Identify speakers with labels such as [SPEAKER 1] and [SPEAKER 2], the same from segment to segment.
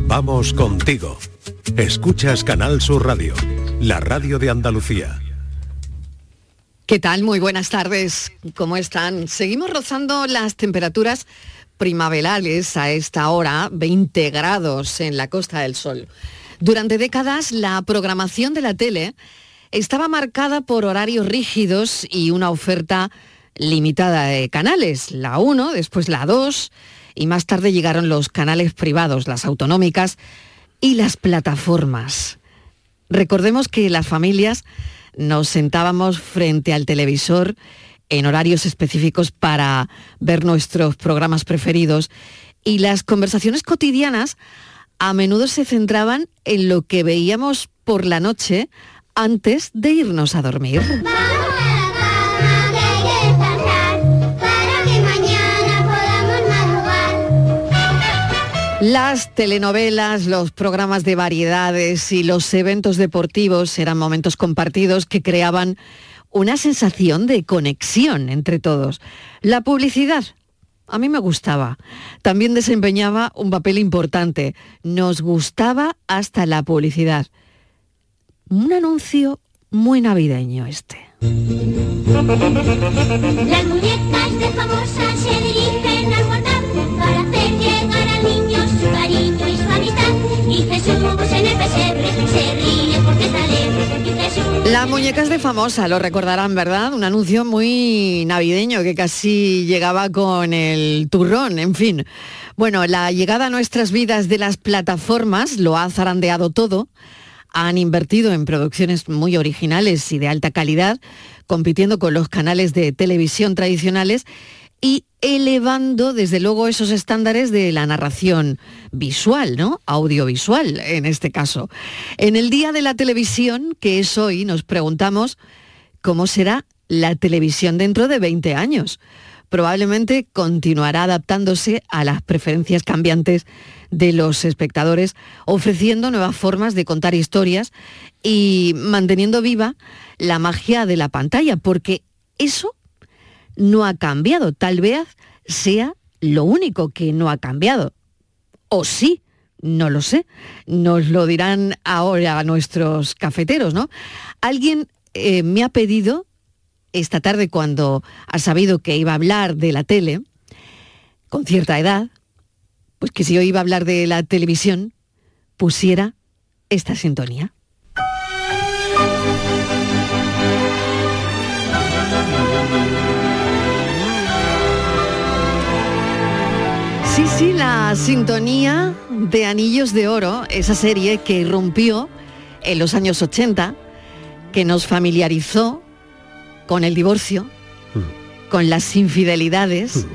[SPEAKER 1] Vamos contigo. Escuchas Canal Sur Radio, la radio de Andalucía.
[SPEAKER 2] ¿Qué tal? Muy buenas tardes. ¿Cómo están? Seguimos rozando las temperaturas primaverales a esta hora, 20 grados en la Costa del Sol. Durante décadas la programación de la tele estaba marcada por horarios rígidos y una oferta limitada de canales, la 1, después la 2 y más tarde llegaron los canales privados, las autonómicas y las plataformas. Recordemos que las familias nos sentábamos frente al televisor en horarios específicos para ver nuestros programas preferidos y las conversaciones cotidianas a menudo se centraban en lo que veíamos por la noche antes de irnos a dormir. Las telenovelas, los programas de variedades y los eventos deportivos eran momentos compartidos que creaban una sensación de conexión entre todos. La publicidad a mí me gustaba. También desempeñaba un papel importante. Nos gustaba hasta la publicidad. Un anuncio muy navideño este.
[SPEAKER 3] Las muñecas de famosas se dirigen al guardar para hacer llegar al niño su cariño y su amistad. Y Jesús en el pesebre se ríe porque está alegre. Y Jesús...
[SPEAKER 2] Las muñecas de famosa, lo recordarán, ¿verdad? Un anuncio muy navideño que casi llegaba con el turrón, en fin. Bueno, la llegada a nuestras vidas de las plataformas lo ha zarandeado todo. Han invertido en producciones muy originales y de alta calidad, compitiendo con los canales de televisión tradicionales y elevando desde luego esos estándares de la narración visual, ¿no? Audiovisual en este caso. En el día de la televisión, que es hoy, nos preguntamos cómo será la televisión dentro de 20 años. Probablemente continuará adaptándose a las preferencias cambiantes de los espectadores, ofreciendo nuevas formas de contar historias y manteniendo viva la magia de la pantalla, porque eso no ha cambiado. Tal vez sea lo único que no ha cambiado. O sí, no lo sé. Nos lo dirán ahora nuestros cafeteros, ¿no? Alguien eh, me ha pedido esta tarde cuando ha sabido que iba a hablar de la tele, con cierta edad, pues que si yo iba a hablar de la televisión, pusiera esta sintonía. Sí, sí, la sintonía de Anillos de Oro, esa serie que irrumpió en los años 80, que nos familiarizó con el divorcio,
[SPEAKER 4] Mm.
[SPEAKER 2] con las infidelidades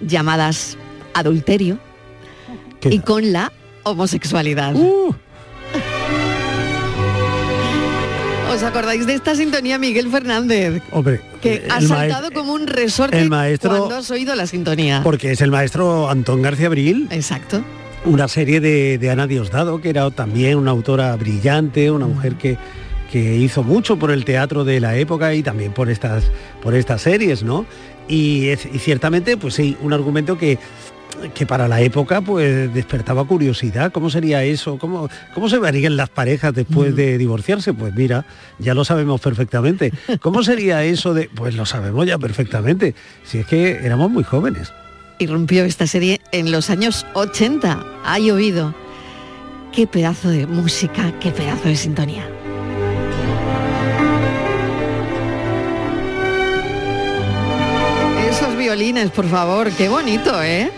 [SPEAKER 2] llamadas adulterio
[SPEAKER 4] ¿Qué? Uh.
[SPEAKER 2] y con la homosexualidad. ¿Os acordáis de esta sintonía, Miguel Fernández?
[SPEAKER 4] Hombre,
[SPEAKER 2] Que ha
[SPEAKER 4] el maes-
[SPEAKER 2] saltado como un resorte
[SPEAKER 4] el maestro-
[SPEAKER 2] cuando has oído la sintonía.
[SPEAKER 4] porque es el maestro Antón García Abril,
[SPEAKER 2] Exacto.
[SPEAKER 4] una serie de, de Ana Diosdado, que era también una autora brillante, una mujer que, que hizo mucho por el teatro de la época y también por estas, por estas series, ¿no? Y, es- y ciertamente, pues sí, un argumento que que para la época pues despertaba curiosidad, ¿cómo sería eso? ¿Cómo, cómo se verían las parejas después de divorciarse? Pues mira, ya lo sabemos perfectamente. ¿Cómo sería eso de...? Pues lo sabemos ya perfectamente, si es que éramos muy jóvenes.
[SPEAKER 2] Irrumpió esta serie en los años 80. Ha llovido. Qué pedazo de música, qué pedazo de sintonía. Esos violines, por favor, qué bonito, ¿eh?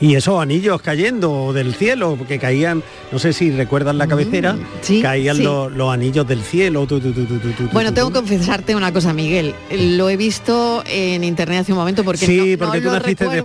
[SPEAKER 4] Y esos anillos cayendo del cielo, que caían, no sé si recuerdan la cabecera,
[SPEAKER 2] Mm, sí,
[SPEAKER 4] caían
[SPEAKER 2] sí.
[SPEAKER 4] Los, los anillos del cielo. tu, tu, tu, tu, tu, tu,
[SPEAKER 2] Bueno,
[SPEAKER 4] tu,
[SPEAKER 2] tengo
[SPEAKER 4] tu.
[SPEAKER 2] que confesarte una cosa, Miguel. Lo he visto en internet hace un momento porque
[SPEAKER 4] sí,
[SPEAKER 2] no- no
[SPEAKER 4] porque
[SPEAKER 2] lo
[SPEAKER 4] tú naciste
[SPEAKER 2] recuerdo.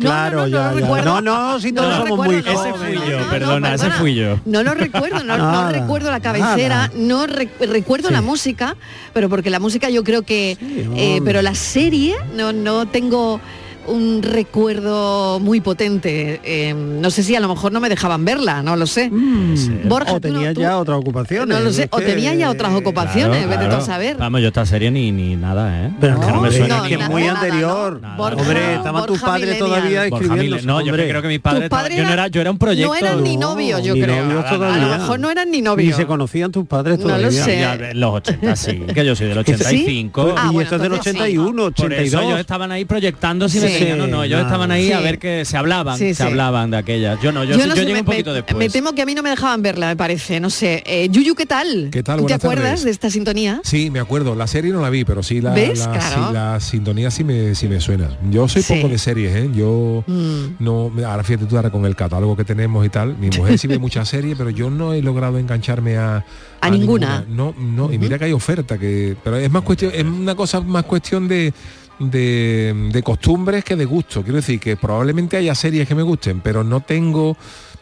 [SPEAKER 2] No, no,
[SPEAKER 4] claro,
[SPEAKER 2] no, no
[SPEAKER 4] ya,
[SPEAKER 2] lo
[SPEAKER 4] ya.
[SPEAKER 2] recuerdo.
[SPEAKER 4] No, no, si
[SPEAKER 2] No
[SPEAKER 4] no,
[SPEAKER 2] lo
[SPEAKER 4] somos
[SPEAKER 2] recuerdo,
[SPEAKER 4] muy
[SPEAKER 2] no, no,
[SPEAKER 4] jóvenes.
[SPEAKER 2] no, no, no,
[SPEAKER 5] perdona, ese
[SPEAKER 2] perdona.
[SPEAKER 5] fui yo.
[SPEAKER 2] No lo recuerdo, no, no
[SPEAKER 4] Nada,
[SPEAKER 2] recuerdo la cabecera,
[SPEAKER 4] nada.
[SPEAKER 2] no re- recuerdo la música, pero porque la música yo creo que... eh,
[SPEAKER 4] hombre.
[SPEAKER 2] pero la serie no, no tengo... un recuerdo muy potente. Eh, no sé si a lo mejor no me dejaban verla, no lo sé. Borja,
[SPEAKER 4] o
[SPEAKER 2] tú no-
[SPEAKER 4] tenía
[SPEAKER 2] tú-
[SPEAKER 4] ya otra ocupación.
[SPEAKER 2] No lo sé, o tenía ya otras ocupaciones,
[SPEAKER 5] Claro,
[SPEAKER 2] vete tú
[SPEAKER 5] claro.
[SPEAKER 2] a saber.
[SPEAKER 5] Vamos, yo esta serie ni, ni nada, ¿eh?
[SPEAKER 4] Pero
[SPEAKER 5] Es que no me
[SPEAKER 4] hombre,
[SPEAKER 5] suena
[SPEAKER 4] es
[SPEAKER 5] ni
[SPEAKER 4] que es
[SPEAKER 5] nada.
[SPEAKER 4] muy
[SPEAKER 2] nada,
[SPEAKER 4] anterior.
[SPEAKER 2] no.
[SPEAKER 5] Borja-
[SPEAKER 4] hombre, estaban tus
[SPEAKER 2] Borja
[SPEAKER 4] padres
[SPEAKER 2] Millennial.
[SPEAKER 4] todavía
[SPEAKER 5] Borja Miller-
[SPEAKER 4] escribiendo.
[SPEAKER 5] no, yo creo que mis padres...
[SPEAKER 2] Tus
[SPEAKER 5] estaba-
[SPEAKER 2] padres
[SPEAKER 5] yo, no era, yo era un proyecto...
[SPEAKER 2] No eran ni novios, yo
[SPEAKER 4] ni
[SPEAKER 2] creo.
[SPEAKER 4] novios
[SPEAKER 2] a
[SPEAKER 4] todavía.
[SPEAKER 2] lo mejor no eran ni
[SPEAKER 4] Ni
[SPEAKER 2] novios.
[SPEAKER 4] se conocían tus padres
[SPEAKER 2] No lo
[SPEAKER 4] todavía.
[SPEAKER 2] sé.
[SPEAKER 5] Ya, los 80, sí, que yo soy del 85.
[SPEAKER 2] Ah,
[SPEAKER 4] y
[SPEAKER 2] bueno,
[SPEAKER 4] esto es del
[SPEAKER 2] entonces sí.
[SPEAKER 4] 81,
[SPEAKER 5] Por eso
[SPEAKER 4] 82.
[SPEAKER 5] ellos estaban ahí proyectando si me
[SPEAKER 2] Sí.
[SPEAKER 5] tenían o no. Ellos
[SPEAKER 4] Sí,
[SPEAKER 5] estaban ahí a
[SPEAKER 2] sí.
[SPEAKER 5] ver que se hablaban,
[SPEAKER 2] Sí, sí.
[SPEAKER 5] se hablaban de aquellas. Yo no, yo, sí- yo
[SPEAKER 2] no sé,
[SPEAKER 5] llegué
[SPEAKER 2] me-
[SPEAKER 5] un poquito
[SPEAKER 2] me-
[SPEAKER 5] después.
[SPEAKER 2] Me temo que a mí no me dejaban verla, me parece. No sé. Eh, Yuyu, ¿qué tal?
[SPEAKER 6] ¿Qué tal?
[SPEAKER 2] ¿Tú ¿Te
[SPEAKER 6] Buenas tardes.
[SPEAKER 2] acuerdas de esta sintonía?
[SPEAKER 6] Sí, me acuerdo. La serie no la vi, pero sí la,
[SPEAKER 2] ¿Ves?
[SPEAKER 6] la-
[SPEAKER 2] Claro.
[SPEAKER 6] sí, la sintonía sí me, sí me suena. Yo soy
[SPEAKER 2] Sí.
[SPEAKER 6] poco de series, ¿eh? Yo
[SPEAKER 2] Mm.
[SPEAKER 6] no... Ahora fíjate tú, ahora con el catálogo que tenemos y tal. Mi mujer sí ve muchas series, pero yo no he logrado engancharme a...
[SPEAKER 2] ¿A ninguna?
[SPEAKER 6] No, no. Y mira que hay oferta, que... Pero es más cuestión... Es una cosa más cuestión de... De, de costumbres que de gusto quiero decir que probablemente haya series que me gusten pero no tengo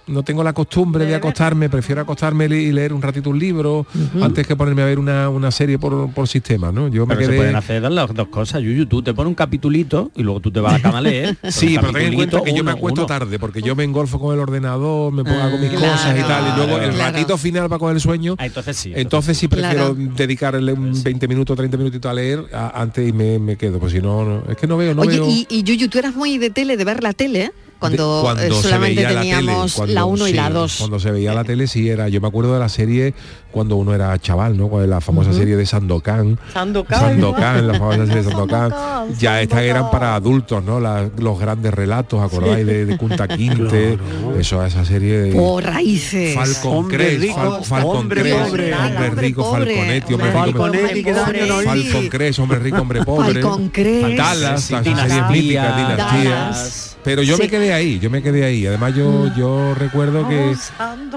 [SPEAKER 6] no tengo la costumbre de acostarme prefiero acostarme le- y leer un ratito un libro antes que ponerme a ver una, una serie por, por sistema no yo me
[SPEAKER 5] Pero se
[SPEAKER 6] quedé
[SPEAKER 5] pueden hacer las dos cosas. Yuyu, tú te pones un capitulito y luego tú te vas a la cama a leer.
[SPEAKER 6] Sí,
[SPEAKER 5] un
[SPEAKER 6] pero ten en cuenta
[SPEAKER 5] capitulito,
[SPEAKER 6] que yo me
[SPEAKER 5] uno,
[SPEAKER 6] acuesto
[SPEAKER 5] uno.
[SPEAKER 6] tarde, porque yo me engolfo con el ordenador, me pongo, hago mis
[SPEAKER 2] Ah, Claro,
[SPEAKER 6] cosas y tal, y luego el
[SPEAKER 2] claro.
[SPEAKER 6] ratito final para coger el sueño.
[SPEAKER 5] Ah, entonces sí. Pues
[SPEAKER 6] Entonces sí
[SPEAKER 2] Claro.
[SPEAKER 6] prefiero dedicarle un 20 minutos, 30 minutitos a leer a- antes y me, me quedo, pues si no, no- es que no veo, no
[SPEAKER 2] Oye,
[SPEAKER 6] veo.
[SPEAKER 2] y, y Yuyu, tú eras muy de tele, de ver la tele, ¿eh? cuando,
[SPEAKER 6] De-
[SPEAKER 2] eh,
[SPEAKER 6] se
[SPEAKER 2] solamente
[SPEAKER 6] veía la tele,
[SPEAKER 2] teníamos
[SPEAKER 6] cuando-
[SPEAKER 2] la 1 y
[SPEAKER 6] sí,
[SPEAKER 2] la 2.
[SPEAKER 6] Cuando se veía la tele sí era, yo me acuerdo de la serie cuando uno era chaval, ¿no? Con la famosa serie de Sandokan. Sandokan. la famosa serie de Sandokan. Ya estas eran para adultos, ¿no? La- los grandes relatos, ¿acordáis? De, de Kunta Quinte, eso, esa serie de...
[SPEAKER 2] Por Oh, raíces.
[SPEAKER 6] Falcon
[SPEAKER 4] Hombre
[SPEAKER 6] Crest,
[SPEAKER 4] rico,
[SPEAKER 6] Fal- Falcon
[SPEAKER 4] hombre
[SPEAKER 6] Crest,
[SPEAKER 4] pobre.
[SPEAKER 6] hombre,
[SPEAKER 2] Hombre
[SPEAKER 6] rico,
[SPEAKER 2] pobre,
[SPEAKER 6] Falconetti, hombre,
[SPEAKER 2] hombre
[SPEAKER 6] rico, hombre-
[SPEAKER 4] Falconetti, que daño no
[SPEAKER 2] Falcon-
[SPEAKER 4] hizo.
[SPEAKER 6] Falcon Crest, hombre rico, hombre pobre.
[SPEAKER 2] Falcon Crest.
[SPEAKER 6] Dallas,
[SPEAKER 5] Sí,
[SPEAKER 6] la
[SPEAKER 5] Dinastías,
[SPEAKER 6] serie mítica, Dinastías.
[SPEAKER 5] Dallas.
[SPEAKER 6] Pero yo
[SPEAKER 2] Sí.
[SPEAKER 6] me quedé ahí, yo me quedé ahí. Además yo yo recuerdo que
[SPEAKER 3] Oh,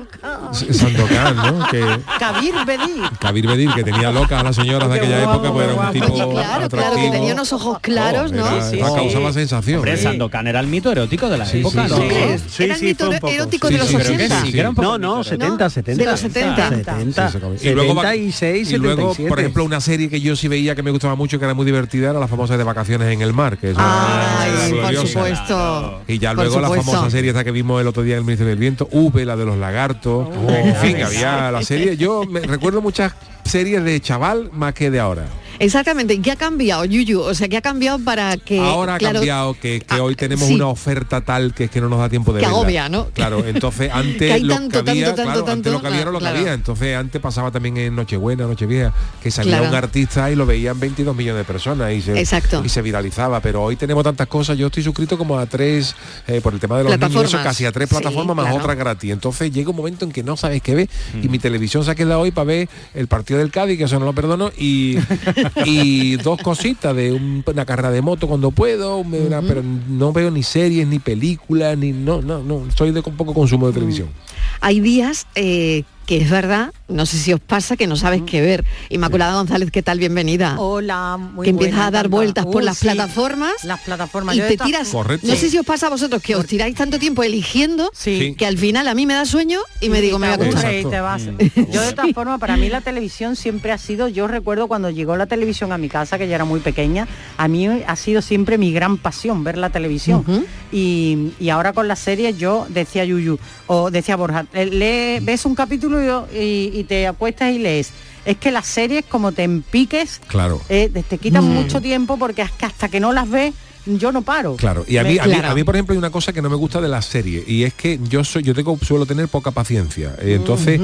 [SPEAKER 6] S- Sandokan, ¿no? Que
[SPEAKER 7] Kabir Bedi.
[SPEAKER 6] Kabir Bedir que tenía locas a las señoras de aquella época, pues era un
[SPEAKER 2] Oye,
[SPEAKER 6] tipo
[SPEAKER 2] claro, claro, que
[SPEAKER 6] atractivo.
[SPEAKER 2] tenía unos ojos claros,
[SPEAKER 6] Era-
[SPEAKER 2] ¿no?
[SPEAKER 6] era-
[SPEAKER 7] Sí, sí.
[SPEAKER 6] causaba sensación.
[SPEAKER 5] Hombre,
[SPEAKER 6] ¿eh?
[SPEAKER 5] Sandokan era el mito erótico de la
[SPEAKER 6] Sí,
[SPEAKER 5] época,
[SPEAKER 6] sí,
[SPEAKER 5] ¿no?
[SPEAKER 6] sí.
[SPEAKER 2] ¿Crees?
[SPEAKER 4] Sí,
[SPEAKER 2] Eran
[SPEAKER 4] sí, fue un
[SPEAKER 2] mito
[SPEAKER 4] poco.
[SPEAKER 2] erótico
[SPEAKER 6] Sí,
[SPEAKER 2] de los
[SPEAKER 6] sí, creo que
[SPEAKER 2] 80.
[SPEAKER 6] sí,
[SPEAKER 5] que era un poco
[SPEAKER 4] No, no,
[SPEAKER 5] mito erótico.
[SPEAKER 4] 70,
[SPEAKER 2] No,
[SPEAKER 4] 70.
[SPEAKER 2] de los 70.
[SPEAKER 4] 70.
[SPEAKER 6] Sí, se comió.
[SPEAKER 4] 76,
[SPEAKER 6] y luego,
[SPEAKER 4] 77.
[SPEAKER 6] por ejemplo, una serie que yo sí veía que me gustaba mucho, que era muy divertida, era la famosa de Vacaciones en el Mar, que es una
[SPEAKER 2] Ay,
[SPEAKER 6] era
[SPEAKER 2] por
[SPEAKER 6] gloriosa.
[SPEAKER 2] supuesto.
[SPEAKER 6] Y ya
[SPEAKER 2] Por
[SPEAKER 6] luego la
[SPEAKER 2] supuesto.
[SPEAKER 6] famosa serie esta que vimos el otro día en el Ministerio del Viento, V, la de los lagartos,
[SPEAKER 2] Oh,
[SPEAKER 6] en fin, había la serie. Yo me recuerdo muchas series de chaval más que de ahora.
[SPEAKER 2] Exactamente. ¿Y qué ha cambiado, Yuyu? O sea, ¿qué ha cambiado para que...
[SPEAKER 6] Ahora ha
[SPEAKER 2] Eh, claro,
[SPEAKER 6] cambiado que, que
[SPEAKER 2] ah,
[SPEAKER 6] hoy tenemos
[SPEAKER 2] sí.
[SPEAKER 6] una oferta tal que es que no nos da tiempo de
[SPEAKER 2] Que
[SPEAKER 6] verla.
[SPEAKER 2] agobia, ¿no?
[SPEAKER 6] Claro, entonces
[SPEAKER 2] Que
[SPEAKER 6] antes
[SPEAKER 2] hay
[SPEAKER 6] lo
[SPEAKER 2] tanto,
[SPEAKER 6] que había,
[SPEAKER 2] tanto, tanto,
[SPEAKER 6] claro, antes lo que
[SPEAKER 2] tanto,
[SPEAKER 6] había era lo que
[SPEAKER 2] claro.
[SPEAKER 6] había. Entonces antes pasaba también en Nochebuena, Nochevieja, que salía
[SPEAKER 2] Claro.
[SPEAKER 6] un artista y lo veían 22 millones de personas y se,
[SPEAKER 2] Exacto.
[SPEAKER 6] y se viralizaba. Pero hoy tenemos tantas cosas. Yo estoy suscrito como a tres, eh, por el tema de los niños,
[SPEAKER 2] Plataformas.
[SPEAKER 6] eso, casi a tres
[SPEAKER 2] Sí,
[SPEAKER 6] plataformas más
[SPEAKER 2] claro.
[SPEAKER 6] otras gratis. Entonces llega un momento en que no sabes qué ver y mi televisión se ha quedado hoy para ver el partido del Cádiz, que eso no lo perdono, y, y dos cositas de un- una carrera de moto cuando puedo, un- una- pero no veo ni series, ni películas, ni no, no, no, soy de con poco consumo
[SPEAKER 2] Mm.
[SPEAKER 6] de televisión.
[SPEAKER 2] Hay días eh, que es verdad, no sé si os pasa, que no sabes qué ver. Inmaculada González, ¿qué tal? Bienvenida.
[SPEAKER 7] Hola, muy
[SPEAKER 2] que empiezas
[SPEAKER 7] buena,
[SPEAKER 2] a dar
[SPEAKER 7] Tanta.
[SPEAKER 2] vueltas por
[SPEAKER 7] Uh,
[SPEAKER 2] las
[SPEAKER 7] sí.
[SPEAKER 2] plataformas
[SPEAKER 7] Las plataformas.
[SPEAKER 2] y
[SPEAKER 7] Yo
[SPEAKER 2] te
[SPEAKER 7] estas-
[SPEAKER 2] tiras
[SPEAKER 6] Correcto.
[SPEAKER 2] no sé si os pasa a vosotros que os tiráis tanto tiempo eligiendo
[SPEAKER 7] Sí.
[SPEAKER 2] que al final a mí me da sueño y me digo me voy a
[SPEAKER 7] te
[SPEAKER 2] acostar
[SPEAKER 7] aburre y te vas.
[SPEAKER 6] Mm.
[SPEAKER 5] Exacto.
[SPEAKER 7] Yo de todas formas, para mí la televisión siempre ha sido, yo recuerdo cuando llegó la televisión a mi casa, que ya era muy pequeña, a mí ha sido siempre mi gran pasión ver la televisión.
[SPEAKER 2] Ujú.
[SPEAKER 7] y, y ahora con las series yo decía Yuyu, o decía Borja, eh, lee- ves un capítulo y, y- y te acuestas y lees. Es que las series como te empiques,
[SPEAKER 6] Claro.
[SPEAKER 7] eh, te quitan
[SPEAKER 2] Mm.
[SPEAKER 7] mucho tiempo porque es que hasta que no las ves, yo no paro.
[SPEAKER 6] Claro, y a
[SPEAKER 7] Me-
[SPEAKER 6] mí, a, mí,
[SPEAKER 2] Claro.
[SPEAKER 6] a mí, por ejemplo hay una cosa que no me gusta de la serie y es que yo soy yo tengo suelo tener poca paciencia. Eh, Entonces,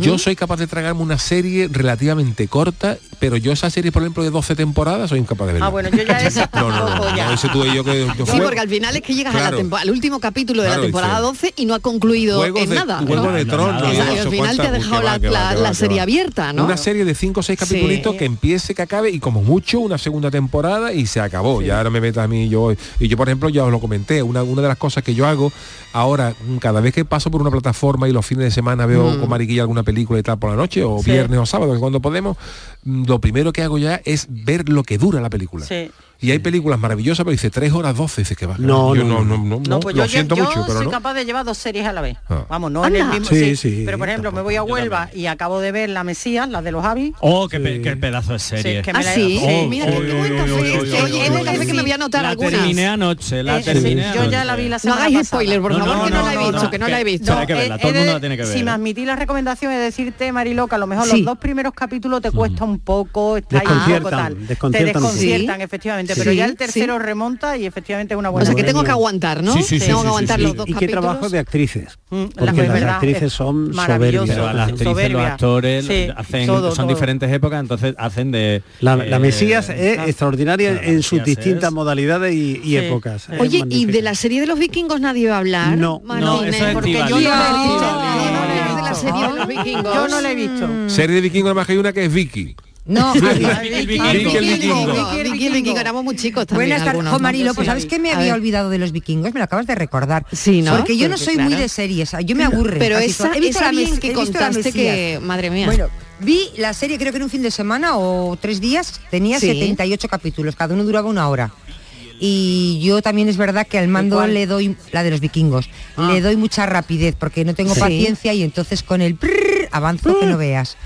[SPEAKER 6] yo soy capaz de tragarme una serie relativamente corta, pero yo esa serie, por ejemplo, de 12 temporadas soy incapaz de verla.
[SPEAKER 7] Ah, bueno, yo ya esa
[SPEAKER 6] no, no, no,
[SPEAKER 7] tampoco
[SPEAKER 6] no,
[SPEAKER 7] ya.
[SPEAKER 6] no, ese tuve yo que yo
[SPEAKER 2] Sí,
[SPEAKER 6] juego-
[SPEAKER 2] porque al final es que llegas a la
[SPEAKER 6] Claro.
[SPEAKER 2] tempo- al último capítulo de
[SPEAKER 6] Claro,
[SPEAKER 2] la temporada
[SPEAKER 6] dice,
[SPEAKER 2] 12 y no ha concluido
[SPEAKER 6] Juegos
[SPEAKER 2] en
[SPEAKER 6] de,
[SPEAKER 2] nada.
[SPEAKER 6] Juego
[SPEAKER 2] ¿no?
[SPEAKER 6] de
[SPEAKER 5] No,
[SPEAKER 6] Tronos.
[SPEAKER 5] nada.
[SPEAKER 6] y
[SPEAKER 5] O sea,
[SPEAKER 6] no
[SPEAKER 5] y
[SPEAKER 2] al
[SPEAKER 6] sé
[SPEAKER 2] final
[SPEAKER 6] cuántas-
[SPEAKER 2] te ha
[SPEAKER 6] Uy,
[SPEAKER 2] dejado
[SPEAKER 6] que va,
[SPEAKER 2] la-
[SPEAKER 6] que va,
[SPEAKER 2] la-
[SPEAKER 6] que va,
[SPEAKER 2] la
[SPEAKER 6] que
[SPEAKER 2] serie
[SPEAKER 6] va.
[SPEAKER 7] Ah,
[SPEAKER 2] abierta, ¿no?
[SPEAKER 6] Una serie de 5 o 6
[SPEAKER 2] Sí.
[SPEAKER 6] capítulos que empiece, que acabe y como mucho una segunda temporada y se acabó. Ya ahora me metas a mí yo. Y yo, por ejemplo, ya os lo comenté, una, una de las cosas que yo hago ahora, mm, cada vez que paso por una plataforma y los fines de semana veo con Mariquilla alguna película y tal por la noche, o
[SPEAKER 7] Mm. Sí.
[SPEAKER 6] viernes o sábado, que cuando podemos, mm, lo primero que hago ya es ver lo que dura la película.
[SPEAKER 7] Sí.
[SPEAKER 6] Y hay películas maravillosas, pero dice 3 horas 12, dice que va.
[SPEAKER 4] No,
[SPEAKER 6] Yo
[SPEAKER 4] no,
[SPEAKER 6] no, no, no,
[SPEAKER 7] No, pues
[SPEAKER 6] lo
[SPEAKER 7] yo,
[SPEAKER 6] siento
[SPEAKER 7] yo
[SPEAKER 6] mucho, pero
[SPEAKER 7] soy
[SPEAKER 6] no.
[SPEAKER 7] capaz de llevar dos series a la vez.
[SPEAKER 6] Ah.
[SPEAKER 7] Vamos, no en el
[SPEAKER 2] Anda.
[SPEAKER 7] mismo. Sí,
[SPEAKER 4] Sí, sí,
[SPEAKER 7] pero por ejemplo, me voy a
[SPEAKER 5] tampoco. Yo
[SPEAKER 7] Huelva y acabo de ver La Mesías, la de los Javi.
[SPEAKER 5] Oh, qué, pe- qué pedazo de
[SPEAKER 7] Sí,
[SPEAKER 5] serie.
[SPEAKER 7] es que
[SPEAKER 2] Ah,
[SPEAKER 7] me la-
[SPEAKER 2] sí.
[SPEAKER 5] Oh,
[SPEAKER 2] Mira, qué-
[SPEAKER 5] oh,
[SPEAKER 2] qué buen
[SPEAKER 5] oh,
[SPEAKER 2] café.
[SPEAKER 5] oh, oh,
[SPEAKER 2] Qué-
[SPEAKER 5] oh,
[SPEAKER 2] qué
[SPEAKER 5] oh,
[SPEAKER 2] buen
[SPEAKER 5] oh,
[SPEAKER 2] café
[SPEAKER 5] oh,
[SPEAKER 2] que me voy a anotar
[SPEAKER 5] la
[SPEAKER 2] algunas.
[SPEAKER 5] terminé anoche, la
[SPEAKER 7] Eh, sí,
[SPEAKER 5] terminé
[SPEAKER 7] yo
[SPEAKER 5] anoche.
[SPEAKER 7] ya la vi la
[SPEAKER 2] No
[SPEAKER 7] semana
[SPEAKER 2] hagáis
[SPEAKER 7] pasada.
[SPEAKER 2] spoiler, por
[SPEAKER 5] No,
[SPEAKER 2] favor,
[SPEAKER 5] no,
[SPEAKER 2] que no,
[SPEAKER 5] no,
[SPEAKER 2] la he
[SPEAKER 5] no,
[SPEAKER 2] visto,
[SPEAKER 5] no,
[SPEAKER 2] que no la he
[SPEAKER 5] que-
[SPEAKER 2] visto.
[SPEAKER 5] Hay que verla,
[SPEAKER 7] eh,
[SPEAKER 5] todo el
[SPEAKER 7] he de-
[SPEAKER 5] mundo la tiene que ver,
[SPEAKER 7] Si me
[SPEAKER 5] ¿eh?
[SPEAKER 7] admitís la recomendación de decirte, Mariló, que a lo mejor
[SPEAKER 2] Sí.
[SPEAKER 7] los dos primeros capítulos te cuesta un poco, está ahí un poco
[SPEAKER 4] Desconciertan,
[SPEAKER 7] tal.
[SPEAKER 4] desconciertan
[SPEAKER 7] te
[SPEAKER 4] un poco.
[SPEAKER 7] desconciertan, efectivamente,
[SPEAKER 2] Sí.
[SPEAKER 7] pero ya
[SPEAKER 2] Sí,
[SPEAKER 7] el tercero remonta y efectivamente es una
[SPEAKER 2] O
[SPEAKER 7] buena
[SPEAKER 2] sea, que
[SPEAKER 7] serie.
[SPEAKER 2] tengo que aguantar, ¿no?
[SPEAKER 5] Sí, sí, sí,
[SPEAKER 2] Tengo
[SPEAKER 5] sí,
[SPEAKER 2] que aguantar
[SPEAKER 5] sí,
[SPEAKER 2] los
[SPEAKER 5] sí.
[SPEAKER 2] dos
[SPEAKER 4] ¿Y qué
[SPEAKER 2] capítulos.
[SPEAKER 4] trabajo de actrices?
[SPEAKER 7] Mm, la
[SPEAKER 4] Porque las
[SPEAKER 7] verdad,
[SPEAKER 4] actrices
[SPEAKER 7] es
[SPEAKER 4] son
[SPEAKER 7] maravilloso.
[SPEAKER 4] soberbias.
[SPEAKER 5] Pero a las
[SPEAKER 7] Soberbia.
[SPEAKER 5] actrices, los actores
[SPEAKER 7] Sí,
[SPEAKER 5] hacen,
[SPEAKER 7] todo,
[SPEAKER 5] son
[SPEAKER 7] todo.
[SPEAKER 5] diferentes épocas, entonces hacen de...
[SPEAKER 4] La, la
[SPEAKER 5] eh,
[SPEAKER 4] Mesías es
[SPEAKER 5] ah,
[SPEAKER 4] extraordinaria
[SPEAKER 5] la
[SPEAKER 4] en sus
[SPEAKER 5] Mesías
[SPEAKER 4] distintas
[SPEAKER 5] es-
[SPEAKER 4] modalidades y, y épocas. Es
[SPEAKER 2] Oye, ¿y
[SPEAKER 4] magnífica.
[SPEAKER 2] de la serie de los vikingos nadie va a hablar?
[SPEAKER 4] No.
[SPEAKER 5] No,
[SPEAKER 2] Martínez,
[SPEAKER 5] eso es
[SPEAKER 2] porque yo no
[SPEAKER 5] Estíbaliz.
[SPEAKER 2] he visto. No, no,
[SPEAKER 5] Estíbaliz.
[SPEAKER 2] no,
[SPEAKER 5] No,
[SPEAKER 2] de la serie de los vikingos.
[SPEAKER 7] Yo no la he visto.
[SPEAKER 6] Serie de vikingo, además que hay una que es Vicky.
[SPEAKER 8] No,
[SPEAKER 7] Ah, Vicky,
[SPEAKER 5] Vicky,
[SPEAKER 7] Vicky,
[SPEAKER 5] el
[SPEAKER 7] Vicky,
[SPEAKER 5] vikingo.
[SPEAKER 7] Vicky,
[SPEAKER 2] Vicky, Vicky, Vicky, éramos muy chicos también.
[SPEAKER 8] Buenas tardes,
[SPEAKER 2] algunos,
[SPEAKER 8] Jo
[SPEAKER 2] ¿no?
[SPEAKER 8] Marilo. Pues
[SPEAKER 2] Sí.
[SPEAKER 8] sabes que me
[SPEAKER 2] A
[SPEAKER 8] había
[SPEAKER 2] ver.
[SPEAKER 8] olvidado de los vikingos, me lo acabas de recordar.
[SPEAKER 2] Sí, ¿no?
[SPEAKER 8] Porque yo no
[SPEAKER 2] Porque,
[SPEAKER 8] soy muy
[SPEAKER 2] claro.
[SPEAKER 8] de series, ah, yo me aburre.
[SPEAKER 2] Pero
[SPEAKER 8] casi
[SPEAKER 2] esa,
[SPEAKER 8] todo. He visto
[SPEAKER 2] esa
[SPEAKER 8] la
[SPEAKER 2] bien
[SPEAKER 8] Mes-
[SPEAKER 2] que
[SPEAKER 8] he visto la
[SPEAKER 2] contaste
[SPEAKER 8] Mesías.
[SPEAKER 2] que, madre mía.
[SPEAKER 8] Bueno, vi la serie creo que en un fin de semana o tres días, tenía
[SPEAKER 2] Sí.
[SPEAKER 8] 78 capítulos, cada uno duraba una hora. Y yo también es verdad que al mando
[SPEAKER 7] cuál?
[SPEAKER 8] le doy, la de los vikingos, le doy mucha rapidez porque no tengo
[SPEAKER 2] Ah. Sí.
[SPEAKER 8] paciencia y entonces con el prrr avanzo que no veas.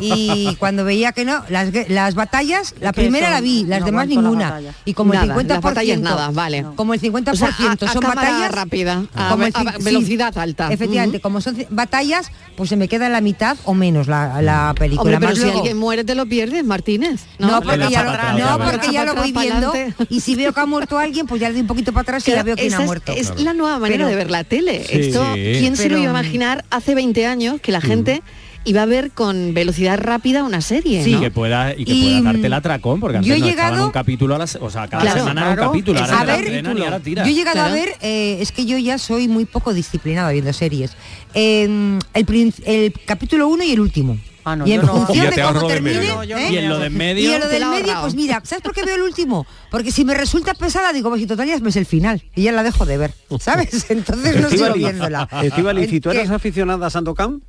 [SPEAKER 8] Y cuando veía que no, las, gue- las batallas, la
[SPEAKER 7] que
[SPEAKER 8] primera
[SPEAKER 7] eso,
[SPEAKER 8] la vi, las
[SPEAKER 7] no
[SPEAKER 8] demás
[SPEAKER 7] aguanto las
[SPEAKER 8] ninguna.
[SPEAKER 7] batallas.
[SPEAKER 8] y como
[SPEAKER 2] Nada,
[SPEAKER 8] el 50%...
[SPEAKER 2] las batallas nada, vale.
[SPEAKER 8] Como el 50%
[SPEAKER 2] O sea, a- a
[SPEAKER 8] son
[SPEAKER 2] cámara
[SPEAKER 8] batallas...
[SPEAKER 2] rápida, Ah, a ve- a
[SPEAKER 8] cin-
[SPEAKER 2] velocidad alta.
[SPEAKER 8] Efectivamente,
[SPEAKER 2] Ujú.
[SPEAKER 8] como son c- batallas, pues se me queda la mitad o menos la, la película.
[SPEAKER 2] Hombre,
[SPEAKER 8] Más
[SPEAKER 2] pero si
[SPEAKER 8] luego-
[SPEAKER 2] alguien muere te lo pierdes, Martínez.
[SPEAKER 8] no, porque,
[SPEAKER 5] la
[SPEAKER 8] ya
[SPEAKER 5] para
[SPEAKER 8] lo,
[SPEAKER 5] atrás,
[SPEAKER 8] no,
[SPEAKER 5] ya
[SPEAKER 8] porque ya lo voy viendo y si veo que ha muerto alguien, pues ya le doy un poquito para atrás y ya veo quién
[SPEAKER 2] Esa
[SPEAKER 8] ha
[SPEAKER 2] es-
[SPEAKER 8] muerto.
[SPEAKER 2] Es, la nueva manera
[SPEAKER 8] Pero-
[SPEAKER 2] de ver la tele. Esto,
[SPEAKER 5] Sí.
[SPEAKER 2] ¿quién se lo
[SPEAKER 8] Pero-
[SPEAKER 2] iba a imaginar hace 20 años que la gente iba a ver con velocidad rápida una serie?
[SPEAKER 8] Sí.
[SPEAKER 2] ¿no?
[SPEAKER 5] Y que pueda, y que
[SPEAKER 8] Y,
[SPEAKER 5] pueda
[SPEAKER 8] mm,
[SPEAKER 5] darte el atracón, porque antes
[SPEAKER 8] yo he
[SPEAKER 5] no echaban
[SPEAKER 8] llegado-
[SPEAKER 5] un capítulo a la se- o sea, cada
[SPEAKER 2] Claro,
[SPEAKER 5] semana era
[SPEAKER 7] claro.
[SPEAKER 5] un capítulo, ahora
[SPEAKER 8] A
[SPEAKER 5] te la
[SPEAKER 8] ver,
[SPEAKER 5] estrenan y ahora
[SPEAKER 8] yo
[SPEAKER 5] tiras.
[SPEAKER 8] he llegado
[SPEAKER 2] Claro.
[SPEAKER 8] a ver, eh, es que yo ya soy muy poco disciplinada viendo series. Eh, el, prin- el capítulo 1 y el último.
[SPEAKER 7] Ah, no,
[SPEAKER 8] y en
[SPEAKER 7] yo no.
[SPEAKER 6] Y ya
[SPEAKER 8] función
[SPEAKER 6] te
[SPEAKER 8] de
[SPEAKER 6] ahorro
[SPEAKER 8] cómo
[SPEAKER 6] de
[SPEAKER 8] termine,
[SPEAKER 6] medio.
[SPEAKER 7] yo
[SPEAKER 8] ¿eh?
[SPEAKER 7] no
[SPEAKER 5] Y en lo de en medio,
[SPEAKER 8] Y en lo
[SPEAKER 2] Te
[SPEAKER 8] del
[SPEAKER 2] la he
[SPEAKER 8] medio,
[SPEAKER 2] ahorrado.
[SPEAKER 8] pues mira, ¿sabes por qué veo el último? Porque si me resulta pesada, digo, pues si total ya es el final. Y ya la dejo de ver, ¿sabes? Entonces no sigo
[SPEAKER 4] Estíbaliz,
[SPEAKER 8] viéndola.
[SPEAKER 4] Estíbaliz, ¿y tú
[SPEAKER 8] ¿Qué?
[SPEAKER 4] eres aficionada a Sandokan?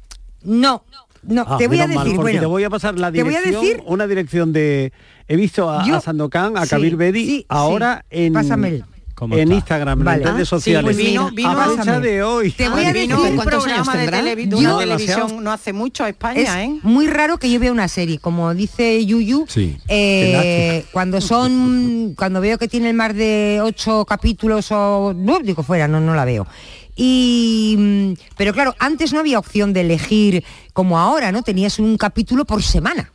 [SPEAKER 8] No, no,
[SPEAKER 4] Ah,
[SPEAKER 8] te voy a
[SPEAKER 4] menos mal,
[SPEAKER 8] decir,
[SPEAKER 4] porque
[SPEAKER 8] bueno,
[SPEAKER 4] te voy a pasar la
[SPEAKER 8] te voy a
[SPEAKER 4] dirección,
[SPEAKER 8] decir-
[SPEAKER 4] una dirección de... He visto a,
[SPEAKER 8] Yo-
[SPEAKER 4] a Sandokan, a
[SPEAKER 8] sí,
[SPEAKER 4] Kabir Bedi,
[SPEAKER 8] sí,
[SPEAKER 4] ahora
[SPEAKER 8] sí.
[SPEAKER 4] en,
[SPEAKER 8] Pásamelo.
[SPEAKER 5] ¿Cómo
[SPEAKER 4] en
[SPEAKER 5] está?
[SPEAKER 4] Instagram,
[SPEAKER 8] Vale.
[SPEAKER 4] en
[SPEAKER 8] Ah,
[SPEAKER 4] redes
[SPEAKER 8] sí,
[SPEAKER 4] sociales.
[SPEAKER 7] pues vino- vino-
[SPEAKER 4] a fecha
[SPEAKER 8] pásamelo.
[SPEAKER 4] de hoy.
[SPEAKER 8] Te
[SPEAKER 5] Ah,
[SPEAKER 8] voy a
[SPEAKER 2] Madre
[SPEAKER 7] Vino
[SPEAKER 2] mía,
[SPEAKER 7] un
[SPEAKER 2] ¿cuántos años
[SPEAKER 7] programa de,
[SPEAKER 2] tendrá?
[SPEAKER 7] tele- de
[SPEAKER 8] Yo-
[SPEAKER 7] una
[SPEAKER 4] No, demasiado.
[SPEAKER 7] televisión no hace mucho a
[SPEAKER 8] es
[SPEAKER 7] España, ¿eh?
[SPEAKER 8] muy raro que yo vea una serie, como dice Yuyu.
[SPEAKER 6] Sí.
[SPEAKER 8] eh,
[SPEAKER 4] Qué
[SPEAKER 8] cuando son, cuando veo que tiene más de ocho capítulos o no, digo fuera, no, no la veo. Y mm, pero claro, antes no había opción de elegir como ahora, ¿no? Tenías un capítulo por semana.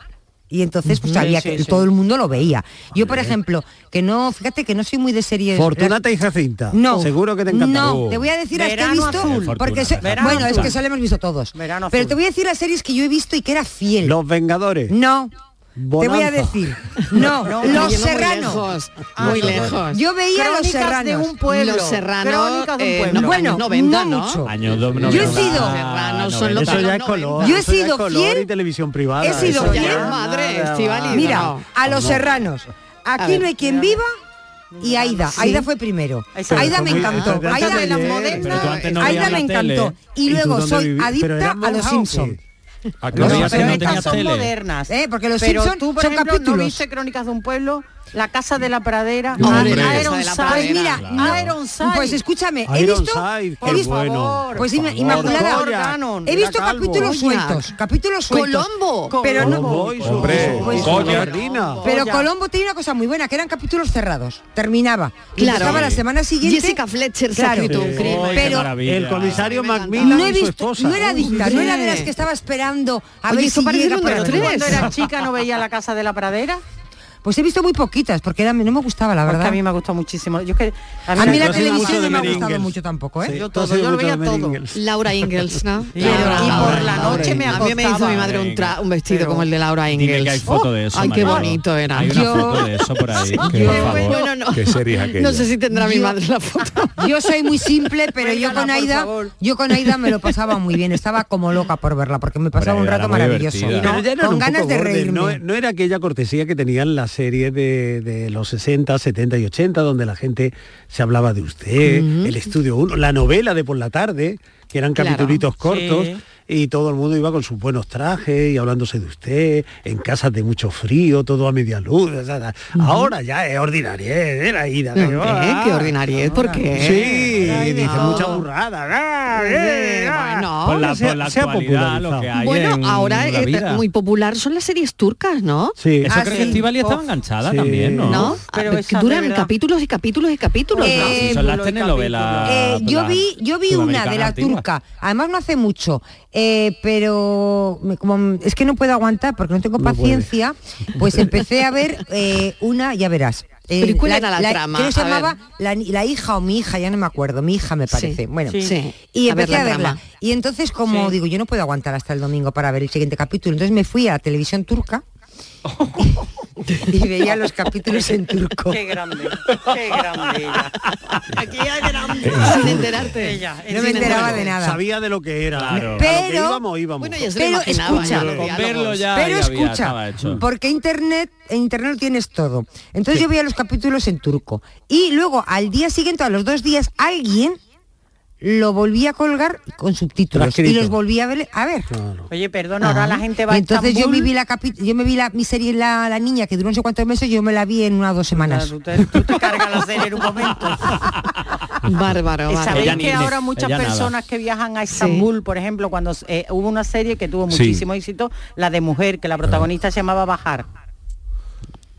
[SPEAKER 8] Y entonces pues
[SPEAKER 7] Ujú. Sí,
[SPEAKER 8] sabía
[SPEAKER 7] sí,
[SPEAKER 8] que
[SPEAKER 7] sí.
[SPEAKER 8] todo el mundo lo veía. Yo, por ejemplo, que no, fíjate que no soy muy de series. las-
[SPEAKER 4] Fortunata y Jacinta.
[SPEAKER 8] no.
[SPEAKER 4] Seguro que te encanta.
[SPEAKER 8] No,
[SPEAKER 6] Oh.
[SPEAKER 8] te voy a decir las que he
[SPEAKER 7] Verano
[SPEAKER 8] visto.
[SPEAKER 7] azul.
[SPEAKER 5] Fortuna,
[SPEAKER 8] Porque so-
[SPEAKER 5] Verano
[SPEAKER 8] bueno, es
[SPEAKER 7] azul.
[SPEAKER 8] que solo hemos visto todos.
[SPEAKER 7] Verano
[SPEAKER 8] Pero
[SPEAKER 7] azul.
[SPEAKER 8] te voy a decir las series que yo he visto y que era fiel.
[SPEAKER 4] Los Vengadores.
[SPEAKER 8] No.
[SPEAKER 4] Bonanza.
[SPEAKER 8] Te voy a decir. No,
[SPEAKER 7] No,
[SPEAKER 2] Oye, no,
[SPEAKER 8] Los
[SPEAKER 2] muy
[SPEAKER 8] Serranos.
[SPEAKER 2] lejos, Muy lejos.
[SPEAKER 8] Yo veía a Los
[SPEAKER 7] Crónicas de
[SPEAKER 8] Serranos.
[SPEAKER 7] un pueblo.
[SPEAKER 2] Los serranos,
[SPEAKER 7] Crónicas de un
[SPEAKER 2] eh,
[SPEAKER 7] pueblo.
[SPEAKER 2] no,
[SPEAKER 8] Bueno,
[SPEAKER 2] años 90,
[SPEAKER 8] no
[SPEAKER 2] ¿no?
[SPEAKER 8] mucho.
[SPEAKER 5] Años dos-
[SPEAKER 8] Yo he
[SPEAKER 5] noventa,
[SPEAKER 8] sido-
[SPEAKER 2] Serranos son
[SPEAKER 5] noventa.
[SPEAKER 2] los-
[SPEAKER 4] Ah, Eso ya es
[SPEAKER 2] 90.
[SPEAKER 4] color.
[SPEAKER 8] Yo he
[SPEAKER 4] eso ya es
[SPEAKER 8] sido
[SPEAKER 4] color
[SPEAKER 8] fiel-
[SPEAKER 4] y televisión privada.
[SPEAKER 8] he sido
[SPEAKER 4] eso ya
[SPEAKER 8] fiel-
[SPEAKER 4] es
[SPEAKER 2] Madre,
[SPEAKER 4] nada,
[SPEAKER 2] Estíbaliz.
[SPEAKER 8] Mira,
[SPEAKER 2] No.
[SPEAKER 8] a Los Serranos. Aquí
[SPEAKER 2] ver.
[SPEAKER 8] no hay quien viva. Y Aida,
[SPEAKER 2] Sí.
[SPEAKER 8] Aida fue primero.
[SPEAKER 7] Esa-
[SPEAKER 8] Aida
[SPEAKER 7] Pero
[SPEAKER 8] me
[SPEAKER 7] muy-
[SPEAKER 8] encantó.
[SPEAKER 4] pero de
[SPEAKER 8] Aida
[SPEAKER 4] antes de
[SPEAKER 8] las
[SPEAKER 4] leer.
[SPEAKER 8] modernas.
[SPEAKER 5] Pero tú antes no
[SPEAKER 8] Aida
[SPEAKER 5] veías
[SPEAKER 8] me
[SPEAKER 5] la tele.
[SPEAKER 8] encantó. Y
[SPEAKER 4] tú
[SPEAKER 8] luego
[SPEAKER 4] dónde
[SPEAKER 8] soy
[SPEAKER 4] vivías? ¿Pero
[SPEAKER 8] adicta
[SPEAKER 4] eras
[SPEAKER 8] a los
[SPEAKER 4] monja o qué?
[SPEAKER 8] Simpsons.
[SPEAKER 6] ¿A qué
[SPEAKER 5] No,
[SPEAKER 6] os
[SPEAKER 5] veías
[SPEAKER 6] referís?
[SPEAKER 5] que
[SPEAKER 7] pero
[SPEAKER 5] no
[SPEAKER 7] estas
[SPEAKER 5] tenías
[SPEAKER 7] son
[SPEAKER 5] tele.
[SPEAKER 7] modernas.
[SPEAKER 8] Eh, porque los
[SPEAKER 7] pero
[SPEAKER 8] Simpson
[SPEAKER 7] tú, por
[SPEAKER 8] son
[SPEAKER 7] ejemplo,
[SPEAKER 8] capítulos.
[SPEAKER 7] ¿no viste Crónicas de un Pueblo? La Casa de la Pradera.
[SPEAKER 6] No, hombre.
[SPEAKER 7] Iron
[SPEAKER 2] Pues
[SPEAKER 8] Pues
[SPEAKER 7] Side,
[SPEAKER 8] mira,
[SPEAKER 7] Claro. Ironside.
[SPEAKER 8] pues escúchame, he visto,
[SPEAKER 4] Ironside,
[SPEAKER 8] he
[SPEAKER 4] qué
[SPEAKER 8] visto,
[SPEAKER 4] bueno.
[SPEAKER 8] pues
[SPEAKER 4] Por
[SPEAKER 8] Inma-
[SPEAKER 4] favor,
[SPEAKER 8] Inmaculada,
[SPEAKER 7] Goya, Gannon,
[SPEAKER 8] he
[SPEAKER 7] era
[SPEAKER 8] visto
[SPEAKER 4] calvo.
[SPEAKER 8] capítulos
[SPEAKER 2] Goya.
[SPEAKER 8] sueltos, capítulos sueltos.
[SPEAKER 2] Colombo.
[SPEAKER 8] pero no, Pues,
[SPEAKER 4] Colombo y su-
[SPEAKER 6] Hombre,
[SPEAKER 4] y su
[SPEAKER 6] Goya.
[SPEAKER 4] gabardina.
[SPEAKER 8] pero
[SPEAKER 7] Goya.
[SPEAKER 8] Colombo tenía una cosa muy buena, que eran capítulos cerrados, terminaba, y
[SPEAKER 2] Claro.
[SPEAKER 8] empezaba la semana siguiente.
[SPEAKER 2] Jessica Fletcher se ha
[SPEAKER 8] Claro.
[SPEAKER 2] escrito un
[SPEAKER 8] Sí.
[SPEAKER 2] crimen.
[SPEAKER 5] Ay, qué
[SPEAKER 8] Pero-
[SPEAKER 5] maravilla.
[SPEAKER 4] El comisario
[SPEAKER 2] Ay, me encanta.
[SPEAKER 4] Macmillan
[SPEAKER 8] No he
[SPEAKER 4] y su
[SPEAKER 8] visto,
[SPEAKER 4] esposa.
[SPEAKER 8] no era adicta, no era de las
[SPEAKER 2] Sí.
[SPEAKER 8] que estaba esperando a
[SPEAKER 2] Oye,
[SPEAKER 8] ver
[SPEAKER 2] esto
[SPEAKER 8] si
[SPEAKER 2] parece
[SPEAKER 8] llega
[SPEAKER 2] un
[SPEAKER 8] por el
[SPEAKER 7] Pero tú
[SPEAKER 2] Tres.
[SPEAKER 7] cuando eras chica no veías La Casa de la Pradera?
[SPEAKER 8] Pues he visto muy poquitas, porque era- no me gustaba, la
[SPEAKER 7] Porque
[SPEAKER 8] verdad.
[SPEAKER 7] a mí me gustó muchísimo. Yo es que
[SPEAKER 8] A mí la
[SPEAKER 4] Entonces,
[SPEAKER 8] televisión
[SPEAKER 4] mucho de
[SPEAKER 8] no me ha gustado
[SPEAKER 4] Meringles.
[SPEAKER 8] mucho tampoco, ¿eh?
[SPEAKER 4] Sí,
[SPEAKER 7] Yo
[SPEAKER 4] tú has
[SPEAKER 7] todo,
[SPEAKER 4] sido
[SPEAKER 7] yo lo
[SPEAKER 4] mucho
[SPEAKER 7] veía
[SPEAKER 4] de
[SPEAKER 7] todo.
[SPEAKER 4] Meringles.
[SPEAKER 2] Laura Ingalls, ¿no?
[SPEAKER 7] Y por
[SPEAKER 4] la noche me
[SPEAKER 2] A mí me hizo
[SPEAKER 7] acostaba.
[SPEAKER 2] mi madre un, tra- un vestido
[SPEAKER 7] Pero-
[SPEAKER 2] como el de Laura Ingalls.
[SPEAKER 5] Dime que hay foto de eso.
[SPEAKER 2] Ay, qué
[SPEAKER 5] Mariló.
[SPEAKER 2] bonito era.
[SPEAKER 5] Hay una
[SPEAKER 8] Yo-
[SPEAKER 5] foto de eso por ahí.
[SPEAKER 6] Qué-
[SPEAKER 5] por favor.
[SPEAKER 2] Bueno, no.
[SPEAKER 6] Qué serie es aquella.
[SPEAKER 2] No sé si tendrá mi madre la foto.
[SPEAKER 8] Yo soy muy simple, pero yo
[SPEAKER 7] Cuélgala,
[SPEAKER 8] con
[SPEAKER 7] por
[SPEAKER 8] Aida,
[SPEAKER 7] favor.
[SPEAKER 8] yo con Aida me lo pasaba muy bien. Estaba como loca por verla porque me pasaba un
[SPEAKER 5] Hombre, era
[SPEAKER 8] rato
[SPEAKER 5] muy
[SPEAKER 8] maravilloso.
[SPEAKER 5] divertida.
[SPEAKER 4] Pero ya eran
[SPEAKER 8] Con
[SPEAKER 4] un poco
[SPEAKER 8] ganas de
[SPEAKER 4] bordes,
[SPEAKER 8] reírme.
[SPEAKER 4] No, no era aquella cortesía que tenían las series de, de los 60, 70 y 80, donde la gente se hablaba de usted, el estudio 1, la novela de por la tarde, que eran
[SPEAKER 2] Claro.
[SPEAKER 4] capitulitos cortos. y todo el mundo iba con sus buenos trajes y hablándose de usted, en casas de mucho frío, todo a media
[SPEAKER 5] uh,
[SPEAKER 4] luz. o sea, Ahora Uh, Ah, ya es ordinaria, eh, era ida.
[SPEAKER 2] Hombre, qué ordinariez, ¿por qué?
[SPEAKER 4] Sí,
[SPEAKER 2] Ay,
[SPEAKER 4] dice
[SPEAKER 2] no.
[SPEAKER 4] mucha burrada. ah, eh, ah.
[SPEAKER 2] Bueno,
[SPEAKER 5] por la,
[SPEAKER 4] se ha-
[SPEAKER 5] por la
[SPEAKER 4] se ha
[SPEAKER 5] actualidad, lo
[SPEAKER 4] popularizado.
[SPEAKER 5] que hay
[SPEAKER 2] Bueno,
[SPEAKER 5] en
[SPEAKER 2] ahora
[SPEAKER 5] la
[SPEAKER 2] eh,
[SPEAKER 5] vida.
[SPEAKER 2] muy popular son las series turcas, ¿no?
[SPEAKER 4] Sí.
[SPEAKER 5] Eso
[SPEAKER 8] Ah,
[SPEAKER 5] creo
[SPEAKER 8] sí.
[SPEAKER 5] que Estivali estaba
[SPEAKER 7] Oh.
[SPEAKER 5] enganchada
[SPEAKER 4] Sí.
[SPEAKER 5] también, ¿no?
[SPEAKER 2] ¿No?
[SPEAKER 7] Ah, pero
[SPEAKER 2] Ah,
[SPEAKER 7] esa de
[SPEAKER 2] duran
[SPEAKER 7] verdad.
[SPEAKER 2] capítulos y capítulos y capítulos.
[SPEAKER 8] Eh,
[SPEAKER 5] No, sí, son las
[SPEAKER 7] capítulo y
[SPEAKER 5] telenovelas.
[SPEAKER 8] Eh, yo
[SPEAKER 5] las
[SPEAKER 8] vi, yo vi una de
[SPEAKER 5] sudamericanas
[SPEAKER 8] la
[SPEAKER 5] antiguas.
[SPEAKER 8] turca, además no hace mucho, eh, pero me- como es que no puedo aguantar porque no tengo
[SPEAKER 4] No puede.
[SPEAKER 8] paciencia, pues empecé a ver eh, una, ya verás. Eh,
[SPEAKER 2] Pero ¿y cuál era la trama?
[SPEAKER 8] creo que se
[SPEAKER 2] A ver.
[SPEAKER 8] llamaba la, ni- La hija o mi hija, ya no me acuerdo, mi hija me
[SPEAKER 2] Sí,
[SPEAKER 8] parece. bueno,
[SPEAKER 2] sí. Sí.
[SPEAKER 8] y
[SPEAKER 2] A ver
[SPEAKER 8] empecé
[SPEAKER 2] la
[SPEAKER 8] a, verla.
[SPEAKER 2] trama.
[SPEAKER 8] Y entonces como
[SPEAKER 7] Sí.
[SPEAKER 8] digo, yo no puedo aguantar hasta el domingo para ver el siguiente capítulo, entonces me fui a la televisión turca. y veía los capítulos en turco.
[SPEAKER 7] Qué grande, qué grande ella.
[SPEAKER 2] Aquí hay Sin enterarte.
[SPEAKER 7] Ella,
[SPEAKER 2] Sin
[SPEAKER 8] No me enteraba
[SPEAKER 2] enterarte.
[SPEAKER 8] de nada.
[SPEAKER 4] Sabía de lo que era.
[SPEAKER 5] Claro.
[SPEAKER 4] A lo que
[SPEAKER 8] Pero-
[SPEAKER 4] íbamos, íbamos.
[SPEAKER 2] Bueno, ya se lo
[SPEAKER 8] Pero
[SPEAKER 2] imaginaba.
[SPEAKER 8] escucha,
[SPEAKER 2] ya los
[SPEAKER 5] Con
[SPEAKER 2] diálogos.
[SPEAKER 5] verlo ya,
[SPEAKER 8] Pero
[SPEAKER 5] ya había-
[SPEAKER 8] escucha,
[SPEAKER 5] estaba hecho.
[SPEAKER 8] porque internet, en internet lo tienes todo. Entonces yo veía los capítulos en turco. Y luego al día siguiente, a los dos días, alguien lo volvía a colgar con subtítulos.
[SPEAKER 4] Transcrito.
[SPEAKER 8] Y los volvía a ver. A ver.
[SPEAKER 5] Ah.
[SPEAKER 4] Claro.
[SPEAKER 7] Oye, perdona, ahora la gente va
[SPEAKER 8] Y entonces
[SPEAKER 7] a
[SPEAKER 8] yo
[SPEAKER 7] Estambul.
[SPEAKER 8] me vi la capi- yo me vi la mi serie la, la niña que duró no sé cuántos meses yo me la vi en unas dos semanas
[SPEAKER 7] Tú te, tú te cargas la serie en un momento.
[SPEAKER 2] Bárbaro,
[SPEAKER 7] Eh,
[SPEAKER 2] bárbaro.
[SPEAKER 5] Ella
[SPEAKER 7] Sabéis
[SPEAKER 5] ni-
[SPEAKER 7] que
[SPEAKER 5] ni-
[SPEAKER 7] ahora muchas
[SPEAKER 5] ella nada.
[SPEAKER 7] personas que viajan a Estambul, por ejemplo, cuando eh, hubo una serie que tuvo muchísimo éxito, la de mujer,
[SPEAKER 5] Ah.
[SPEAKER 7] que la protagonista se llamaba Bajar.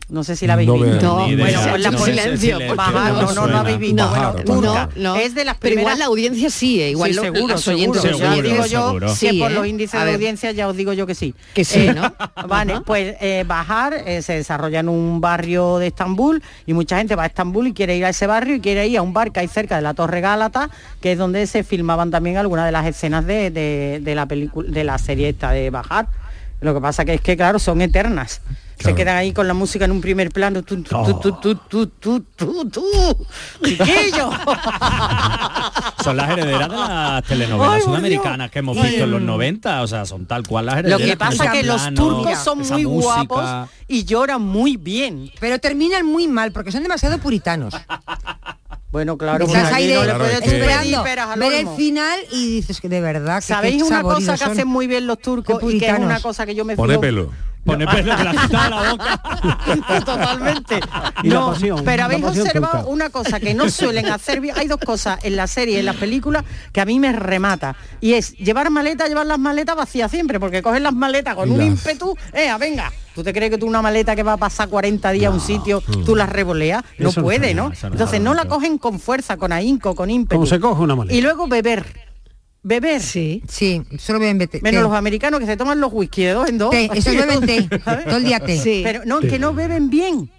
[SPEAKER 7] No sé si la habéis
[SPEAKER 6] No
[SPEAKER 7] visto.
[SPEAKER 6] veo.
[SPEAKER 2] No,
[SPEAKER 5] Ni idea.
[SPEAKER 2] bueno, pues la
[SPEAKER 5] No,
[SPEAKER 2] por
[SPEAKER 5] ese
[SPEAKER 2] silencio,
[SPEAKER 5] silencio,
[SPEAKER 2] por
[SPEAKER 7] Bajar, no,
[SPEAKER 2] favor.
[SPEAKER 7] no, no
[SPEAKER 5] suena.
[SPEAKER 7] habéis visto.
[SPEAKER 6] Bajar,
[SPEAKER 7] bueno,
[SPEAKER 6] no,
[SPEAKER 7] turca.
[SPEAKER 2] no.
[SPEAKER 7] Es de las
[SPEAKER 2] Pero igual
[SPEAKER 7] primeras.
[SPEAKER 2] la audiencia sí, eh, igual
[SPEAKER 7] Sí,
[SPEAKER 2] lo-
[SPEAKER 7] seguro,
[SPEAKER 2] los
[SPEAKER 7] seguro,
[SPEAKER 2] oyentes.
[SPEAKER 7] ya
[SPEAKER 5] Seguro,
[SPEAKER 7] digo yo
[SPEAKER 5] seguro.
[SPEAKER 7] que
[SPEAKER 2] Sí,
[SPEAKER 7] por
[SPEAKER 2] ¿eh?
[SPEAKER 7] los índices
[SPEAKER 2] A
[SPEAKER 7] de
[SPEAKER 2] ver.
[SPEAKER 7] audiencia ya os digo yo que sí.
[SPEAKER 2] Que sí, ¿no?
[SPEAKER 7] Vale,
[SPEAKER 2] Ajá.
[SPEAKER 7] pues eh, Bajar eh, se desarrolla en un barrio de Estambul y mucha gente va a Estambul y quiere ir a ese barrio y quiere ir a un bar que hay cerca de la Torre Gálata, que es donde se filmaban también algunas de las escenas de, de- de la película, de la serie esta de Bajar. Lo que pasa que es que, claro, son eternas. Se
[SPEAKER 6] Claro.
[SPEAKER 7] quedan ahí con la música en un primer plano. Tú, tú, tú, tú, tú, tú, tú, tú. Chiquillo.
[SPEAKER 5] Son las herederas de las telenovelas
[SPEAKER 7] Ay, por
[SPEAKER 5] sudamericanas que hemos visto en los 90, o sea, son tal cual las
[SPEAKER 7] Lo
[SPEAKER 5] herederas.
[SPEAKER 7] que
[SPEAKER 5] con
[SPEAKER 7] pasa
[SPEAKER 5] esos
[SPEAKER 7] que los
[SPEAKER 5] planos,
[SPEAKER 7] turcos son
[SPEAKER 5] esa
[SPEAKER 7] muy
[SPEAKER 5] música.
[SPEAKER 7] guapos y lloran muy bien.
[SPEAKER 8] pero terminan muy mal porque son demasiado puritanos
[SPEAKER 7] Bueno, claro,
[SPEAKER 8] estás
[SPEAKER 7] porque
[SPEAKER 8] ahí
[SPEAKER 7] allí
[SPEAKER 8] de-
[SPEAKER 7] no le
[SPEAKER 6] Claro,
[SPEAKER 7] puedes
[SPEAKER 6] es que-
[SPEAKER 7] pedir
[SPEAKER 8] esperando
[SPEAKER 7] peras al
[SPEAKER 8] ver el
[SPEAKER 7] olmo.
[SPEAKER 8] final y dices que de verdad que
[SPEAKER 7] ¿Sabéis
[SPEAKER 8] qué
[SPEAKER 7] una cosa
[SPEAKER 8] saboridos
[SPEAKER 7] que
[SPEAKER 8] son?
[SPEAKER 7] hacen muy bien los turcos
[SPEAKER 8] Qué
[SPEAKER 7] y que es una
[SPEAKER 8] puritanos.
[SPEAKER 7] cosa que yo me
[SPEAKER 6] Pone
[SPEAKER 7] fijo-
[SPEAKER 6] pelo.
[SPEAKER 5] Pone pelo que la mitad de la boca.
[SPEAKER 7] Totalmente.
[SPEAKER 4] Y la
[SPEAKER 7] No,
[SPEAKER 4] pasión,
[SPEAKER 7] pero
[SPEAKER 4] la
[SPEAKER 7] habéis
[SPEAKER 4] pasión
[SPEAKER 7] observado
[SPEAKER 4] turca.
[SPEAKER 7] una cosa que no suelen hacer bien. Hay dos cosas en la serie, en las películas, que a mí me remata. Y es llevar maletas, llevar las maletas vacías siempre, porque cogen las maletas con un
[SPEAKER 6] Las-
[SPEAKER 7] ímpetu. ¡Ea, venga! ¿Tú te crees que tú una maleta que va a pasar 40 días a un sitio, tú la revoleas? No
[SPEAKER 4] Eso no
[SPEAKER 7] puede, ¿no?
[SPEAKER 4] está
[SPEAKER 5] bien, eso no
[SPEAKER 7] Entonces
[SPEAKER 5] está
[SPEAKER 7] no la
[SPEAKER 5] bien.
[SPEAKER 7] cogen con fuerza, con ahínco, con ímpetu.
[SPEAKER 4] Como se coge una maleta.
[SPEAKER 7] Y luego beber. Beber.
[SPEAKER 2] Sí.
[SPEAKER 8] sí solo beben vete-
[SPEAKER 7] Menos
[SPEAKER 8] té.
[SPEAKER 7] los americanos que se toman los whisky de dos en dos.
[SPEAKER 8] Té, esos beben té,
[SPEAKER 7] ¿Sabes?
[SPEAKER 8] todo el día té.
[SPEAKER 2] Sí.
[SPEAKER 7] Pero no, que no beben bien.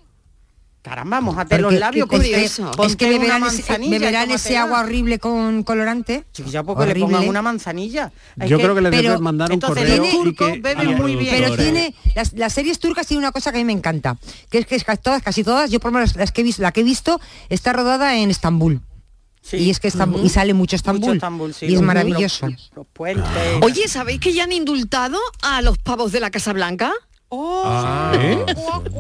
[SPEAKER 7] Caramba, mojate
[SPEAKER 8] Porque-
[SPEAKER 7] los labios.
[SPEAKER 2] qué
[SPEAKER 7] Ponte,
[SPEAKER 2] curioso.
[SPEAKER 7] ponte
[SPEAKER 8] es que
[SPEAKER 7] una
[SPEAKER 8] beberán, ese,
[SPEAKER 7] manzanilla y
[SPEAKER 8] beberán ese
[SPEAKER 7] tómatela.
[SPEAKER 8] agua horrible con colorante.
[SPEAKER 7] Chiquilla, porque le
[SPEAKER 8] Horrible.
[SPEAKER 7] pongan una manzanilla. Es
[SPEAKER 4] Yo creo que le
[SPEAKER 8] pero-
[SPEAKER 4] deben mandar un
[SPEAKER 7] entonces
[SPEAKER 4] correo.
[SPEAKER 8] los
[SPEAKER 4] y
[SPEAKER 7] turcos
[SPEAKER 4] que-
[SPEAKER 7] beben
[SPEAKER 4] y-
[SPEAKER 7] muy bien.
[SPEAKER 8] Pero
[SPEAKER 5] Colores.
[SPEAKER 8] tiene las, las series turcas tiene una cosa que a mí me encanta, que es que es ca- todas, casi todas, yo por lo menos las que he visto, la que he visto está rodada en Estambul.
[SPEAKER 7] Sí.
[SPEAKER 8] Y es que Estambul, y sale mucho Estambul,
[SPEAKER 7] Mucho Estambul, sí,
[SPEAKER 8] y es
[SPEAKER 7] los-
[SPEAKER 8] maravilloso.
[SPEAKER 7] Los, los
[SPEAKER 4] Ah.
[SPEAKER 7] puentes.
[SPEAKER 2] Oye, ¿sabéis que ya han indultado a los pavos de la Casa Blanca?
[SPEAKER 6] Ah,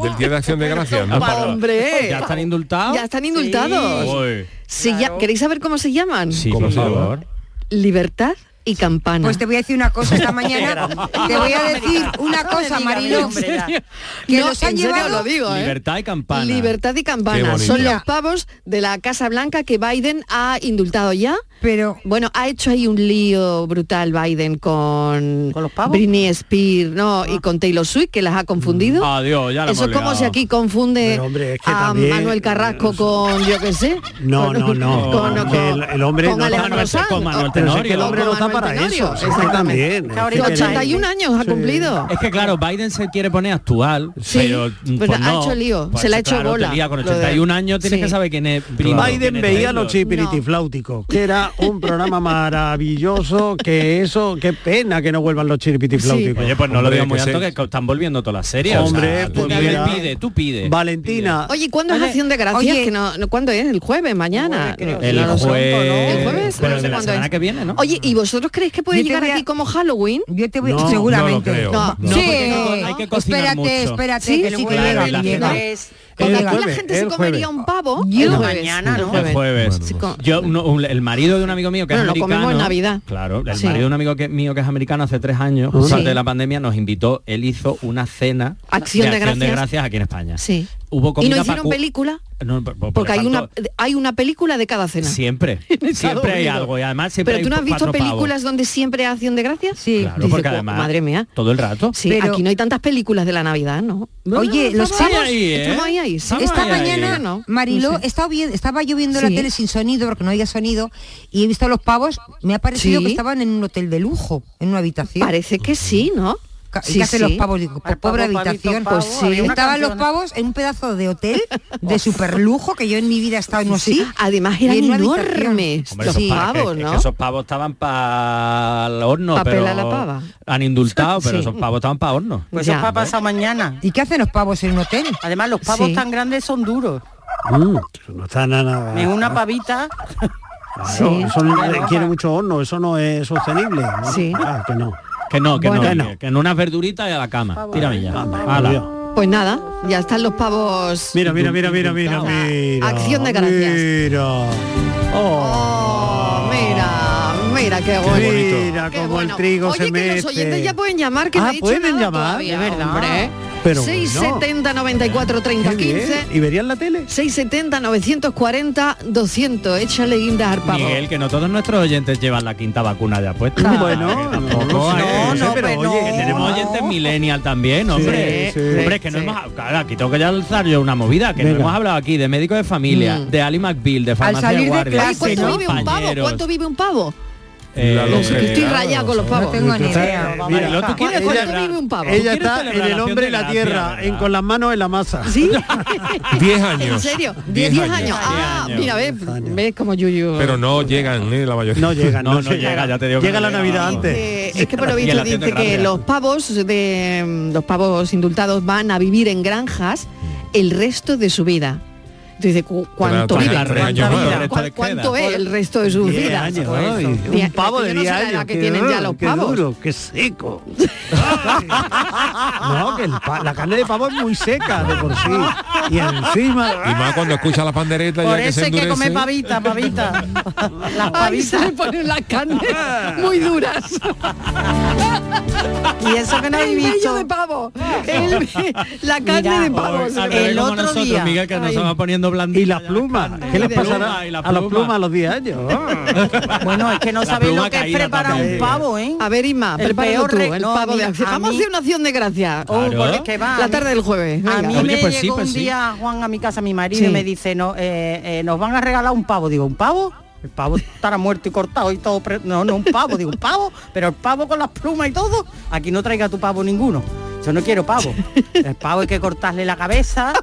[SPEAKER 6] Del Día de Acción de Gracias, ¿no?
[SPEAKER 2] Pa- hombre.
[SPEAKER 5] ¿Eh? Ya están indultados.
[SPEAKER 2] Ya están indultados.
[SPEAKER 5] Uy.
[SPEAKER 2] Se ya-
[SPEAKER 7] claro.
[SPEAKER 2] ¿Queréis saber cómo se llaman?
[SPEAKER 5] Sí,
[SPEAKER 6] ¿Cómo
[SPEAKER 5] por
[SPEAKER 6] se llama?
[SPEAKER 5] favor.
[SPEAKER 2] Libertad y Campana.
[SPEAKER 8] Pues te voy a decir una cosa esta mañana, te voy a decir una cosa, Mariló, que
[SPEAKER 2] No,
[SPEAKER 8] los han
[SPEAKER 2] en serio
[SPEAKER 8] llevado
[SPEAKER 2] lo digo, ¿eh?
[SPEAKER 5] Libertad y campana.
[SPEAKER 2] Libertad y
[SPEAKER 6] Qué
[SPEAKER 2] Campana.
[SPEAKER 6] bonito.
[SPEAKER 2] Son los pavos de la Casa Blanca que Biden ha indultado ya.
[SPEAKER 8] pero
[SPEAKER 2] Bueno, ha hecho ahí un lío brutal Biden con,
[SPEAKER 7] ¿Con los pavos?
[SPEAKER 2] Britney Spears no,
[SPEAKER 4] Ah.
[SPEAKER 2] y con Taylor Swift, que las ha confundido.
[SPEAKER 5] Mm. Adiós, ya la
[SPEAKER 2] Eso es
[SPEAKER 5] hemos
[SPEAKER 2] como
[SPEAKER 5] liado. Mm.
[SPEAKER 2] si aquí confunde
[SPEAKER 4] Pero, hombre, es que
[SPEAKER 2] a
[SPEAKER 4] también-
[SPEAKER 2] Manuel Carrasco con, yo qué sé.
[SPEAKER 4] No,
[SPEAKER 2] con-
[SPEAKER 4] no, no.
[SPEAKER 2] Con, con-
[SPEAKER 4] Que el- el hombre
[SPEAKER 2] con
[SPEAKER 4] no-
[SPEAKER 2] Alejandro
[SPEAKER 5] Manuel-
[SPEAKER 2] Sanz.
[SPEAKER 5] con Manuel
[SPEAKER 2] o-
[SPEAKER 4] Ah, Pero si es que el
[SPEAKER 5] Tenorio.
[SPEAKER 4] hombre no está
[SPEAKER 2] Manuel
[SPEAKER 4] para
[SPEAKER 2] Tenorio,
[SPEAKER 4] eso. Es que
[SPEAKER 2] exactamente.
[SPEAKER 4] también.
[SPEAKER 7] Que ahora
[SPEAKER 4] es que
[SPEAKER 7] con
[SPEAKER 4] le-
[SPEAKER 2] 81 años ha
[SPEAKER 4] Sí.
[SPEAKER 2] cumplido.
[SPEAKER 5] Es que claro, Biden se quiere poner actual,
[SPEAKER 2] Sí,
[SPEAKER 5] pero, mm,
[SPEAKER 2] pero
[SPEAKER 5] pues
[SPEAKER 2] ha
[SPEAKER 5] no.
[SPEAKER 2] hecho lío,
[SPEAKER 5] Pues
[SPEAKER 2] se le ha hecho
[SPEAKER 5] claro,
[SPEAKER 2] bola.
[SPEAKER 5] te lía con
[SPEAKER 2] Lo de-
[SPEAKER 5] 81 años tienes
[SPEAKER 2] Sí.
[SPEAKER 5] que saber quién es primo, quién
[SPEAKER 4] Biden
[SPEAKER 5] es
[SPEAKER 4] veía
[SPEAKER 5] Taylor.
[SPEAKER 4] los chiripitifláuticos, que era un programa maravilloso, que eso, qué pena que no vuelvan los chiripitifláuticos.
[SPEAKER 5] Oye, pues no lo
[SPEAKER 6] Hombre,
[SPEAKER 5] digas muy
[SPEAKER 6] que
[SPEAKER 5] alto
[SPEAKER 6] se-
[SPEAKER 5] que están volviendo todas las series.
[SPEAKER 4] Hombre,
[SPEAKER 5] o sea, tú
[SPEAKER 4] pues
[SPEAKER 5] pide,
[SPEAKER 4] mira.
[SPEAKER 5] pide, tú pide.
[SPEAKER 4] Valentina,
[SPEAKER 2] Oye, ¿cuándo es
[SPEAKER 7] Oye,
[SPEAKER 2] Acción de Gracias?
[SPEAKER 8] oye.
[SPEAKER 2] Que no, no, ¿Cuándo es? ¿El jueves? ¿Mañana?
[SPEAKER 7] El jueves, creo.
[SPEAKER 5] El
[SPEAKER 2] No lo sé.
[SPEAKER 5] jueves.
[SPEAKER 2] ¿El jueves?
[SPEAKER 5] Pero
[SPEAKER 2] no sé
[SPEAKER 5] de la
[SPEAKER 2] cuándo
[SPEAKER 5] semana
[SPEAKER 2] es.
[SPEAKER 5] que viene, ¿no?
[SPEAKER 2] Oye, ¿y vosotros creéis que puede
[SPEAKER 8] Yo te
[SPEAKER 2] llegar
[SPEAKER 8] voy a-
[SPEAKER 2] aquí como Halloween?
[SPEAKER 8] yo te voy
[SPEAKER 4] No, no lo
[SPEAKER 8] seguramente.
[SPEAKER 6] creo. No,
[SPEAKER 5] no,
[SPEAKER 8] sí,
[SPEAKER 5] porque hay que co- hay que cocinar
[SPEAKER 8] espérate,
[SPEAKER 5] mucho.
[SPEAKER 8] espérate,
[SPEAKER 2] Sí,
[SPEAKER 8] que
[SPEAKER 2] sí,
[SPEAKER 8] luego
[SPEAKER 5] claro,
[SPEAKER 8] llega,
[SPEAKER 5] la
[SPEAKER 8] llega.
[SPEAKER 5] gente-
[SPEAKER 2] Con
[SPEAKER 4] El
[SPEAKER 2] aquí la
[SPEAKER 4] jueves,
[SPEAKER 2] gente se
[SPEAKER 4] el
[SPEAKER 2] comería
[SPEAKER 4] jueves.
[SPEAKER 2] un pavo
[SPEAKER 8] Yo-
[SPEAKER 2] el
[SPEAKER 8] El
[SPEAKER 2] jueves.
[SPEAKER 7] mañana, ¿no?
[SPEAKER 2] El
[SPEAKER 5] El jueves.
[SPEAKER 2] Sí, con-
[SPEAKER 5] Yo, uno- un- el marido de un amigo mío que
[SPEAKER 2] Bueno,
[SPEAKER 5] es
[SPEAKER 2] lo comemos
[SPEAKER 5] americano.
[SPEAKER 2] en Navidad.
[SPEAKER 5] Claro, el
[SPEAKER 2] Sí.
[SPEAKER 5] marido de un amigo que- mío que es americano hace tres años, justo
[SPEAKER 2] Sí.
[SPEAKER 5] antes de la pandemia, nos invitó, él hizo una cena
[SPEAKER 2] Acción de
[SPEAKER 5] Acción
[SPEAKER 2] Gracias.
[SPEAKER 5] aquí en España.
[SPEAKER 2] Sí.
[SPEAKER 5] Hubo
[SPEAKER 2] Y
[SPEAKER 5] comida
[SPEAKER 2] no
[SPEAKER 5] pa'
[SPEAKER 2] hicieron
[SPEAKER 5] cu-
[SPEAKER 2] película
[SPEAKER 5] No, por- por- por
[SPEAKER 2] porque hay
[SPEAKER 5] tanto,
[SPEAKER 2] una hay una película de cada cena.
[SPEAKER 5] Siempre,
[SPEAKER 2] Estados
[SPEAKER 5] siempre hay
[SPEAKER 2] Unidos.
[SPEAKER 5] algo y además siempre
[SPEAKER 2] Pero tú
[SPEAKER 5] hay
[SPEAKER 2] no has visto
[SPEAKER 5] cuatro pavos.
[SPEAKER 2] películas donde siempre hay acción de gracias?
[SPEAKER 8] Sí.
[SPEAKER 5] Claro,
[SPEAKER 2] Dice,
[SPEAKER 5] porque
[SPEAKER 2] "Jo,
[SPEAKER 5] además
[SPEAKER 2] madre mía.
[SPEAKER 5] todo el rato.
[SPEAKER 2] Sí,
[SPEAKER 8] Pero-
[SPEAKER 2] aquí no hay tantas películas de la Navidad, ¿no?
[SPEAKER 8] Oye, los
[SPEAKER 5] estamos
[SPEAKER 8] pavos-
[SPEAKER 5] ahí, ¿eh?
[SPEAKER 2] estamos ahí, ahí, sí.
[SPEAKER 5] Estamos
[SPEAKER 8] Esta
[SPEAKER 5] ahí,
[SPEAKER 8] mañana,
[SPEAKER 5] ahí.
[SPEAKER 2] ¿no?
[SPEAKER 8] Mariló,
[SPEAKER 2] No sé.
[SPEAKER 8] estaba, vi- estaba yo viendo la
[SPEAKER 2] Sí.
[SPEAKER 8] tele sin sonido, porque no había sonido, y he visto a los pavos, me ha parecido
[SPEAKER 2] Sí.
[SPEAKER 8] que estaban en un hotel de lujo, en una habitación.
[SPEAKER 2] Parece que sí, ¿no?
[SPEAKER 8] Ca- ¿y
[SPEAKER 2] Sí,
[SPEAKER 8] ¿Qué hacen
[SPEAKER 2] sí.
[SPEAKER 8] los pavos? Digo,
[SPEAKER 7] Al
[SPEAKER 8] po- pobre
[SPEAKER 7] pavo, pavito,
[SPEAKER 8] habitación.
[SPEAKER 7] pavo,
[SPEAKER 2] Pues sí.
[SPEAKER 7] había una
[SPEAKER 8] Estaban los
[SPEAKER 7] canción.
[SPEAKER 8] pavos en un pedazo de hotel de super lujo que yo en mi vida he estado en uno
[SPEAKER 2] Sí,
[SPEAKER 8] así.
[SPEAKER 2] Además
[SPEAKER 8] y
[SPEAKER 2] eran
[SPEAKER 8] en una habitación.
[SPEAKER 2] enormes
[SPEAKER 5] Hombre,
[SPEAKER 2] los
[SPEAKER 5] esos pa- es que-
[SPEAKER 2] pavos,
[SPEAKER 5] es que
[SPEAKER 2] ¿no?
[SPEAKER 5] esos pavos estaban para el horno,
[SPEAKER 2] Pa'
[SPEAKER 5] pero
[SPEAKER 2] pelar la pava.
[SPEAKER 5] han indultado, pero
[SPEAKER 2] Sí.
[SPEAKER 5] esos pavos estaban para horno.
[SPEAKER 7] Pues
[SPEAKER 2] Ya.
[SPEAKER 7] eso para pasar mañana.
[SPEAKER 8] ¿Y qué hacen los pavos en un hotel?
[SPEAKER 7] Además, los pavos
[SPEAKER 2] Sí.
[SPEAKER 7] tan grandes son duros.
[SPEAKER 4] Mm, eso no está nada.
[SPEAKER 6] Ah.
[SPEAKER 7] En una pavita,
[SPEAKER 4] Claro,
[SPEAKER 2] Sí.
[SPEAKER 4] Eso no requiere mucho horno, eso no es sostenible. ¿no?
[SPEAKER 2] Sí.
[SPEAKER 4] Ah, que no.
[SPEAKER 5] Que no, que
[SPEAKER 2] Bueno.
[SPEAKER 5] no, que- que en unas verduritas y a la cama. Tírame ya. Ala.
[SPEAKER 2] Pues nada, ya están los pavos.
[SPEAKER 4] Mira, mira, mira, mira, mira, mira.
[SPEAKER 2] Acción de gracias.
[SPEAKER 4] Mira.
[SPEAKER 2] Oh, mira, mira qué bonito.
[SPEAKER 4] Mira
[SPEAKER 2] Qué
[SPEAKER 4] cómo
[SPEAKER 2] bueno.
[SPEAKER 4] el trigo
[SPEAKER 2] Oye,
[SPEAKER 4] se
[SPEAKER 2] que
[SPEAKER 4] mete.
[SPEAKER 2] los oyentes ya pueden llamar, que no
[SPEAKER 4] Ah,
[SPEAKER 2] he dicho
[SPEAKER 4] pueden
[SPEAKER 2] nada
[SPEAKER 4] llamar,
[SPEAKER 2] todavía,
[SPEAKER 4] de verdad.
[SPEAKER 2] hombre.
[SPEAKER 4] Pero
[SPEAKER 2] 670 94 30
[SPEAKER 4] Qué bien.
[SPEAKER 2] 15
[SPEAKER 4] ¿Y verían la tele?
[SPEAKER 2] 670 940 200 échale guindas al pavo
[SPEAKER 5] Miguel, que no todos nuestros oyentes llevan la quinta vacuna de apuesta.
[SPEAKER 4] Bueno,
[SPEAKER 5] Que tampoco
[SPEAKER 4] no,
[SPEAKER 5] es-
[SPEAKER 4] no,
[SPEAKER 5] que
[SPEAKER 4] pero oye, que
[SPEAKER 5] tenemos
[SPEAKER 4] no.
[SPEAKER 5] oyentes millennial también, hombre.
[SPEAKER 4] sí,
[SPEAKER 5] Hombre, es que no
[SPEAKER 2] sí.
[SPEAKER 5] hemos... Claro, aquí tengo que ya alzar yo una movida, que no
[SPEAKER 4] Venga.
[SPEAKER 5] hemos hablado aquí de médicos de familia,
[SPEAKER 2] Mm.
[SPEAKER 5] de Ali McBeal, de farmacia
[SPEAKER 8] salir
[SPEAKER 5] de
[SPEAKER 8] de
[SPEAKER 5] guardia. Ah,
[SPEAKER 8] clase,
[SPEAKER 2] Ay, ¿cuánto
[SPEAKER 8] ¿no?
[SPEAKER 2] vive un pavo?
[SPEAKER 5] compañeros.
[SPEAKER 2] ¿cuánto vive un pavo?
[SPEAKER 5] Eh,
[SPEAKER 6] La longevidad,
[SPEAKER 2] que estoy rayada con los
[SPEAKER 8] No
[SPEAKER 2] pavos
[SPEAKER 8] tengo ni
[SPEAKER 4] Entonces,
[SPEAKER 8] idea.
[SPEAKER 4] mira,
[SPEAKER 5] Mariló, ¿tú quieres
[SPEAKER 2] ¿Cuánto
[SPEAKER 5] celebrar-
[SPEAKER 2] vive un pavo?
[SPEAKER 5] ¿Tú
[SPEAKER 4] Ella
[SPEAKER 5] quieres
[SPEAKER 4] está en el
[SPEAKER 5] celebración
[SPEAKER 4] hombre
[SPEAKER 5] de
[SPEAKER 4] y la
[SPEAKER 5] gracia,
[SPEAKER 4] tierra,
[SPEAKER 5] verdad?
[SPEAKER 4] en con las manos en la masa.
[SPEAKER 2] ¿Sí?
[SPEAKER 6] 10
[SPEAKER 2] ¿En
[SPEAKER 6] años.
[SPEAKER 2] serio?
[SPEAKER 6] 10
[SPEAKER 2] 10 años.
[SPEAKER 6] años.
[SPEAKER 2] Ah,
[SPEAKER 5] Diez años.
[SPEAKER 2] mira, ves, ves como Yuyu.
[SPEAKER 6] Pero no llegan, ¿eh? la mayoría.
[SPEAKER 4] No llega,
[SPEAKER 5] No,
[SPEAKER 4] no,
[SPEAKER 5] no llega, ya te digo que
[SPEAKER 4] Llega
[SPEAKER 5] no
[SPEAKER 4] la
[SPEAKER 5] llega,
[SPEAKER 4] Navidad
[SPEAKER 5] vamos.
[SPEAKER 4] antes.
[SPEAKER 2] Eh, es que por lo
[SPEAKER 5] Y en
[SPEAKER 2] visto
[SPEAKER 5] la tienda
[SPEAKER 2] dice que
[SPEAKER 5] grande.
[SPEAKER 2] los pavos de mm, los pavos indultados van a vivir en granjas el resto de su vida. Entonces dice, cu- ¿cuánto
[SPEAKER 6] Pero
[SPEAKER 2] vive?
[SPEAKER 6] hasta el
[SPEAKER 2] ¿Cuánto,
[SPEAKER 6] año nuevo,
[SPEAKER 2] vida?
[SPEAKER 6] el
[SPEAKER 5] resto
[SPEAKER 2] ¿Cuál-
[SPEAKER 5] les
[SPEAKER 2] cuánto
[SPEAKER 5] queda?
[SPEAKER 2] es el resto de su
[SPEAKER 4] Diez
[SPEAKER 2] vida?
[SPEAKER 4] años, ay, un
[SPEAKER 2] Diez-
[SPEAKER 4] pavo
[SPEAKER 2] es que
[SPEAKER 4] de
[SPEAKER 2] yo no
[SPEAKER 4] 10
[SPEAKER 2] sé la edad
[SPEAKER 4] años.
[SPEAKER 2] que tienen ya los
[SPEAKER 4] qué
[SPEAKER 2] pavos.
[SPEAKER 4] duro, qué seco. Ay. no, que el pa- la carne de pavo es muy seca de por sí. Y encima...
[SPEAKER 6] Y más cuando escucha la pandereta
[SPEAKER 7] por
[SPEAKER 6] ya que
[SPEAKER 7] eso
[SPEAKER 6] se
[SPEAKER 7] hay que
[SPEAKER 6] endurece.
[SPEAKER 7] comer pavita, pavita. Las
[SPEAKER 2] Ay, se
[SPEAKER 7] pavitas.
[SPEAKER 2] le ponen las carnes muy duras.
[SPEAKER 7] Y eso que no he
[SPEAKER 2] El vello
[SPEAKER 7] visto.
[SPEAKER 2] de pavo. El- la carne
[SPEAKER 7] Mira.
[SPEAKER 2] de
[SPEAKER 5] Ay,
[SPEAKER 2] pavo.
[SPEAKER 5] ah,
[SPEAKER 2] se le
[SPEAKER 5] pero es
[SPEAKER 7] el
[SPEAKER 5] como
[SPEAKER 7] otro
[SPEAKER 5] nosotros,
[SPEAKER 7] día.
[SPEAKER 5] Miguel, que nos
[SPEAKER 2] Ay.
[SPEAKER 5] vamos poniendo blanditos.
[SPEAKER 4] Y las plumas, ¿qué les
[SPEAKER 5] Y la pluma,
[SPEAKER 4] pasará
[SPEAKER 5] y la
[SPEAKER 4] a las
[SPEAKER 5] pluma.
[SPEAKER 4] plumas a los 10 años?
[SPEAKER 7] Bueno, es que no
[SPEAKER 5] La
[SPEAKER 7] sabéis
[SPEAKER 5] pluma
[SPEAKER 7] lo que es
[SPEAKER 5] caída
[SPEAKER 7] preparar
[SPEAKER 5] también.
[SPEAKER 7] un pavo, ¿eh?
[SPEAKER 2] A ver, Isma,
[SPEAKER 7] El
[SPEAKER 2] prepáralo
[SPEAKER 7] peor
[SPEAKER 2] tú,
[SPEAKER 7] re-
[SPEAKER 2] el
[SPEAKER 7] no, a
[SPEAKER 2] pavo
[SPEAKER 7] mí-
[SPEAKER 2] de
[SPEAKER 7] a
[SPEAKER 2] acción. Vamos a
[SPEAKER 7] mí-
[SPEAKER 2] hacer una acción de gracia.
[SPEAKER 7] Oh,
[SPEAKER 5] Claro.
[SPEAKER 7] porque es que va, a
[SPEAKER 2] La
[SPEAKER 7] mí-
[SPEAKER 2] tarde del jueves.
[SPEAKER 7] A
[SPEAKER 2] venga.
[SPEAKER 7] mí
[SPEAKER 5] Oye,
[SPEAKER 7] me
[SPEAKER 5] pues sí,
[SPEAKER 7] llegó
[SPEAKER 5] pues
[SPEAKER 7] un
[SPEAKER 5] sí.
[SPEAKER 7] día Juan a mi casa, mi marido,
[SPEAKER 2] Sí.
[SPEAKER 7] y me dice, no, eh, eh, nos van a regalar un pavo. Digo, ¿un pavo? El pavo estará muerto y cortado y todo. pre- No, no, un pavo. Digo, ¿un pavo? Pero el pavo con las plumas y todo. Aquí no traiga tu pavo ninguno. Yo no quiero pavo. El pavo hay que cortarle la cabeza.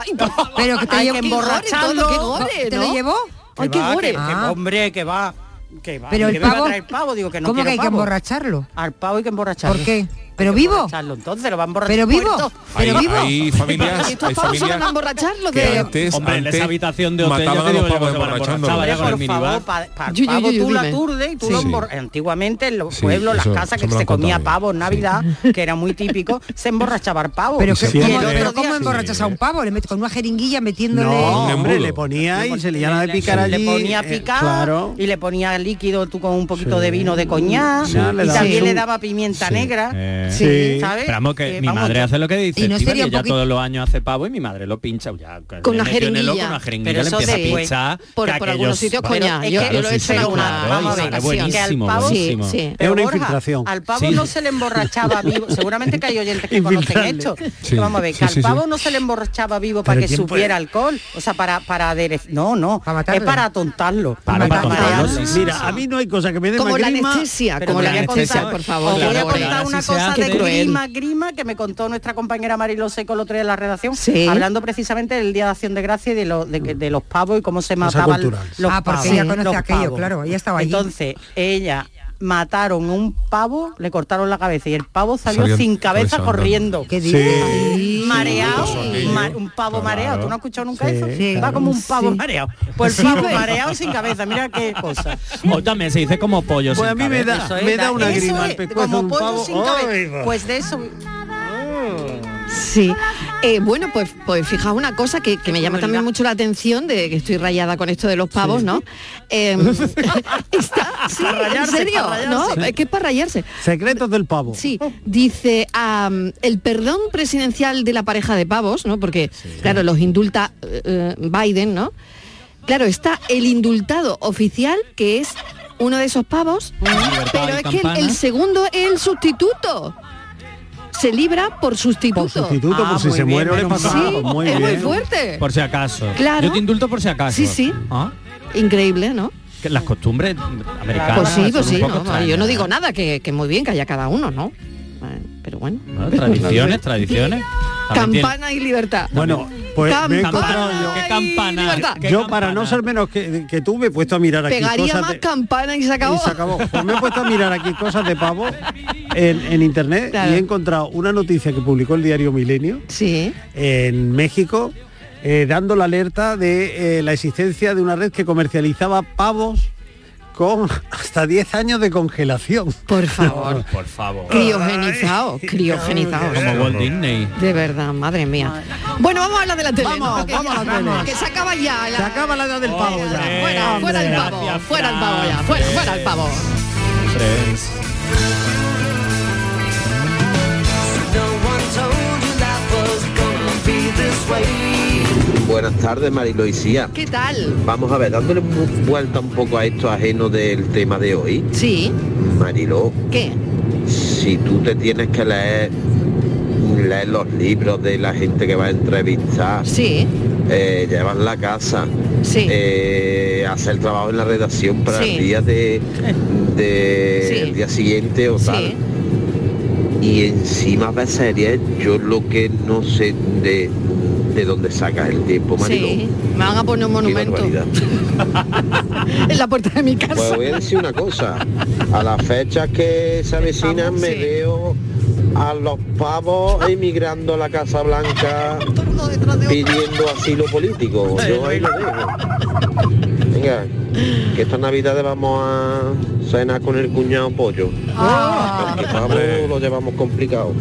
[SPEAKER 8] Pero que te llevo-
[SPEAKER 7] hay que
[SPEAKER 8] qué gore,
[SPEAKER 7] emborracharlo.
[SPEAKER 2] todo, qué gore.
[SPEAKER 8] ¿Te
[SPEAKER 2] ¿no?
[SPEAKER 8] lo llevó?
[SPEAKER 2] Ay, qué
[SPEAKER 7] va,
[SPEAKER 2] gore.
[SPEAKER 7] que- que,
[SPEAKER 8] Ah.
[SPEAKER 7] hombre, que va. Que va.
[SPEAKER 8] Pero
[SPEAKER 7] que
[SPEAKER 8] el
[SPEAKER 7] me va a
[SPEAKER 8] pavo...
[SPEAKER 7] traer pavo. Digo, que no
[SPEAKER 8] ¿Cómo que
[SPEAKER 7] quiero
[SPEAKER 8] hay que
[SPEAKER 7] pavo.
[SPEAKER 8] emborracharlo?
[SPEAKER 7] Al pavo hay que emborracharlo.
[SPEAKER 8] ¿Por qué? ¿Pero
[SPEAKER 7] Hay que
[SPEAKER 8] vivo?
[SPEAKER 7] emborracharlo, Entonces lo va a emborrachar.
[SPEAKER 8] ¿Pero vivo?
[SPEAKER 7] muerto.
[SPEAKER 8] ¿Pero
[SPEAKER 6] hay,
[SPEAKER 8] vivo?
[SPEAKER 6] hay familias,
[SPEAKER 2] Estos
[SPEAKER 6] hay
[SPEAKER 2] pavos se van a
[SPEAKER 6] familias
[SPEAKER 2] emborrachar los
[SPEAKER 6] que
[SPEAKER 2] de...
[SPEAKER 6] antes,
[SPEAKER 5] Hombre, en
[SPEAKER 6] antes
[SPEAKER 5] esa habitación de hotel
[SPEAKER 6] mataban
[SPEAKER 5] ya
[SPEAKER 6] a
[SPEAKER 5] te digo
[SPEAKER 6] los
[SPEAKER 5] yo que
[SPEAKER 6] pavos
[SPEAKER 5] se van a
[SPEAKER 6] emborrachando.
[SPEAKER 5] emborrachar,
[SPEAKER 7] Hombre,
[SPEAKER 5] vaya con el
[SPEAKER 7] por favor,
[SPEAKER 5] minibar.
[SPEAKER 7] pa- pa-
[SPEAKER 2] Yu, yu,
[SPEAKER 7] pavo
[SPEAKER 2] yu, yu,
[SPEAKER 7] tú la
[SPEAKER 2] dime.
[SPEAKER 7] turdes y tú
[SPEAKER 6] Sí.
[SPEAKER 7] lo
[SPEAKER 6] Sí.
[SPEAKER 7] embor- Antiguamente en los
[SPEAKER 6] Sí,
[SPEAKER 7] pueblos,
[SPEAKER 6] eso-
[SPEAKER 7] las casas
[SPEAKER 6] eso
[SPEAKER 7] que
[SPEAKER 6] me lo
[SPEAKER 7] se
[SPEAKER 6] han contado
[SPEAKER 7] comía
[SPEAKER 6] bien.
[SPEAKER 7] pavo en
[SPEAKER 6] Sí.
[SPEAKER 7] Navidad, que era muy típico, se emborrachaba el pavo.
[SPEAKER 8] Pero,
[SPEAKER 6] Sí,
[SPEAKER 8] que-
[SPEAKER 6] sí,
[SPEAKER 8] ¿cómo,
[SPEAKER 6] sí.
[SPEAKER 8] pero ¿cómo
[SPEAKER 7] Sí.
[SPEAKER 8] emborrachas a un pavo? Le metes con una jeringuilla metiéndole...
[SPEAKER 4] No,
[SPEAKER 6] Un
[SPEAKER 4] hombre,
[SPEAKER 6] embudo.
[SPEAKER 4] le ponía y se le llenaba de picar
[SPEAKER 7] le
[SPEAKER 4] allí.
[SPEAKER 7] ponía
[SPEAKER 4] eh,
[SPEAKER 7] picada
[SPEAKER 4] claro.
[SPEAKER 7] y le ponía líquido tú con un poquito de vino de coñac
[SPEAKER 4] Sí. Ya le
[SPEAKER 7] y
[SPEAKER 4] dabas
[SPEAKER 7] también
[SPEAKER 4] un-
[SPEAKER 7] le daba pimienta
[SPEAKER 6] Sí.
[SPEAKER 7] negra
[SPEAKER 5] Eh,
[SPEAKER 4] Sí.
[SPEAKER 7] ¿sabes?
[SPEAKER 5] Esperamos que
[SPEAKER 7] Eh,
[SPEAKER 5] mi
[SPEAKER 7] vamos,
[SPEAKER 5] madre hace lo que dice.
[SPEAKER 8] Y no
[SPEAKER 5] Estíbaliz,
[SPEAKER 8] sería un
[SPEAKER 5] ella
[SPEAKER 8] poquito-
[SPEAKER 5] todos los años hace pavo y mi madre lo pincha. Ya,
[SPEAKER 2] Con
[SPEAKER 5] le
[SPEAKER 2] una
[SPEAKER 5] metió en el ojo
[SPEAKER 2] jeringuilla.
[SPEAKER 5] con una jeringuilla
[SPEAKER 7] Pero
[SPEAKER 5] le
[SPEAKER 7] eso
[SPEAKER 5] empieza a
[SPEAKER 7] después.
[SPEAKER 5] pinchar.
[SPEAKER 2] Por-
[SPEAKER 5] que
[SPEAKER 2] por algunos sitios
[SPEAKER 5] Pero
[SPEAKER 2] coña,
[SPEAKER 5] es
[SPEAKER 2] yo-
[SPEAKER 5] que-
[SPEAKER 2] yo lo he
[SPEAKER 5] sí,
[SPEAKER 2] hecho
[SPEAKER 5] sí,
[SPEAKER 2] en alguna-
[SPEAKER 5] claro,
[SPEAKER 2] vamos,
[SPEAKER 5] y
[SPEAKER 2] en
[SPEAKER 5] sale
[SPEAKER 2] ocasiones.
[SPEAKER 5] buenísimo,
[SPEAKER 7] Que al pavo-
[SPEAKER 5] buenísimo.
[SPEAKER 2] Sí, sí.
[SPEAKER 7] Pero
[SPEAKER 4] Es una
[SPEAKER 7] Borja,
[SPEAKER 4] infiltración.
[SPEAKER 7] Al pavo
[SPEAKER 5] Sí.
[SPEAKER 7] no se le emborrachaba vivo. Seguramente que hay oyentes que conocen
[SPEAKER 4] Infiltrarle.
[SPEAKER 7] esto.
[SPEAKER 6] Sí.
[SPEAKER 7] Vamos a ver,
[SPEAKER 6] Sí,
[SPEAKER 7] que al
[SPEAKER 6] sí, sí.
[SPEAKER 7] pavo no se le emborrachaba vivo para
[SPEAKER 4] Pero
[SPEAKER 7] que
[SPEAKER 4] ¿quién
[SPEAKER 7] supiera
[SPEAKER 4] puede?
[SPEAKER 7] alcohol. O sea, para, para aderez- No, no.
[SPEAKER 8] Para matarle.
[SPEAKER 7] es para atontarlo.
[SPEAKER 5] Para
[SPEAKER 7] marearlo.
[SPEAKER 5] atontarlo, sí, sí,
[SPEAKER 4] Mira, a mí no hay cosa que me dé
[SPEAKER 2] Como
[SPEAKER 4] más
[SPEAKER 2] la
[SPEAKER 4] grima.
[SPEAKER 2] anestesia,
[SPEAKER 7] Pero
[SPEAKER 2] como la
[SPEAKER 7] voy a
[SPEAKER 2] anestesia,
[SPEAKER 7] contar-
[SPEAKER 2] por favor.
[SPEAKER 7] Os voy a
[SPEAKER 5] Claro,
[SPEAKER 7] contar
[SPEAKER 5] ahora
[SPEAKER 7] una
[SPEAKER 5] sí se
[SPEAKER 7] cosa
[SPEAKER 5] hace.
[SPEAKER 7] de
[SPEAKER 5] Qué
[SPEAKER 2] cruel.
[SPEAKER 7] grima, grima, que me contó nuestra compañera Marilo Seco el otro día en la redacción,
[SPEAKER 2] Sí.
[SPEAKER 7] hablando precisamente del Día de Acción de Gracia y de, lo- de, que- de los pavos y cómo se
[SPEAKER 4] Cosa
[SPEAKER 7] mataban
[SPEAKER 4] cultural.
[SPEAKER 7] los
[SPEAKER 8] Ah, porque
[SPEAKER 7] pavos.
[SPEAKER 8] ella conoce
[SPEAKER 7] los
[SPEAKER 8] aquello,
[SPEAKER 7] pavos.
[SPEAKER 8] claro, ella estaba allí.
[SPEAKER 7] Entonces, ella mataron un pavo, le cortaron la cabeza y el pavo salió
[SPEAKER 6] Salió
[SPEAKER 7] sin
[SPEAKER 6] en-
[SPEAKER 7] cabeza
[SPEAKER 6] pues,
[SPEAKER 7] corriendo.
[SPEAKER 8] ¿Qué
[SPEAKER 4] Sí.
[SPEAKER 8] dices?
[SPEAKER 7] Mareado,
[SPEAKER 6] Sí, tornillo.
[SPEAKER 7] ma- un pavo mareado. ¿Tú no has escuchado nunca eso?
[SPEAKER 8] Sí,
[SPEAKER 7] Va
[SPEAKER 8] claro.
[SPEAKER 7] como un pavo
[SPEAKER 2] Sí.
[SPEAKER 7] mareado. Pues el pavo mareado sin cabeza, mira qué cosa.
[SPEAKER 5] O también se dice como pollo
[SPEAKER 4] Pues a
[SPEAKER 5] sin
[SPEAKER 4] mí me
[SPEAKER 5] cabeza.
[SPEAKER 4] da,
[SPEAKER 7] Eso es,
[SPEAKER 4] me da una
[SPEAKER 7] eso
[SPEAKER 4] grima
[SPEAKER 7] es,
[SPEAKER 4] al pescuezo de
[SPEAKER 7] como
[SPEAKER 4] un
[SPEAKER 7] pollo
[SPEAKER 4] pavo.
[SPEAKER 7] sin cabeza.
[SPEAKER 4] Ay, va.
[SPEAKER 7] Pues de eso.
[SPEAKER 2] Sí. Eh, bueno, pues, pues fijaos una cosa que, que me llama también mucho la atención, de que estoy rayada con esto de los pavos, ¿no? Eh, está, sí, en
[SPEAKER 7] rayarse,
[SPEAKER 2] serio,
[SPEAKER 7] para
[SPEAKER 2] ¿no?
[SPEAKER 7] rayarse.
[SPEAKER 2] Es que es para rayarse.
[SPEAKER 4] Secretos del pavo.
[SPEAKER 2] Sí, dice am, el perdón presidencial de la pareja de pavos, ¿no? Porque, claro, los indulta eh, eh, Biden, ¿no? Claro, está el indultado oficial, que es uno de esos pavos, pero
[SPEAKER 5] y
[SPEAKER 2] es que el- el,
[SPEAKER 5] campana.
[SPEAKER 2] segundo es el sustituto. Se libra por sustituto.
[SPEAKER 4] Por sustituto,
[SPEAKER 7] Ah,
[SPEAKER 4] por si
[SPEAKER 7] muy
[SPEAKER 4] se
[SPEAKER 7] bien,
[SPEAKER 4] muere, le
[SPEAKER 7] menos
[SPEAKER 4] pasa
[SPEAKER 2] Sí,
[SPEAKER 4] algo. Muy
[SPEAKER 2] es
[SPEAKER 4] bien.
[SPEAKER 2] muy fuerte.
[SPEAKER 5] Por si acaso.
[SPEAKER 2] Claro.
[SPEAKER 5] Yo te indulto por si acaso.
[SPEAKER 2] Sí, sí.
[SPEAKER 5] Ah,
[SPEAKER 2] Increíble, ¿no?
[SPEAKER 5] que Las costumbres americanas.
[SPEAKER 2] Pues sí,
[SPEAKER 5] son
[SPEAKER 2] pues
[SPEAKER 5] un
[SPEAKER 2] sí.
[SPEAKER 5] poco
[SPEAKER 2] no,
[SPEAKER 5] extrañas.
[SPEAKER 2] yo no digo nada, que, que muy bien que haya cada uno, ¿no? Eh, Pero bueno.
[SPEAKER 5] Bueno, tradiciones, tradiciones. También tiene-
[SPEAKER 2] Campana y libertad.
[SPEAKER 4] Bueno, pues me he
[SPEAKER 2] Campana
[SPEAKER 4] encontrado yo.
[SPEAKER 5] ¿Qué campana?
[SPEAKER 2] y libertad.
[SPEAKER 5] ¿Qué
[SPEAKER 4] Yo para
[SPEAKER 5] campana?
[SPEAKER 4] no ser menos que, que tú me he puesto a mirar aquí
[SPEAKER 2] Pegaría
[SPEAKER 4] cosas
[SPEAKER 2] más
[SPEAKER 4] de-
[SPEAKER 2] campana y se acabó.
[SPEAKER 4] y se acabó. Pues me he puesto a mirar aquí cosas de pavo en, en internet
[SPEAKER 2] Claro.
[SPEAKER 4] y he encontrado una noticia que publicó el diario Milenio
[SPEAKER 2] Sí.
[SPEAKER 4] en México eh, dando la alerta de eh, la existencia de una red que comercializaba pavos con hasta 10 años de congelación.
[SPEAKER 2] Por favor.
[SPEAKER 5] Por favor.
[SPEAKER 2] criogenizado,
[SPEAKER 5] Como
[SPEAKER 2] criogenizado.
[SPEAKER 5] Walt Disney.
[SPEAKER 2] De verdad, madre mía. Bueno, vamos a hablar de la tele.
[SPEAKER 4] Vamos,
[SPEAKER 2] ¿no? Que
[SPEAKER 4] vamos
[SPEAKER 2] ya-
[SPEAKER 4] a la tele.
[SPEAKER 2] Que se acaba ya. la-
[SPEAKER 4] Se acaba la edad del pavo ya.
[SPEAKER 2] Fuera, fuera el pavo.
[SPEAKER 5] Gracias,
[SPEAKER 2] fuera el pavo ya.
[SPEAKER 5] Fran.
[SPEAKER 2] Fuera, fuera el pavo.
[SPEAKER 5] Tres.
[SPEAKER 9] Buenas tardes, Mariloisía.
[SPEAKER 2] ¿Qué tal?
[SPEAKER 9] Vamos a ver, dándole mu- vuelta un poco a esto ajeno del tema de hoy.
[SPEAKER 2] Sí.
[SPEAKER 9] Mariló,
[SPEAKER 2] ¿Qué?
[SPEAKER 9] si tú te tienes que leer, leer los libros de la gente que va a entrevistar,
[SPEAKER 2] Sí.
[SPEAKER 9] eh, llevar la casa,
[SPEAKER 2] Sí.
[SPEAKER 9] eh, hacer trabajo en la redacción para
[SPEAKER 2] Sí.
[SPEAKER 9] el día de, de-
[SPEAKER 2] Sí.
[SPEAKER 9] el día siguiente o
[SPEAKER 2] Sí.
[SPEAKER 9] tal. Y encima va a ser yo lo que no sé de, de dónde sacas el tiempo, Mariló.
[SPEAKER 2] Sí. Me van a poner un
[SPEAKER 9] Pues Qué
[SPEAKER 2] monumento
[SPEAKER 9] barbaridad.
[SPEAKER 2] en la puerta de mi
[SPEAKER 9] Pues
[SPEAKER 2] casa.
[SPEAKER 9] voy a decir una cosa, a las fechas que se avecinan
[SPEAKER 2] Vamos,
[SPEAKER 9] me
[SPEAKER 2] sí.
[SPEAKER 9] veo a los pavos emigrando a la Casa Blanca
[SPEAKER 2] Todo el mundo detrás de otro.
[SPEAKER 9] pidiendo asilo político. Yo ahí lo dejo. Venga, que esta Navidad vamos a cenar con el cuñado pollo.
[SPEAKER 3] Ah.
[SPEAKER 9] Porque pavo lo llevamos complicado.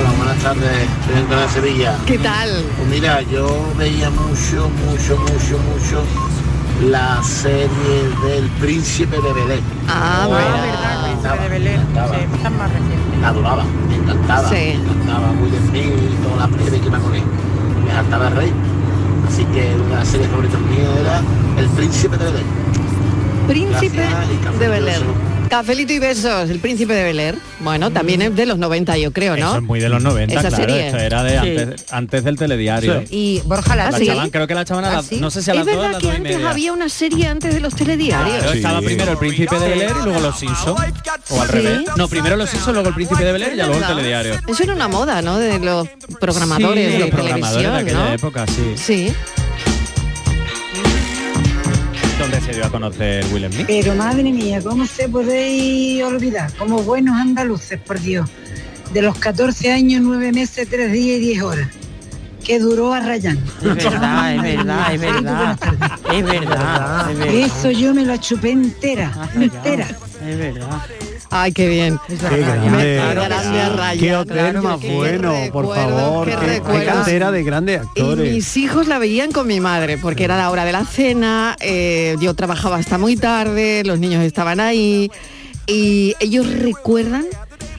[SPEAKER 10] Hola, buenas tardes, presidente de Sevilla.
[SPEAKER 2] ¿Qué tal?
[SPEAKER 10] Pues mira, yo veía mucho, mucho, mucho, mucho la serie del príncipe de Belén.
[SPEAKER 2] Ah,
[SPEAKER 10] Oh,
[SPEAKER 2] mira.
[SPEAKER 10] me
[SPEAKER 7] verdad,
[SPEAKER 10] encantaba,
[SPEAKER 7] príncipe de Belén.
[SPEAKER 10] me encantaba,
[SPEAKER 7] Sí, están más recientes.
[SPEAKER 10] La adoraba, me encantaba.
[SPEAKER 2] Sí.
[SPEAKER 10] Me encantaba Will Smith y toda la serie que me con él. Me encantaba el rey. Así que una serie favorita mía era El príncipe de Belén.
[SPEAKER 2] Príncipe
[SPEAKER 10] Gracias, y cafelito
[SPEAKER 2] de
[SPEAKER 10] y
[SPEAKER 2] Beler.
[SPEAKER 10] besos.
[SPEAKER 2] Cafelito y besos, el príncipe de Beler. Bueno, también es de los 90, yo creo, ¿no?
[SPEAKER 5] Eso es Ah, muy de los 90,
[SPEAKER 2] Esa
[SPEAKER 5] claro. ¿eh?
[SPEAKER 2] serie.
[SPEAKER 5] Esto era de
[SPEAKER 7] Sí.
[SPEAKER 5] antes, antes del telediario.
[SPEAKER 8] Y Borja la,
[SPEAKER 5] La
[SPEAKER 2] sí?
[SPEAKER 5] chavan- creo que la chavan a
[SPEAKER 8] ¿Ah,
[SPEAKER 5] las-
[SPEAKER 8] sí?
[SPEAKER 5] no sé si a
[SPEAKER 2] es
[SPEAKER 5] las 2
[SPEAKER 2] verdad que antes había una serie antes de los telediarios.
[SPEAKER 5] Claro,
[SPEAKER 6] Sí.
[SPEAKER 5] Estaba primero el príncipe de Belén y luego los Simpsons. O al
[SPEAKER 2] Sí.
[SPEAKER 5] revés. No, primero los Simpsons, luego el príncipe de Belén y ya luego el
[SPEAKER 2] ¿Verdad?
[SPEAKER 5] telediario.
[SPEAKER 2] Eso era una moda, ¿no? De los programadores
[SPEAKER 5] Sí,
[SPEAKER 2] de
[SPEAKER 5] los programadores
[SPEAKER 2] televisión,
[SPEAKER 5] de aquella
[SPEAKER 2] ¿no?
[SPEAKER 5] época, sí.
[SPEAKER 2] Sí.
[SPEAKER 5] Donde se dio a conocer Will Smith.
[SPEAKER 11] Pero madre mía, ¿cómo se podéis olvidar? Como buenos andaluces, por Dios. De los 14 años, 9 meses, 3 días y 10 horas. Que duró a Rayán.
[SPEAKER 7] Es verdad, es verdad, es verdad. Es verdad, es verdad.
[SPEAKER 11] Eso yo me la chupé entera,
[SPEAKER 7] Ah,
[SPEAKER 11] entera.
[SPEAKER 7] Es verdad.
[SPEAKER 2] Ay, qué bien.
[SPEAKER 4] Qué grande.
[SPEAKER 2] Qué grande Rayán,
[SPEAKER 4] Qué hotel
[SPEAKER 2] claro
[SPEAKER 4] más
[SPEAKER 2] que sí.
[SPEAKER 4] bueno,
[SPEAKER 2] Qué
[SPEAKER 4] por
[SPEAKER 2] recuerdos,
[SPEAKER 4] favor.
[SPEAKER 2] qué
[SPEAKER 4] Qué, qué
[SPEAKER 2] recuerdos.
[SPEAKER 4] cantera de grandes
[SPEAKER 2] Y
[SPEAKER 4] actores.
[SPEAKER 2] mis hijos la veían con mi madre, porque era la hora de la cena, eh, yo trabajaba hasta muy tarde, los niños estaban ahí, y ellos recuerdan,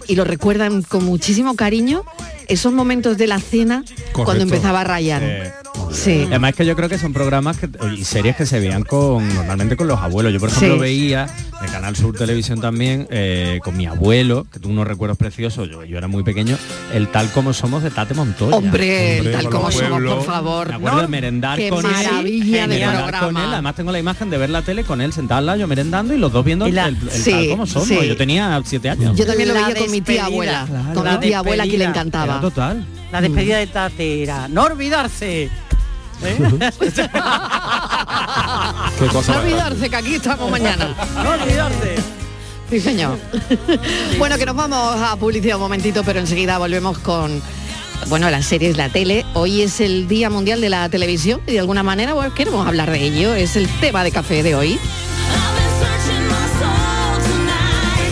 [SPEAKER 2] y lo recuerdan con muchísimo cariño, esos momentos de la cena cuando
[SPEAKER 6] Correcto.
[SPEAKER 2] empezaba a rayar.
[SPEAKER 5] Eh,
[SPEAKER 2] Sí.
[SPEAKER 5] Además es que yo creo que son programas que- y series que se veían con normalmente con los abuelos. Yo por ejemplo
[SPEAKER 2] Sí.
[SPEAKER 5] veía de Canal Sur Televisión también eh, con mi abuelo, que tuvo unos recuerdos preciosos, yo, yo era muy pequeño, el tal como somos de Tate Montoya.
[SPEAKER 2] Hombre,
[SPEAKER 6] Hombre,
[SPEAKER 2] Eh, tal
[SPEAKER 6] con
[SPEAKER 2] como
[SPEAKER 6] los
[SPEAKER 2] somos, por
[SPEAKER 6] pueblos.
[SPEAKER 2] favor.
[SPEAKER 5] Me acuerdo
[SPEAKER 2] ¿no?
[SPEAKER 5] de merendar
[SPEAKER 2] Qué
[SPEAKER 5] con él.
[SPEAKER 2] maravilla de
[SPEAKER 5] merendar
[SPEAKER 2] programa.
[SPEAKER 5] con él. Además tengo la imagen de ver la tele con él sentado al lado, yo merendando y los dos viendo
[SPEAKER 7] Y la-
[SPEAKER 5] el, el
[SPEAKER 2] Sí,
[SPEAKER 5] tal como somos.
[SPEAKER 2] sí.
[SPEAKER 5] Yo tenía siete años.
[SPEAKER 2] Yo también lo
[SPEAKER 7] La
[SPEAKER 2] veía con mi tía
[SPEAKER 7] despedida,
[SPEAKER 2] abuela,
[SPEAKER 7] claro,
[SPEAKER 2] con
[SPEAKER 7] la
[SPEAKER 2] mi tía abuela que le
[SPEAKER 7] despedida.
[SPEAKER 5] Era
[SPEAKER 2] encantaba.
[SPEAKER 5] total.
[SPEAKER 7] La despedida de Tatera. No olvidarse. ¿Eh?
[SPEAKER 6] Qué cosa
[SPEAKER 2] No
[SPEAKER 6] más grande.
[SPEAKER 2] olvidarse que aquí estamos mañana.
[SPEAKER 7] No olvidarse.
[SPEAKER 2] Sí, señor. bueno, que nos vamos a publicidad un momentito, pero enseguida volvemos con, bueno, las series, la tele. Hoy es el Día Mundial de la Televisión y de alguna manera bueno, queremos hablar de ello. Es el tema de café de hoy.
[SPEAKER 3] I've been searching my soul tonight.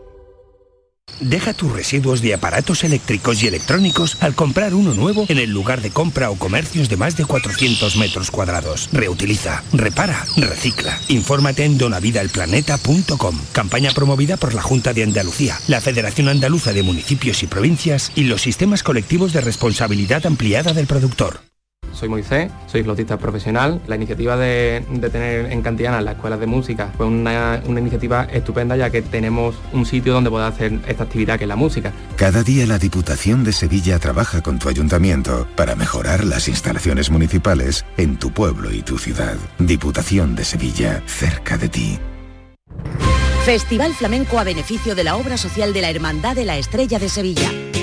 [SPEAKER 12] Deja tus residuos de aparatos eléctricos y electrónicos al comprar uno nuevo en el lugar de compra o comercios de más de 400 metros cuadrados. Reutiliza, repara, recicla. Infórmate en donavidalplaneta.com. Campaña promovida por la Junta de Andalucía, la Federación Andaluza de Municipios y Provincias y los sistemas colectivos de responsabilidad ampliada del productor.
[SPEAKER 13] Soy Moisés, soy flotista profesional. La iniciativa de, de tener en Cantiana las escuelas de música fue una, una iniciativa estupenda ya que tenemos un sitio donde poder hacer esta actividad que es la música.
[SPEAKER 14] Cada día la Diputación de Sevilla trabaja con tu ayuntamiento para mejorar las instalaciones municipales en tu pueblo y tu ciudad. Diputación de Sevilla, cerca de ti.
[SPEAKER 15] Festival Flamenco a beneficio de la obra social de la Hermandad de la Estrella de Sevilla.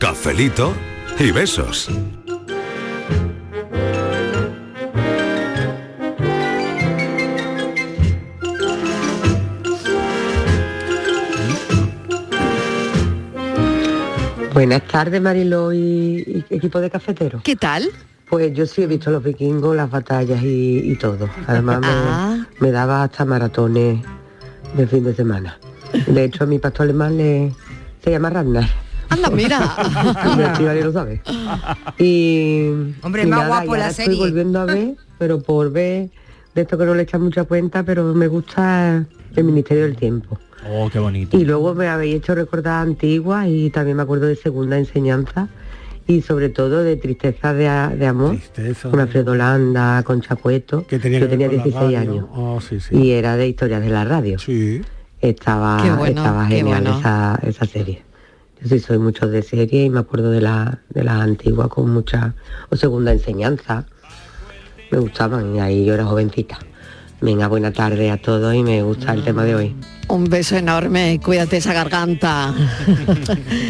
[SPEAKER 16] Cafelito y besos.
[SPEAKER 2] Mm.
[SPEAKER 17] Buenas tardes, Marilo y, y equipo de cafeteros.
[SPEAKER 18] ¿Qué tal?
[SPEAKER 17] Pues yo sí he visto los vikingos, las batallas y, y todo. Además me,
[SPEAKER 18] Ah.
[SPEAKER 17] me daba hasta maratones de fin de semana. De hecho, a mi pastor alemán le, se llama Ragnar.
[SPEAKER 18] Anda, mira.
[SPEAKER 17] Mi Estivali lo sabe. Y,
[SPEAKER 3] Hombre,
[SPEAKER 17] y
[SPEAKER 3] más
[SPEAKER 17] nada,
[SPEAKER 3] guapo
[SPEAKER 17] y ahora
[SPEAKER 3] la
[SPEAKER 17] estoy
[SPEAKER 3] serie.
[SPEAKER 17] volviendo a ver, pero por ver de esto que no le echan mucha cuenta, pero me gusta el Ministerio del Tiempo.
[SPEAKER 5] Oh, qué bonito.
[SPEAKER 17] Y luego me habéis hecho recordar antiguas y también me acuerdo de segunda enseñanza y sobre todo de tristeza de, a- de amor, con Alfredo Landa, con Chacueto.
[SPEAKER 4] tenía
[SPEAKER 17] Yo
[SPEAKER 4] que
[SPEAKER 17] tenía
[SPEAKER 4] ver con la
[SPEAKER 17] 16
[SPEAKER 4] radio.
[SPEAKER 17] años
[SPEAKER 4] Ah, sí, sí.
[SPEAKER 17] y era de historias de la radio. Estaba,
[SPEAKER 4] Qué bueno,
[SPEAKER 17] estaba
[SPEAKER 4] qué
[SPEAKER 17] genial
[SPEAKER 4] bueno.
[SPEAKER 17] esa, esa serie. Yo sí soy mucho de serie y me acuerdo de la, de las antiguas con mucha, o segunda enseñanza. Me gustaban y ahí yo era jovencita. Venga, buena tarde a todos y me gusta el tema de hoy.
[SPEAKER 2] Un beso enorme, cuídate esa garganta.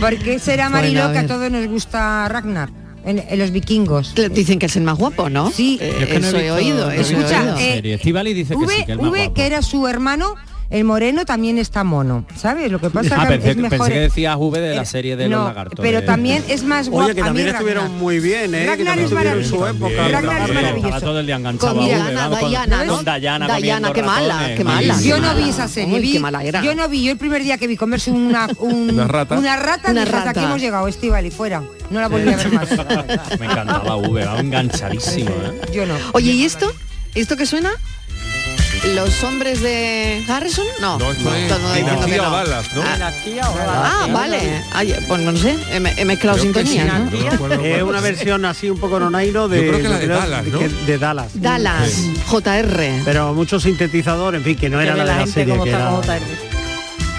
[SPEAKER 8] ¿Por qué será
[SPEAKER 2] Bueno,
[SPEAKER 8] Marilo
[SPEAKER 2] a
[SPEAKER 8] que a
[SPEAKER 2] ver.
[SPEAKER 8] todos nos gusta Ragnar? En, en los vikingos.
[SPEAKER 2] Dicen que es el más guapo, ¿no?
[SPEAKER 8] Sí,
[SPEAKER 2] Eh, eso he oído, eso
[SPEAKER 8] Escucha,
[SPEAKER 2] he oído.
[SPEAKER 8] eh,
[SPEAKER 5] Estivali dice que sí,
[SPEAKER 8] V,
[SPEAKER 5] que el más
[SPEAKER 8] V,
[SPEAKER 5] guapo.
[SPEAKER 8] que era su hermano, el moreno también está mono, ¿sabes? Lo que pasa
[SPEAKER 5] Ah,
[SPEAKER 8] que
[SPEAKER 5] pensé,
[SPEAKER 8] es mejor...
[SPEAKER 5] pensé que decías V de la serie de
[SPEAKER 8] no,
[SPEAKER 5] los lagartos. eh.
[SPEAKER 8] pero
[SPEAKER 5] de-
[SPEAKER 8] también es más guapo.
[SPEAKER 4] Oye, que
[SPEAKER 8] a mí
[SPEAKER 4] también
[SPEAKER 8] Ragnar.
[SPEAKER 4] estuvieron muy bien, ¿eh? que
[SPEAKER 8] Ragnar
[SPEAKER 4] también
[SPEAKER 8] es
[SPEAKER 4] tuvieron
[SPEAKER 8] maravilloso.
[SPEAKER 4] su época.
[SPEAKER 8] Ragnar es
[SPEAKER 5] Estaba
[SPEAKER 8] maravilloso.
[SPEAKER 5] todo el día enganchado
[SPEAKER 8] Con
[SPEAKER 5] a V,
[SPEAKER 8] Diana,
[SPEAKER 5] vamos, con-
[SPEAKER 8] Diana, ¿no?
[SPEAKER 5] con Dayana,
[SPEAKER 8] Dayana,
[SPEAKER 5] comiendo
[SPEAKER 8] qué mala,
[SPEAKER 5] ratones.
[SPEAKER 8] qué mala.
[SPEAKER 5] Sí.
[SPEAKER 8] Yo no vi esa serie,
[SPEAKER 2] Uy,
[SPEAKER 8] vi,
[SPEAKER 2] qué mala era.
[SPEAKER 8] yo no vi, yo el primer día que vi comerse una, un-
[SPEAKER 5] Una rata.
[SPEAKER 8] una rata,
[SPEAKER 2] Una
[SPEAKER 8] dije, hasta
[SPEAKER 2] rata.
[SPEAKER 8] aquí hemos llegado, Estivali, fuera. No la volví a ver más.
[SPEAKER 5] Me encantaba V, va enganchadísimo. ¿eh?
[SPEAKER 8] Yo no.
[SPEAKER 2] Oye, ¿y esto? ¿Esto qué suena? ¿Los hombres de Harrison? No.
[SPEAKER 6] No, esto es
[SPEAKER 2] Todo el mundo diciendo
[SPEAKER 6] Dinastía
[SPEAKER 2] que no.
[SPEAKER 6] Balas, ¿no?
[SPEAKER 2] Ah, ah, vale. Ay, pues no sé, he, me- he mezclado
[SPEAKER 6] Creo que sí,
[SPEAKER 2] sintonías, ¿no?
[SPEAKER 6] yo no recuerdo
[SPEAKER 4] Es
[SPEAKER 6] cuál.
[SPEAKER 4] una versión así un poco nonairo de,
[SPEAKER 6] Yo creo que la de
[SPEAKER 4] creo
[SPEAKER 6] Dallas, ¿no?
[SPEAKER 4] que- de Dallas.
[SPEAKER 2] Dallas,
[SPEAKER 4] Sí.
[SPEAKER 2] JR.
[SPEAKER 4] Pero mucho sintetizador, en fin, que no
[SPEAKER 2] Que
[SPEAKER 4] era
[SPEAKER 2] ve
[SPEAKER 4] la de
[SPEAKER 2] la
[SPEAKER 4] la
[SPEAKER 2] gente
[SPEAKER 4] serie,
[SPEAKER 2] cómo
[SPEAKER 4] que
[SPEAKER 2] está
[SPEAKER 4] era...
[SPEAKER 2] con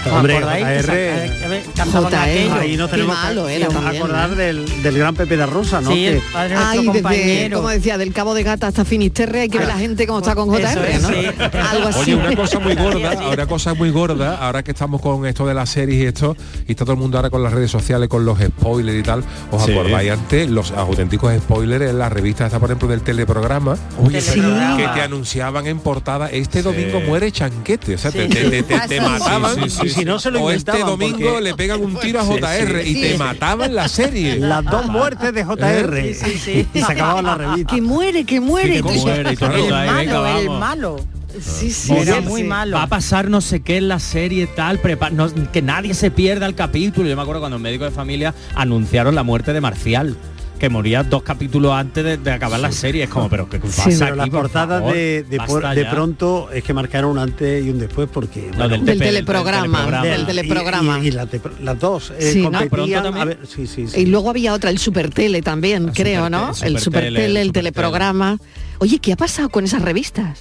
[SPEAKER 4] Hombre,
[SPEAKER 2] acordáis que
[SPEAKER 7] eh,
[SPEAKER 4] JR...
[SPEAKER 2] saca- que cantaban JR, aquello?
[SPEAKER 4] Ahí nos
[SPEAKER 2] qué
[SPEAKER 4] tenemos
[SPEAKER 2] malo
[SPEAKER 4] que
[SPEAKER 2] era también,
[SPEAKER 4] acordar
[SPEAKER 2] ¿no?
[SPEAKER 4] del, del gran Pepe de Rosa, ¿no?
[SPEAKER 2] Sí,
[SPEAKER 4] Que-
[SPEAKER 2] el padre nuestro Ay, desde, como decía, del Cabo de Gata hasta Finisterre hay que ver la gente cómo está con JR, ¿no? Algo así.
[SPEAKER 6] Oye, una cosa muy gorda, ahora cosa muy gorda, ahora que estamos con esto de las series y esto, y está todo el mundo ahora con las redes sociales, con los spoilers y tal, ¿os
[SPEAKER 5] Sí.
[SPEAKER 6] acordáis antes? Los auténticos spoilers en la revista esta, por ejemplo, del teleprograma,
[SPEAKER 5] Teleprograma.
[SPEAKER 6] que te anunciaban en portada, este domingo muere Chanquete, o sea, te,
[SPEAKER 5] Sí.
[SPEAKER 6] te- te- te-
[SPEAKER 5] Ah,
[SPEAKER 6] te
[SPEAKER 5] sí.
[SPEAKER 6] mataban,
[SPEAKER 5] Sí, sí, sí,
[SPEAKER 6] y
[SPEAKER 5] sí.
[SPEAKER 6] si no se lo o este
[SPEAKER 4] inventaban,
[SPEAKER 6] domingo
[SPEAKER 4] porque-
[SPEAKER 6] le pegan un tiro a
[SPEAKER 4] Sí, sí.
[SPEAKER 6] JR y
[SPEAKER 4] Sí.
[SPEAKER 6] te mataban la serie.
[SPEAKER 4] Las dos muertes de JR.
[SPEAKER 6] ¿Eh?
[SPEAKER 4] Sí, sí, Y se acababa la revista.
[SPEAKER 2] Que muere, que muere.
[SPEAKER 4] Sí, que
[SPEAKER 2] tú-
[SPEAKER 4] muere, y tú,
[SPEAKER 2] el
[SPEAKER 5] venga,
[SPEAKER 2] malo, el
[SPEAKER 5] vamos.
[SPEAKER 2] malo. Sí, sí,
[SPEAKER 5] Era
[SPEAKER 2] sí,
[SPEAKER 5] muy
[SPEAKER 2] sí.
[SPEAKER 5] malo. Va a pasar no sé qué en la serie tal, prepa- no- que nadie se pierda el capítulo. Yo me acuerdo cuando en médico de familia anunciaron la muerte de Marcial, que moría dos capítulos antes de, de acabar la serie. Es como, pero ¿qué pasa
[SPEAKER 4] pero
[SPEAKER 5] aquí,
[SPEAKER 4] las
[SPEAKER 5] por
[SPEAKER 4] portadas
[SPEAKER 5] favor?
[SPEAKER 4] de, de,
[SPEAKER 5] Basta
[SPEAKER 4] por- de
[SPEAKER 5] ya.
[SPEAKER 4] pronto es que marcaron un antes y un después porque
[SPEAKER 5] No, del
[SPEAKER 2] Del teleprograma, del teleprograma.
[SPEAKER 4] y, y- y la te- las dos eh,
[SPEAKER 2] Sí, ¿no? Pronto
[SPEAKER 4] competían
[SPEAKER 2] también.
[SPEAKER 4] a ver, sí, sí, sí.
[SPEAKER 2] Y luego había otra, el Supertele también, creo, ¿no?
[SPEAKER 4] Supertele,
[SPEAKER 2] el
[SPEAKER 4] Supertele,
[SPEAKER 2] Supertele, el,
[SPEAKER 4] Supertele.
[SPEAKER 2] teleprograma. Oye, ¿qué ha pasado con esas revistas?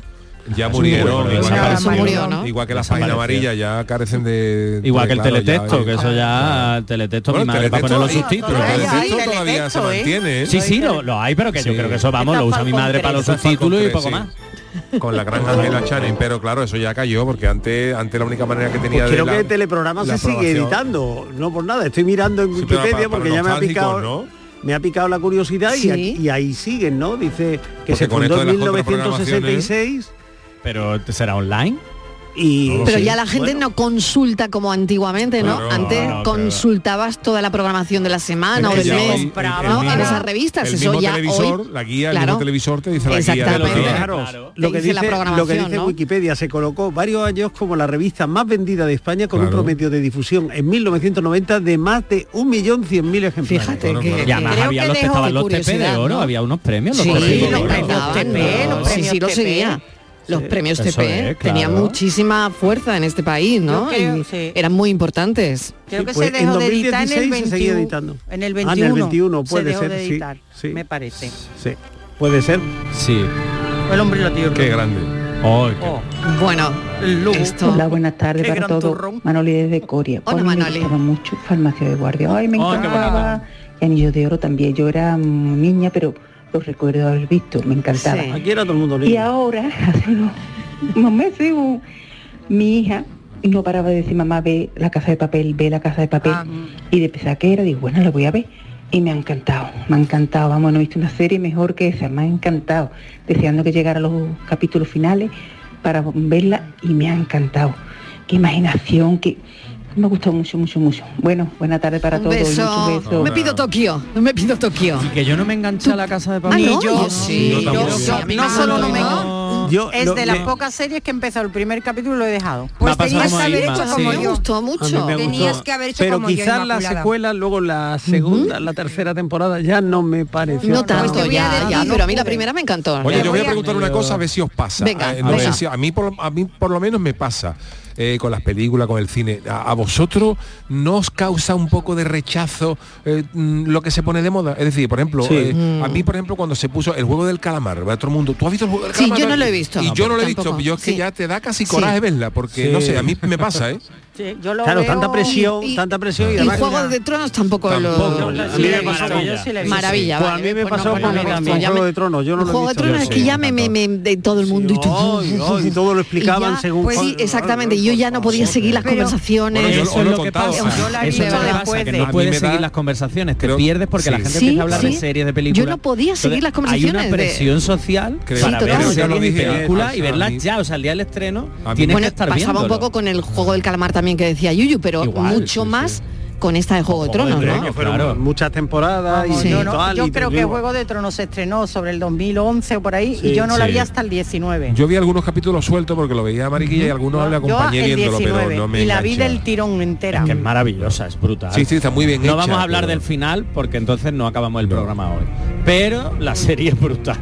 [SPEAKER 6] Ya murieron,
[SPEAKER 5] murió,
[SPEAKER 6] igual,
[SPEAKER 5] ya
[SPEAKER 6] que las-
[SPEAKER 5] murió, ¿no?
[SPEAKER 6] igual que las
[SPEAKER 5] Desapareció.
[SPEAKER 6] páginas amarillas, ya carecen de...
[SPEAKER 5] Igual que
[SPEAKER 6] porque,
[SPEAKER 5] el
[SPEAKER 6] Pues claro, ya-
[SPEAKER 5] teletexto, que eso ya, Ah, el teletexto,
[SPEAKER 6] Bueno,
[SPEAKER 5] mi
[SPEAKER 6] el
[SPEAKER 5] madre va a poner
[SPEAKER 6] teletexto
[SPEAKER 5] los
[SPEAKER 6] ahí,
[SPEAKER 5] subtítulos.
[SPEAKER 6] pero el
[SPEAKER 5] Ay, ay,
[SPEAKER 6] teletexto todavía se
[SPEAKER 5] teletexto, ¿eh?
[SPEAKER 6] mantiene, ¿eh?
[SPEAKER 5] Sí, sí, lo, lo hay, pero que yo creo que eso, vamos, lo usa mi madre para los subtítulos y poco más.
[SPEAKER 6] Con la gran Angela Channing, pero claro, eso ya cayó, porque antes, antes la única manera que tenía
[SPEAKER 4] Pues
[SPEAKER 6] de
[SPEAKER 4] creo
[SPEAKER 6] la-
[SPEAKER 4] que el teleprograma
[SPEAKER 6] la
[SPEAKER 4] se sigue
[SPEAKER 6] aprobación-
[SPEAKER 4] editando, no por nada, estoy mirando en
[SPEAKER 6] Sí, pero
[SPEAKER 4] Wikipedia
[SPEAKER 6] para- para
[SPEAKER 4] porque ya me ha
[SPEAKER 6] nostálgicos,
[SPEAKER 4] picado
[SPEAKER 6] ¿no?
[SPEAKER 4] me ha picado la curiosidad y
[SPEAKER 5] Sí.
[SPEAKER 4] aquí- y, ahí siguen, ¿no? Dice que
[SPEAKER 5] Porque
[SPEAKER 4] se
[SPEAKER 5] con
[SPEAKER 4] fundó
[SPEAKER 5] esto
[SPEAKER 4] en
[SPEAKER 5] de las
[SPEAKER 4] 1966
[SPEAKER 5] Pero será online.
[SPEAKER 4] y
[SPEAKER 2] Pero ya la gente no consulta como antiguamente, ¿no?
[SPEAKER 5] Claro,
[SPEAKER 2] Antes
[SPEAKER 5] no, no,
[SPEAKER 2] consultabas toda la programación de la semana o
[SPEAKER 6] Es que
[SPEAKER 2] del
[SPEAKER 6] ya
[SPEAKER 2] Ah, mes,
[SPEAKER 6] hoy- el- el
[SPEAKER 2] ¿no? En
[SPEAKER 6] mismo-
[SPEAKER 2] esas revistas.
[SPEAKER 6] el
[SPEAKER 2] eso
[SPEAKER 6] mismo
[SPEAKER 2] ya
[SPEAKER 6] televisor,
[SPEAKER 2] hoy,
[SPEAKER 6] la guía, el
[SPEAKER 2] claro.
[SPEAKER 6] mismo televisor te dice la guía de los
[SPEAKER 2] Exactamente.
[SPEAKER 6] días.
[SPEAKER 4] Lo que,
[SPEAKER 2] Te dice la
[SPEAKER 4] dice, lo que
[SPEAKER 2] programación,
[SPEAKER 4] dice
[SPEAKER 2] ¿no?
[SPEAKER 4] Wikipedia se colocó varios años como la revista más vendida de España con un promedio de difusión en 1990 de más de 1.100.000 ejemplares.
[SPEAKER 2] Fíjate Bueno, que-
[SPEAKER 5] Y además había los, estaban los TP de oro, había unos premios. Los
[SPEAKER 4] Sí,
[SPEAKER 5] TP de
[SPEAKER 4] los
[SPEAKER 5] oro.
[SPEAKER 4] premios
[SPEAKER 7] Ah,
[SPEAKER 2] TP, los
[SPEAKER 5] Sí,
[SPEAKER 2] premios
[SPEAKER 5] sí,
[SPEAKER 2] lo
[SPEAKER 5] TP.
[SPEAKER 2] seguía. Los premios
[SPEAKER 5] Eso
[SPEAKER 2] TP
[SPEAKER 5] es, claro.
[SPEAKER 2] tenían muchísima fuerza en este país, ¿no?
[SPEAKER 7] Yo creo,
[SPEAKER 2] Y
[SPEAKER 7] sí.
[SPEAKER 2] eran muy importantes.
[SPEAKER 7] Creo que
[SPEAKER 4] pues,
[SPEAKER 7] se dejó de editar pues, en el 21. En el 21.
[SPEAKER 4] Ah, en el 21
[SPEAKER 7] se
[SPEAKER 4] puede
[SPEAKER 7] dejó
[SPEAKER 4] ser,
[SPEAKER 7] de
[SPEAKER 4] sí,
[SPEAKER 7] editar,
[SPEAKER 4] sí.
[SPEAKER 7] me parece.
[SPEAKER 4] Sí, puede ser.
[SPEAKER 5] Sí.
[SPEAKER 7] El hombre lo tiene.
[SPEAKER 6] Qué grande.
[SPEAKER 2] Bueno, esto.
[SPEAKER 1] Hola, buenas tardes
[SPEAKER 2] Qué
[SPEAKER 1] para
[SPEAKER 2] gran
[SPEAKER 1] todos.
[SPEAKER 2] turrón.
[SPEAKER 1] Manoli desde Coria.
[SPEAKER 2] Hola,
[SPEAKER 1] Hoy me
[SPEAKER 2] Manoli.
[SPEAKER 1] gustaba mucho Farmacia de Guardia. Ay, me
[SPEAKER 2] Oh, qué
[SPEAKER 1] encantaba. y Anillos de Oro también. Yo era mm, niña, pero los recuerdo haber visto. Me encantaba.
[SPEAKER 4] Sí. Aquí era todo el mundo
[SPEAKER 1] Y
[SPEAKER 4] libre.
[SPEAKER 1] ahora, hace unos, unos meses, un- mi hija no paraba de decir, mamá, ve la casa de papel, ve la casa de papel.
[SPEAKER 2] Ah, mm.
[SPEAKER 1] Y de pensar que era, digo, bueno, la voy a ver. Y me ha encantado, me ha encantado. Vamos, no he visto una serie mejor que esa, me ha encantado. Deseando que llegara los capítulos finales para verla y me ha encantado. Qué imaginación, que me ha gustado mucho, mucho, mucho. Bueno, buena tarde para
[SPEAKER 2] Un
[SPEAKER 1] todos.
[SPEAKER 2] beso.
[SPEAKER 1] muchos besos.
[SPEAKER 2] Me pido Tokio, me pido Tokio. Y
[SPEAKER 5] que yo no me enganché a la casa de
[SPEAKER 2] papel.
[SPEAKER 7] Ni
[SPEAKER 2] Ah, no,
[SPEAKER 7] yo, sí,
[SPEAKER 2] sí.
[SPEAKER 7] yo
[SPEAKER 5] tampoco.
[SPEAKER 7] so-
[SPEAKER 5] A mí
[SPEAKER 7] no
[SPEAKER 5] me
[SPEAKER 7] solo no
[SPEAKER 5] encantó.
[SPEAKER 7] me
[SPEAKER 4] Yo
[SPEAKER 7] es
[SPEAKER 4] lo-
[SPEAKER 7] de las
[SPEAKER 4] me-
[SPEAKER 7] pocas series que he empezado el primer capítulo y lo he dejado.
[SPEAKER 4] Pues pasado tenías como que a haber Irma, hecho sí. como yo.
[SPEAKER 2] Me gustó
[SPEAKER 4] A mí
[SPEAKER 2] mucho.
[SPEAKER 4] me gustó. Pero quizás la secuela, luego la segunda, la tercera temporada ya no me pareció.
[SPEAKER 2] No tanto,
[SPEAKER 4] Pues
[SPEAKER 2] ya, ya, pero a mí la primera me encantó.
[SPEAKER 6] Oye,
[SPEAKER 2] Me
[SPEAKER 6] yo voy a preguntar una cosa a ver si os pasa.
[SPEAKER 2] Venga,
[SPEAKER 6] Eh, no
[SPEAKER 2] venga.
[SPEAKER 6] sé si- a, mí por, a mí por lo menos me pasa. eh, con las películas, con el cine. ¿A, a vosotros no os causa un poco de rechazo eh, mm, lo que se pone de moda? Es decir, por ejemplo,
[SPEAKER 4] Sí.
[SPEAKER 6] eh, a
[SPEAKER 7] Mm.
[SPEAKER 6] mí, por ejemplo, cuando se puso el juego del calamar, ¿verdad? Todo el mundo, ¿tú has visto el juego del
[SPEAKER 2] Sí,
[SPEAKER 6] calamar?
[SPEAKER 2] yo no lo he visto.
[SPEAKER 6] Y yo no lo he visto.
[SPEAKER 2] Tampoco.
[SPEAKER 6] Yo es que
[SPEAKER 2] Sí.
[SPEAKER 6] ya te da casi
[SPEAKER 2] Sí.
[SPEAKER 6] coraje verla, porque,
[SPEAKER 4] Sí.
[SPEAKER 6] no sé, a mí me pasa, ¿eh?
[SPEAKER 7] Sí, yo lo
[SPEAKER 4] Claro,
[SPEAKER 7] veo-
[SPEAKER 4] tanta presión, tanta presión y
[SPEAKER 2] Y
[SPEAKER 4] además-
[SPEAKER 2] Juego de Tronos tampoco,
[SPEAKER 4] Tampoco.
[SPEAKER 2] lo...
[SPEAKER 4] A mí me pasó con-
[SPEAKER 2] Maravilla, Maravilla,
[SPEAKER 4] Pues a
[SPEAKER 2] vale,
[SPEAKER 4] mí me
[SPEAKER 2] pues no,
[SPEAKER 4] pasó
[SPEAKER 2] pues no
[SPEAKER 4] con
[SPEAKER 2] lo he visto.
[SPEAKER 4] con
[SPEAKER 2] Ya
[SPEAKER 4] Juego
[SPEAKER 2] me-
[SPEAKER 4] de Tronos. Yo no lo he
[SPEAKER 2] Juego de
[SPEAKER 4] visto.
[SPEAKER 2] Tronos es que ya me, me, me- de todo el mundo y tú-
[SPEAKER 4] ay, ay, y todo lo explicaban
[SPEAKER 2] ya,
[SPEAKER 4] según
[SPEAKER 2] pues
[SPEAKER 4] Juan-
[SPEAKER 2] sí, exactamente. Y yo ya no podía seguir las conversaciones.
[SPEAKER 5] Bueno, yo- os lo he contado, o sea, eso
[SPEAKER 2] vi
[SPEAKER 5] es lo que
[SPEAKER 2] después
[SPEAKER 5] pasa, que
[SPEAKER 2] de-
[SPEAKER 5] no
[SPEAKER 2] A mí
[SPEAKER 5] puedes
[SPEAKER 2] me da-
[SPEAKER 5] seguir las conversaciones, te pierdes porque la
[SPEAKER 2] sí.
[SPEAKER 5] gente
[SPEAKER 2] Sí,
[SPEAKER 5] empieza a hablar de
[SPEAKER 2] sí.
[SPEAKER 5] series, de películas.
[SPEAKER 2] Yo no podía seguir las conversaciones
[SPEAKER 5] Hay
[SPEAKER 2] de-
[SPEAKER 5] una presión social
[SPEAKER 6] Creo.
[SPEAKER 5] para
[SPEAKER 6] Sí,
[SPEAKER 5] ver
[SPEAKER 6] total.
[SPEAKER 5] series
[SPEAKER 6] Yo lo
[SPEAKER 5] y
[SPEAKER 6] dije,
[SPEAKER 5] películas
[SPEAKER 6] eh,
[SPEAKER 5] y
[SPEAKER 6] a
[SPEAKER 5] verlas
[SPEAKER 6] mí-
[SPEAKER 5] ya, o sea, el día del estreno tienes
[SPEAKER 2] bueno,
[SPEAKER 5] que estar
[SPEAKER 2] pasaba
[SPEAKER 5] viendo.
[SPEAKER 2] un poco con el juego del calamar también que decía Yuyu, pero
[SPEAKER 4] Igual,
[SPEAKER 2] mucho más con esta de Juego de Tronos, ¿no?
[SPEAKER 4] Que fueron Muchas temporadas y
[SPEAKER 7] Vamos, yo, no-
[SPEAKER 4] tal,
[SPEAKER 7] yo
[SPEAKER 4] y
[SPEAKER 7] creo
[SPEAKER 4] tal,
[SPEAKER 7] que
[SPEAKER 4] y-
[SPEAKER 7] Juego de Tronos se estrenó sobre el 2011 o por ahí y
[SPEAKER 6] Sí,
[SPEAKER 7] yo no la
[SPEAKER 6] sí.
[SPEAKER 7] vi hasta el 19.
[SPEAKER 6] Yo vi algunos capítulos sueltos porque lo veía Mariquilla y algunos le
[SPEAKER 7] Yo
[SPEAKER 6] acompañé
[SPEAKER 7] el
[SPEAKER 6] viéndolo,
[SPEAKER 7] 19
[SPEAKER 6] pero no me
[SPEAKER 7] y la vi
[SPEAKER 6] enganché.
[SPEAKER 7] del tirón entera.
[SPEAKER 5] Es maravillosa, es brutal.
[SPEAKER 6] Sí, sí, está muy bien
[SPEAKER 5] No
[SPEAKER 6] hecha,
[SPEAKER 5] vamos a hablar
[SPEAKER 6] pero-
[SPEAKER 5] del final porque entonces no acabamos el programa hoy. Pero la serie es brutal.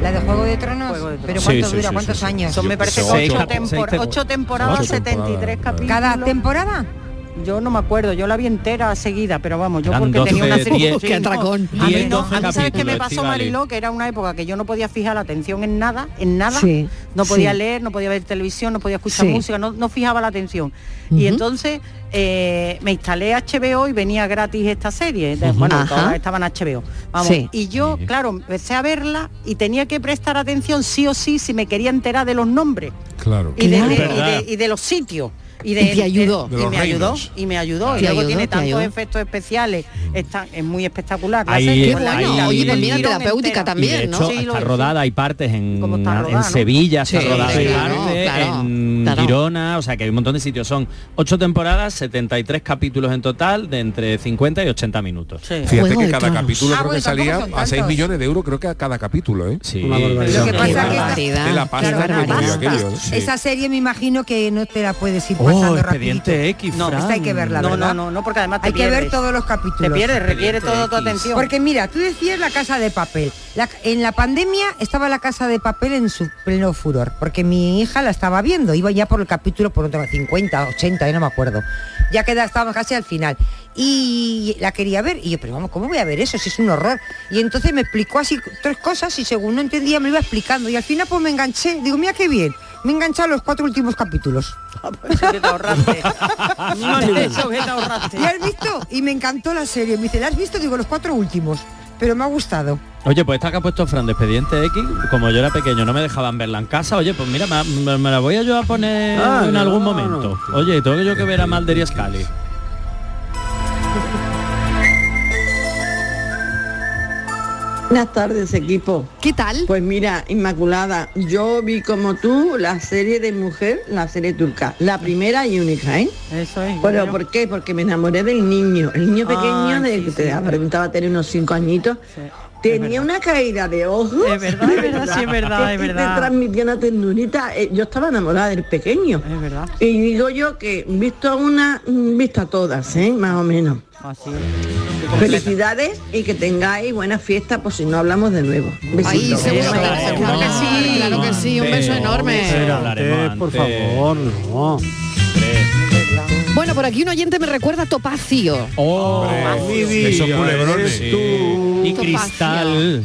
[SPEAKER 8] La de Juego de Tronos, pero
[SPEAKER 5] Sí,
[SPEAKER 8] ¿cuánto
[SPEAKER 5] sí,
[SPEAKER 8] dura?
[SPEAKER 5] sí,
[SPEAKER 8] ¿Cuántos
[SPEAKER 5] sí, sí.
[SPEAKER 8] años?
[SPEAKER 5] Son, me parece, que Seis ocho cap- tempor- seis temporadas.
[SPEAKER 7] Ocho temporadas,
[SPEAKER 5] Ocho
[SPEAKER 7] 73
[SPEAKER 5] temporadas,
[SPEAKER 7] capítulos.
[SPEAKER 8] ¿Cada temporada?
[SPEAKER 7] Yo no me acuerdo, yo la vi entera seguida, pero vamos, yo
[SPEAKER 5] Eran
[SPEAKER 7] porque tenía
[SPEAKER 5] 12,
[SPEAKER 7] una serie...
[SPEAKER 5] 10,
[SPEAKER 7] sí,
[SPEAKER 5] Qué
[SPEAKER 7] no,
[SPEAKER 5] atracón.
[SPEAKER 7] A mí
[SPEAKER 5] 10,
[SPEAKER 7] no,
[SPEAKER 5] 12
[SPEAKER 7] a mí sabes que me
[SPEAKER 5] capítulos,
[SPEAKER 7] pasó
[SPEAKER 5] Estivali.
[SPEAKER 7] Mariló, que era una época que yo no podía fijar la atención en nada, en nada,
[SPEAKER 2] Sí,
[SPEAKER 7] no podía
[SPEAKER 2] sí.
[SPEAKER 7] leer, no podía ver televisión, no podía escuchar
[SPEAKER 2] Sí.
[SPEAKER 7] música, no, no fijaba la atención.
[SPEAKER 2] Ujú.
[SPEAKER 7] Y entonces eh, me instalé HBO y venía gratis esta serie, de-
[SPEAKER 2] Ujú.
[SPEAKER 7] bueno,
[SPEAKER 2] Ajá.
[SPEAKER 7] todas estaban HBO. Vamos,
[SPEAKER 2] Sí.
[SPEAKER 7] y yo, claro, empecé a verla y tenía que prestar atención sí o sí si me quería enterar de los nombres
[SPEAKER 6] Claro.
[SPEAKER 7] y de,
[SPEAKER 6] Claro.
[SPEAKER 7] y de-
[SPEAKER 6] Verdad.
[SPEAKER 7] y de los sitios. Y,
[SPEAKER 2] Y
[SPEAKER 7] de,
[SPEAKER 2] te ayudó.
[SPEAKER 7] y
[SPEAKER 6] De los
[SPEAKER 7] me ayudó.
[SPEAKER 6] reinos.
[SPEAKER 7] Y me ayudó.
[SPEAKER 2] Te
[SPEAKER 7] y luego
[SPEAKER 2] ayudó,
[SPEAKER 7] tiene
[SPEAKER 2] te
[SPEAKER 7] tantos
[SPEAKER 2] ayudó.
[SPEAKER 7] efectos especiales. Está, es muy espectacular. la
[SPEAKER 5] Mm. Ahí-
[SPEAKER 7] serie,
[SPEAKER 5] Qué
[SPEAKER 7] con la
[SPEAKER 5] bueno,
[SPEAKER 7] vida,
[SPEAKER 5] oye,
[SPEAKER 7] con
[SPEAKER 5] pues
[SPEAKER 7] el
[SPEAKER 5] mira,
[SPEAKER 7] guión
[SPEAKER 2] terapéutica
[SPEAKER 7] entero.
[SPEAKER 5] Y de hecho,
[SPEAKER 7] Sí, lo
[SPEAKER 5] está
[SPEAKER 7] es.
[SPEAKER 5] rodada, hay partes en,
[SPEAKER 7] rodada,
[SPEAKER 5] en
[SPEAKER 7] no?
[SPEAKER 5] Sevilla, está
[SPEAKER 7] Sí,
[SPEAKER 5] rodada
[SPEAKER 7] sí,
[SPEAKER 5] hay
[SPEAKER 7] claro,
[SPEAKER 5] partes,
[SPEAKER 7] claro,
[SPEAKER 5] en
[SPEAKER 7] claro.
[SPEAKER 5] Girona, o sea que hay un montón de sitios. Son ocho temporadas, 73 capítulos en total, de entre 50 y 80 minutos.
[SPEAKER 6] Fíjate que cada
[SPEAKER 8] Ah,
[SPEAKER 6] capítulo
[SPEAKER 7] Ah,
[SPEAKER 6] creo que salía a 6 millones de euros, creo que a cada capítulo, ¿eh?
[SPEAKER 5] Sí.
[SPEAKER 6] Una barbaridad.
[SPEAKER 8] Lo que pasa es que esta-
[SPEAKER 6] de la pasta que cogió aquello, ¿eh?
[SPEAKER 8] Esa serie me imagino que no te la puedes ir
[SPEAKER 6] Oh,
[SPEAKER 8] pasando
[SPEAKER 6] Expediente
[SPEAKER 8] rapidito.
[SPEAKER 6] X,
[SPEAKER 8] no,
[SPEAKER 6] Fran.
[SPEAKER 8] esta hay que verla,
[SPEAKER 6] No,
[SPEAKER 8] ¿verdad?
[SPEAKER 6] no,
[SPEAKER 7] no, porque además te
[SPEAKER 8] hay que ver
[SPEAKER 7] pierdes.
[SPEAKER 8] todos los capítulos.
[SPEAKER 7] Te pierdes, requiere toda tu atención.
[SPEAKER 8] Porque mira, tú decías la Casa de Papel. La- en la pandemia estaba la Casa de Papel en su pleno furor, porque mi hija la estaba viendo, iba ya por el capítulo por otro 50, 80, ya no me acuerdo. Ya queda estábamos casi al final. Y la quería ver y yo, pero vamos, ¿cómo voy a ver eso si es un horror? Y entonces me explicó así tres cosas y según no entendía me lo iba explicando y al final pues me enganché, digo, mira qué bien. Me he enganchado a los cuatro últimos capítulos.
[SPEAKER 7] Ah, Eso que te ahorraste.
[SPEAKER 8] ¿Y has visto? Y me encantó la serie. Me dice, ¿la has visto? Digo, los cuatro últimos. Pero me ha gustado.
[SPEAKER 5] Oye, pues esta que ha puesto Fran de Expediente X, como yo era pequeño no me dejaban verla en casa, oye, pues mira, me, me- me la voy a yo a poner
[SPEAKER 6] Ah,
[SPEAKER 5] en
[SPEAKER 6] no,
[SPEAKER 5] algún momento. Oye, tengo yo que ver a Malderia Scali.
[SPEAKER 19] Buenas tardes, equipo.
[SPEAKER 2] ¿Qué tal?
[SPEAKER 19] Pues mira, Inmaculada, yo vi como tú la serie de mujer, la serie turca, la primera y única, ¿eh?
[SPEAKER 7] Eso es.
[SPEAKER 19] Bueno,
[SPEAKER 7] yo-
[SPEAKER 19] ¿por qué? Porque me enamoré del niño, el niño pequeño,
[SPEAKER 7] Ay,
[SPEAKER 19] de
[SPEAKER 7] sí,
[SPEAKER 19] que
[SPEAKER 7] sí,
[SPEAKER 19] te
[SPEAKER 7] es
[SPEAKER 19] preguntaba, tener unos cinco añitos. Tenía una caída de ojos. Es
[SPEAKER 7] verdad, es verdad, sí, es verdad, es verdad.
[SPEAKER 19] Te transmitía una ternurita. Eh, Yo estaba enamorada del pequeño. Es
[SPEAKER 7] verdad.
[SPEAKER 19] Y digo yo que visto a una, mm, visto a todas, ¿eh? Más o menos.
[SPEAKER 2] Ah,
[SPEAKER 7] Así
[SPEAKER 19] Felicidades y que tengáis buena fiesta, por si no hablamos de nuevo.
[SPEAKER 2] Ay,
[SPEAKER 19] Besitos.
[SPEAKER 2] seguro que claro que sí, claro que sí, un beso enorme.
[SPEAKER 4] Antes, por favor, no.
[SPEAKER 2] Bueno, por aquí un oyente me recuerda a Topacio.
[SPEAKER 6] Oh,
[SPEAKER 5] Esos culebrones.
[SPEAKER 6] eres
[SPEAKER 5] Y Cristal.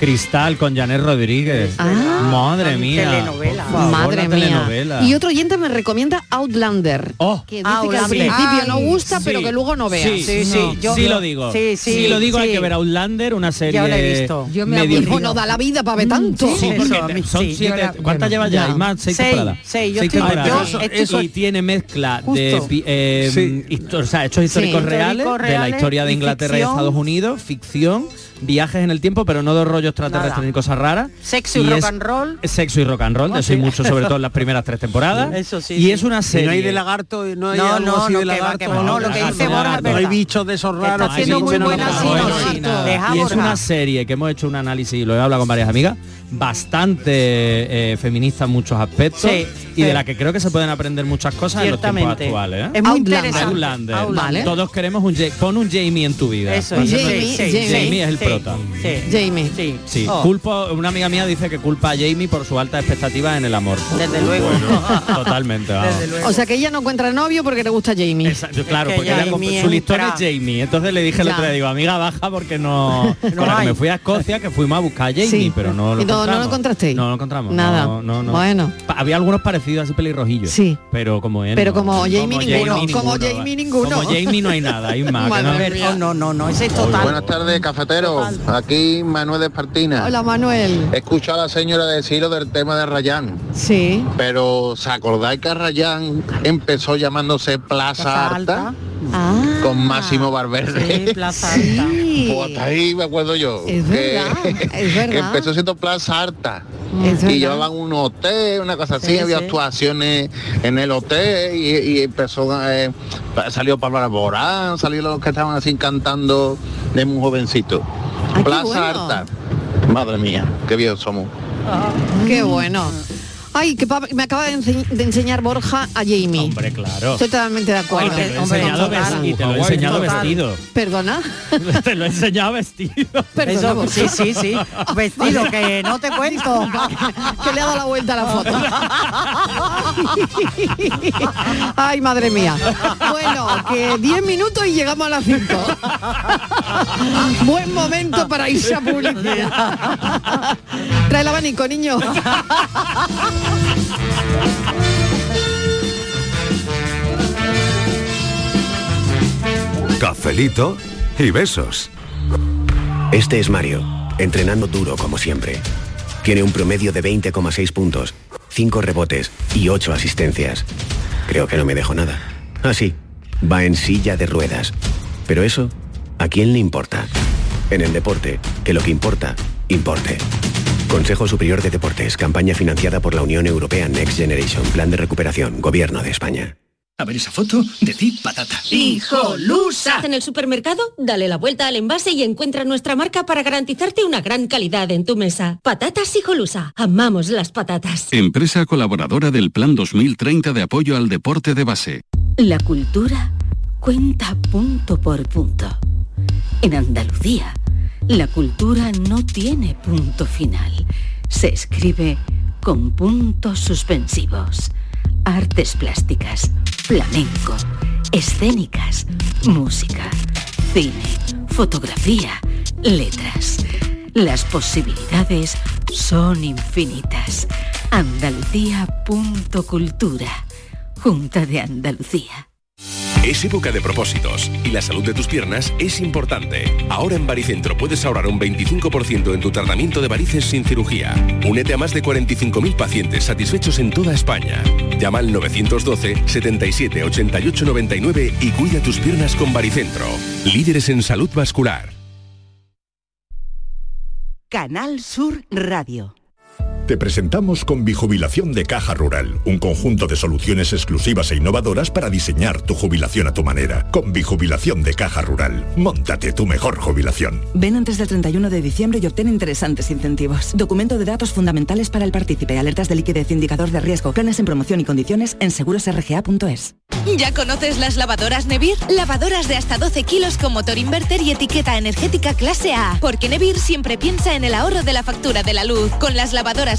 [SPEAKER 5] Cristal con Janet Rodríguez. Madre mía.
[SPEAKER 7] telenovela.
[SPEAKER 5] Por favor,
[SPEAKER 2] Madre
[SPEAKER 5] la
[SPEAKER 2] mía.
[SPEAKER 5] telenovela.
[SPEAKER 2] Y otro oyente me recomienda Outlander. que dice que al
[SPEAKER 5] Outlander.
[SPEAKER 2] principio no
[SPEAKER 5] Ay,
[SPEAKER 2] gusta,
[SPEAKER 5] sí.
[SPEAKER 2] pero que luego no veas.
[SPEAKER 5] Sí, sí, sí, sí lo digo. Sí, lo digo, hay que ver Outlander, una serie.
[SPEAKER 2] Ya la he visto.
[SPEAKER 5] Yo
[SPEAKER 2] Mi hijo no da la vida para ver tanto.
[SPEAKER 5] Sí, porque te- son siete. ¿Cuántas llevas ya?
[SPEAKER 2] Ya.
[SPEAKER 5] Hay más seis,
[SPEAKER 2] Seis,
[SPEAKER 5] temporadas.
[SPEAKER 2] seis, yo estoy-
[SPEAKER 5] temporadas. Ah,
[SPEAKER 2] yo Eso- estoy con-
[SPEAKER 5] y tiene mezcla de
[SPEAKER 2] Justo.
[SPEAKER 5] pi- eh, histo- o sea, hechos históricos
[SPEAKER 2] Históricos
[SPEAKER 5] reales, de la
[SPEAKER 2] reales
[SPEAKER 5] historia de
[SPEAKER 2] y
[SPEAKER 5] Inglaterra y
[SPEAKER 2] ficción.
[SPEAKER 5] Estados Unidos, ficción, viajes en el tiempo, pero no de rollos extraterrestres
[SPEAKER 7] Nada.
[SPEAKER 5] ni cosas raras.
[SPEAKER 7] Sexo y rock
[SPEAKER 5] es-
[SPEAKER 7] and roll.
[SPEAKER 5] Sexo y rock and roll, de eso hay mucho, sobre todo en las primeras tres temporadas.
[SPEAKER 7] Eso sí,
[SPEAKER 5] Y
[SPEAKER 7] sí.
[SPEAKER 5] es una
[SPEAKER 4] Si
[SPEAKER 5] serie.
[SPEAKER 4] no hay de lagarto, no hay
[SPEAKER 5] No,
[SPEAKER 4] algo
[SPEAKER 5] no,
[SPEAKER 4] así
[SPEAKER 5] no,
[SPEAKER 4] de
[SPEAKER 5] que va,
[SPEAKER 4] lagarto.
[SPEAKER 5] que va, no, lo que dice
[SPEAKER 4] no,
[SPEAKER 5] Borja
[SPEAKER 4] no,
[SPEAKER 5] es
[SPEAKER 4] No hay
[SPEAKER 5] verdad.
[SPEAKER 4] bichos de esos raros. que
[SPEAKER 5] haciendo
[SPEAKER 4] se
[SPEAKER 5] muy
[SPEAKER 4] comen a
[SPEAKER 5] buena
[SPEAKER 4] otros.
[SPEAKER 5] sino
[SPEAKER 4] Bueno,
[SPEAKER 5] sin
[SPEAKER 4] y-
[SPEAKER 5] nada.
[SPEAKER 7] Deja,
[SPEAKER 5] y es
[SPEAKER 7] Borja.
[SPEAKER 5] una serie que hemos hecho un análisis, lo he hablado con varias amigas, bastante eh, feminista en muchos aspectos.
[SPEAKER 7] Sí.
[SPEAKER 5] y de la que creo que se pueden aprender muchas cosas en los tiempos
[SPEAKER 6] Ciertamente.
[SPEAKER 5] actuales. ¿eh?
[SPEAKER 6] Es muy interesante.
[SPEAKER 5] Outlander.
[SPEAKER 6] Outlander. Vale.
[SPEAKER 5] Todos queremos un Jamie. Pon un Jamie en tu vida.
[SPEAKER 6] Eso es.
[SPEAKER 5] Jamie,
[SPEAKER 6] Jamie, Jamie,
[SPEAKER 5] es el
[SPEAKER 6] sí,
[SPEAKER 5] prota.
[SPEAKER 6] sí.
[SPEAKER 2] Jamie.
[SPEAKER 6] Sí.
[SPEAKER 5] Sí,
[SPEAKER 6] Oh.
[SPEAKER 5] culpo, una amiga mía dice que culpa a Jamie por su alta expectativa en el amor.
[SPEAKER 6] Desde luego.
[SPEAKER 5] totalmente. vamos.
[SPEAKER 2] O sea que ella no encuentra novio porque le gusta Jamie.
[SPEAKER 5] Yo, claro,
[SPEAKER 2] que
[SPEAKER 5] porque ella
[SPEAKER 2] Jamie
[SPEAKER 5] comp- su listón es
[SPEAKER 2] entra.
[SPEAKER 5] Jamie. Entonces le dije el
[SPEAKER 2] Ya.
[SPEAKER 5] otro día, digo, amiga, baja porque no... con la que
[SPEAKER 2] hay.
[SPEAKER 5] me fui a Escocia, que fuimos a buscar a Jamie,
[SPEAKER 2] Sí.
[SPEAKER 5] pero no lo
[SPEAKER 2] Y no- no lo
[SPEAKER 5] encontramos.
[SPEAKER 2] encontrasteis.
[SPEAKER 5] No lo encontramos.
[SPEAKER 2] Nada.
[SPEAKER 5] No, no, no.
[SPEAKER 2] Bueno.
[SPEAKER 5] Pa- Había algunos parecidos así pelirrojillos.
[SPEAKER 2] Sí.
[SPEAKER 5] Pero como él...
[SPEAKER 2] Pero
[SPEAKER 5] no.
[SPEAKER 2] como Jamie ninguno, como
[SPEAKER 5] ninguno,
[SPEAKER 2] Jamie
[SPEAKER 5] va.
[SPEAKER 2] ninguno.
[SPEAKER 5] Como Jamie no hay nada, hay más. que
[SPEAKER 6] Madre mía. no, no, no, ese es total.
[SPEAKER 10] Buenas tardes, cafetero. Aquí Manuel de Espartina.
[SPEAKER 2] Hola Manuel.
[SPEAKER 10] He escuchado a la señora decir lo del tema de Rayán,
[SPEAKER 2] Sí.
[SPEAKER 10] pero ¿se acordáis que Rayán empezó llamándose Plaza Alta? Con Máximo Valverde.
[SPEAKER 6] Plaza
[SPEAKER 10] Pues hasta ahí me acuerdo yo.
[SPEAKER 2] Es
[SPEAKER 10] que,
[SPEAKER 2] verdad, es
[SPEAKER 10] que
[SPEAKER 2] verdad. Mm.
[SPEAKER 10] empezó siendo Plaza Alta.
[SPEAKER 2] Es verdad.
[SPEAKER 10] y llevaban un hotel, una cosa así,
[SPEAKER 2] Sí,
[SPEAKER 10] había
[SPEAKER 2] sí.
[SPEAKER 10] actuaciones en el hotel y, y empezó eh, salió Pablo Alborán, salieron los que estaban así cantando de muy jovencito. Plaza
[SPEAKER 2] Ah, bueno.
[SPEAKER 10] Alta. Madre mía, qué viejos somos.
[SPEAKER 2] Qué bueno. Ay, que pa- me acaba de, ense- de enseñar Borja a Jamie.
[SPEAKER 5] Hombre, claro.
[SPEAKER 2] Estoy totalmente de
[SPEAKER 5] Y
[SPEAKER 2] acuerdo.
[SPEAKER 5] te lo he enseñado,
[SPEAKER 2] Total.
[SPEAKER 5] ves- y te lo he enseñado
[SPEAKER 2] Total.
[SPEAKER 5] vestido.
[SPEAKER 2] Perdona.
[SPEAKER 5] Te lo he enseñado vestido.
[SPEAKER 2] Perdona,
[SPEAKER 6] Eso,
[SPEAKER 2] por
[SPEAKER 6] sí,
[SPEAKER 2] favor.
[SPEAKER 6] sí, sí. Vestido que no te cuento.
[SPEAKER 2] que le ha dado la vuelta a la foto. Ay, madre mía. Bueno, que 10 minutos y llegamos a las 5. Buen momento para irse a publicidad. Trae el abanico, niño.
[SPEAKER 1] Cafelito y besos.
[SPEAKER 11] Este es Mario, entrenando duro como siempre. Tiene un promedio de 20,6 puntos, 5 rebotes y 8 asistencias. Creo que no me dejo nada. Así, va en silla de ruedas. Pero eso, ¿a quién le importa? En el deporte, que lo que importa, importe. Consejo Superior de Deportes, campaña financiada por la Unión Europea Next Generation, Plan de Recuperación, Gobierno de España.
[SPEAKER 20] A ver esa foto, decid patata.
[SPEAKER 21] ¡Hijolusa! En el supermercado, dale la vuelta al envase y encuentra nuestra marca para garantizarte una gran calidad en tu mesa. Patatas Hijolusa. Amamos las patatas.
[SPEAKER 20] Empresa colaboradora del Plan 2030 de apoyo al deporte de base.
[SPEAKER 22] La cultura cuenta punto por punto. En Andalucía, la cultura no tiene punto final. Se escribe con puntos suspensivos. Artes plásticas, flamenco, escénicas, música, cine, fotografía, letras. Las posibilidades son infinitas. Andalucía.cultura. Junta de Andalucía.
[SPEAKER 21] Es época de propósitos y la salud de tus piernas es importante. Ahora en Baricentro puedes ahorrar un 25% en tu tratamiento de varices sin cirugía. Únete a más de 45.000 pacientes satisfechos en toda España. Llama al 912 77 88 99 y cuida tus piernas con Baricentro. Líderes en salud vascular.
[SPEAKER 20] Canal Sur Radio.
[SPEAKER 23] Te presentamos con Bijubilación de Caja Rural, un conjunto de soluciones exclusivas e innovadoras para diseñar tu jubilación a tu manera. Con Bijubilación de Caja Rural, móntate tu mejor jubilación.
[SPEAKER 24] Ven antes del 31 de diciembre y obtén interesantes incentivos. Documento de datos fundamentales para el partícipe, alertas de liquidez, indicador de riesgo, planes en promoción y condiciones en segurosrga.es.
[SPEAKER 25] ¿Ya conoces las lavadoras Nevir? Lavadoras de hasta 12 kilos con motor inverter y etiqueta energética clase A. Porque Nevir siempre piensa en el ahorro de la factura de la luz. Con las lavadoras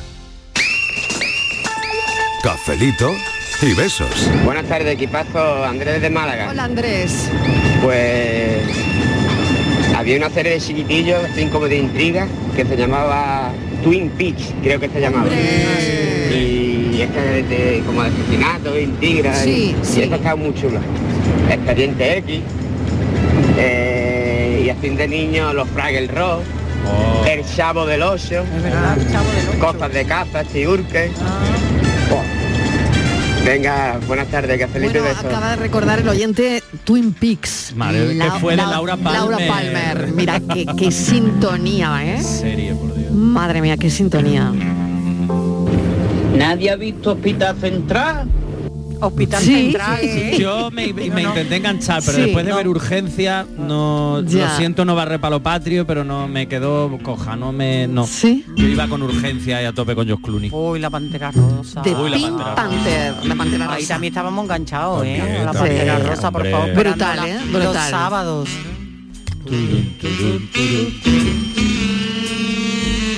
[SPEAKER 14] Cafelito y besos.
[SPEAKER 18] Buenas tardes, equipazo Andrés de Málaga.
[SPEAKER 2] Hola Andrés.
[SPEAKER 18] Pues había una serie de chiquitillos, así como de intriga, que se llamaba Twin Peaks, creo que se llamaba. Y esta de, de- como de asesinato, intriga.
[SPEAKER 26] Sí,
[SPEAKER 18] y, y esta estaba muy chula. Expediente X. eh, y así de niño los Fraggle Rock. El Chavo del Ocho. Cosas de caza, Chiurque. Venga, buenas tardes, que feliz de eso.
[SPEAKER 2] Acaba de recordar el oyente Twin Peaks.
[SPEAKER 18] Madre,
[SPEAKER 2] La-
[SPEAKER 18] que fue de
[SPEAKER 2] la-
[SPEAKER 18] Laura Palmer.
[SPEAKER 2] Laura Palmer. Mira, qué, qué sintonía, ¿eh?
[SPEAKER 5] Serie, por Dios.
[SPEAKER 2] Madre mía, qué sintonía.
[SPEAKER 18] Nadie ha visto Hospital Central.
[SPEAKER 6] Hospital Central. ¿eh?
[SPEAKER 5] Yo me, me intenté enganchar, pero
[SPEAKER 6] Sí,
[SPEAKER 5] después de
[SPEAKER 6] no.
[SPEAKER 5] ver urgencia, no
[SPEAKER 6] Ya.
[SPEAKER 5] lo siento, no barré palo patrio, pero no me quedó coja, no me no. Yo iba con urgencia y a tope con George Clooney.
[SPEAKER 6] Uy, la pantera rosa.
[SPEAKER 5] De Uy, la Pink Pantera Rosa.
[SPEAKER 2] Panther, la pantera
[SPEAKER 6] Ahí
[SPEAKER 2] rosa.
[SPEAKER 6] también estábamos enganchados, ¿eh?
[SPEAKER 5] También,
[SPEAKER 6] A La pantera
[SPEAKER 5] también,
[SPEAKER 6] rosa, por
[SPEAKER 5] hombre.
[SPEAKER 6] favor.
[SPEAKER 2] Brutal,
[SPEAKER 6] esperándola
[SPEAKER 2] ¿eh? Brutal.
[SPEAKER 6] Los sábados.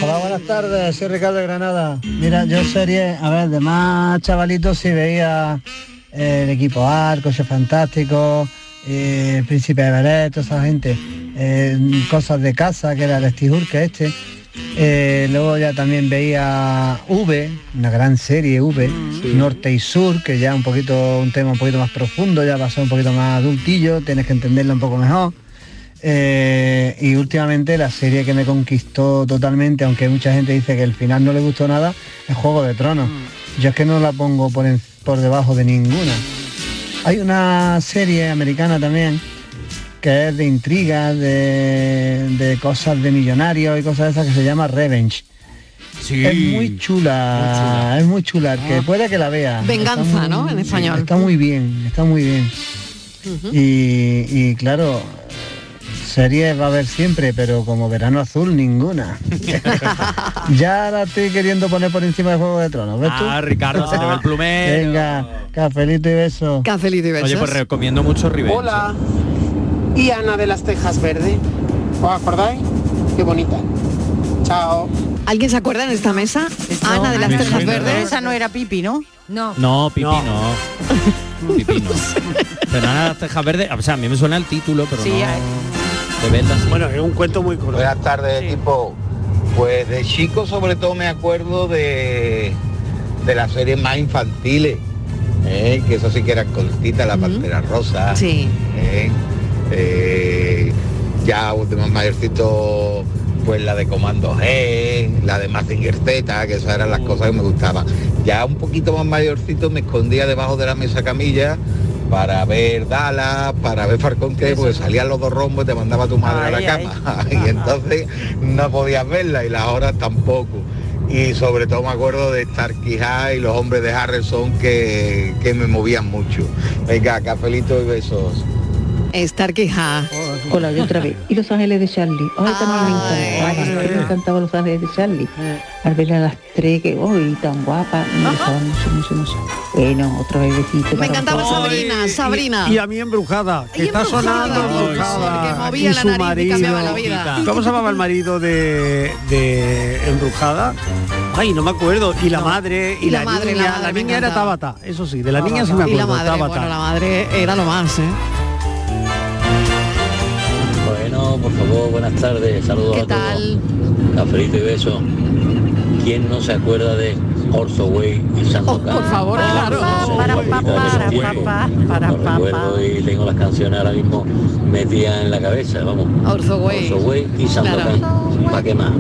[SPEAKER 27] Hola, buenas tardes, soy Ricardo de Granada. Mira, yo serie, a ver, de más chavalitos si veía eh, el equipo A, el coche fantástico, eh, el príncipe de Belén, toda esa gente, eh, cosas de casa, que era el Stihurke este. Eh, luego ya también veía V, una gran serie V, Norte y Sur, que ya un poquito, un tema un poquito más profundo, ya pasó un poquito más adultillo, tienes que entenderlo un poco mejor. Eh, y últimamente la serie que me conquistó totalmente, aunque mucha gente dice que el final no le gustó nada, es Juego de Tronos.
[SPEAKER 2] Mm.
[SPEAKER 27] Yo es que no la pongo por, en- por debajo de ninguna. Hay una serie americana también que es de intrigas, de, de cosas de millonarios y cosas de esas que se llama Revenge. Es muy chula, es muy chula, que puede que la vea.
[SPEAKER 2] Ah. Venganza,
[SPEAKER 27] Está
[SPEAKER 2] ¿no? En español.
[SPEAKER 27] Está muy bien, está muy bien.
[SPEAKER 22] Hmm.
[SPEAKER 5] ¿Mm?
[SPEAKER 27] y, y claro, series va a haber siempre, pero como verano azul ninguna. ya la estoy queriendo poner por encima de Juego de Tronos, ¿ves tú?
[SPEAKER 5] Ah, Ricardo, se te ve el plumero.
[SPEAKER 27] Venga, cafelito y beso.
[SPEAKER 2] Cafelito y
[SPEAKER 5] Oye, pues recomiendo mucho Rivera.
[SPEAKER 28] Hola. Y Ana de las Tejas Verde. ¿Os acordáis? Qué bonita. Chao.
[SPEAKER 2] ¿Alguien se acuerda en esta mesa? Ana de las Tejas Verdes.
[SPEAKER 6] Esa no era Pipi, ¿no?
[SPEAKER 8] No.
[SPEAKER 5] No, Pipi no. Pipi no. Pero nada, las tejas verdes. O sea, a mí me suena el título, pero
[SPEAKER 6] Sí,
[SPEAKER 5] no.
[SPEAKER 6] hay.
[SPEAKER 5] De verdad.
[SPEAKER 3] Bueno, es un cuento muy corto.
[SPEAKER 28] Buenas tardes, equipo. Pues de chico sobre todo me acuerdo de, de las series más infantiles, ¿eh? que eso sí que eran cortitas, la pantera
[SPEAKER 2] Ah.
[SPEAKER 28] rosa. ¿eh? Eh, ya últimos mayorcito, pues la de Comando G, la de Mazinger Z, que esas eran las cosas que me gustaban. Ya un poquito más mayorcito me escondía debajo de la mesa camilla para ver Dallas, para ver Falcon que porque salían los dos rombos y te mandaba tu madre a la cama. y entonces no podías verla y las horas tampoco. Y sobre todo me acuerdo de Starkey High y los hombres de Harrison que, que me movían mucho. Venga, cafelito y besos.
[SPEAKER 2] Estar queja.
[SPEAKER 1] Nicolau, yo otra vez. Y Los Ángeles de Charlie. Ay, también me encantaba. Ay, me encantaba Los Ángeles de Charlie.
[SPEAKER 2] Eh.
[SPEAKER 1] Al verla a las tres, que hoy tan guapa. Me gustaba mucho, mucho, mucho. Bueno, otra vez besito.
[SPEAKER 2] Me
[SPEAKER 1] para
[SPEAKER 2] encantaba
[SPEAKER 1] vosotros.
[SPEAKER 2] Sabrina,
[SPEAKER 4] Y-
[SPEAKER 2] Sabrina.
[SPEAKER 4] Y, a mí embrujada, que
[SPEAKER 2] Y
[SPEAKER 4] está
[SPEAKER 2] Embrujada,
[SPEAKER 4] sonando
[SPEAKER 2] por
[SPEAKER 4] embrujada.
[SPEAKER 2] favor, que movía
[SPEAKER 4] y
[SPEAKER 2] la
[SPEAKER 4] su
[SPEAKER 2] nariz y
[SPEAKER 4] marido.
[SPEAKER 2] cambiaba la vida.
[SPEAKER 4] ¿Cómo se llamaba el marido de, de embrujada? Ay, no me acuerdo. Y la madre, y,
[SPEAKER 2] Y
[SPEAKER 4] la,
[SPEAKER 2] la madre, la
[SPEAKER 4] niña, la,
[SPEAKER 2] madre me
[SPEAKER 4] niña era
[SPEAKER 2] encantaba.
[SPEAKER 4] Tabata, eso sí, de la niña sí me acuerdo,
[SPEAKER 2] Y la madre,
[SPEAKER 4] Tabata.
[SPEAKER 2] bueno, la madre era lo más, ¿eh?
[SPEAKER 29] Bueno, por favor, buenas tardes, saludos
[SPEAKER 2] ¿Qué
[SPEAKER 29] a todos.
[SPEAKER 2] tal?
[SPEAKER 29] Cafelito y beso. ¿Quién no se acuerda de Orsoway y Sandokan?
[SPEAKER 7] Oh, Por favor, claro. Para papá, para papá, para papá.
[SPEAKER 29] Recuerdo y tengo las canciones ahora mismo metidas en la cabeza, vamos.
[SPEAKER 2] Orzoway.
[SPEAKER 29] Orsoway y Sandokan. ¿Para qué más?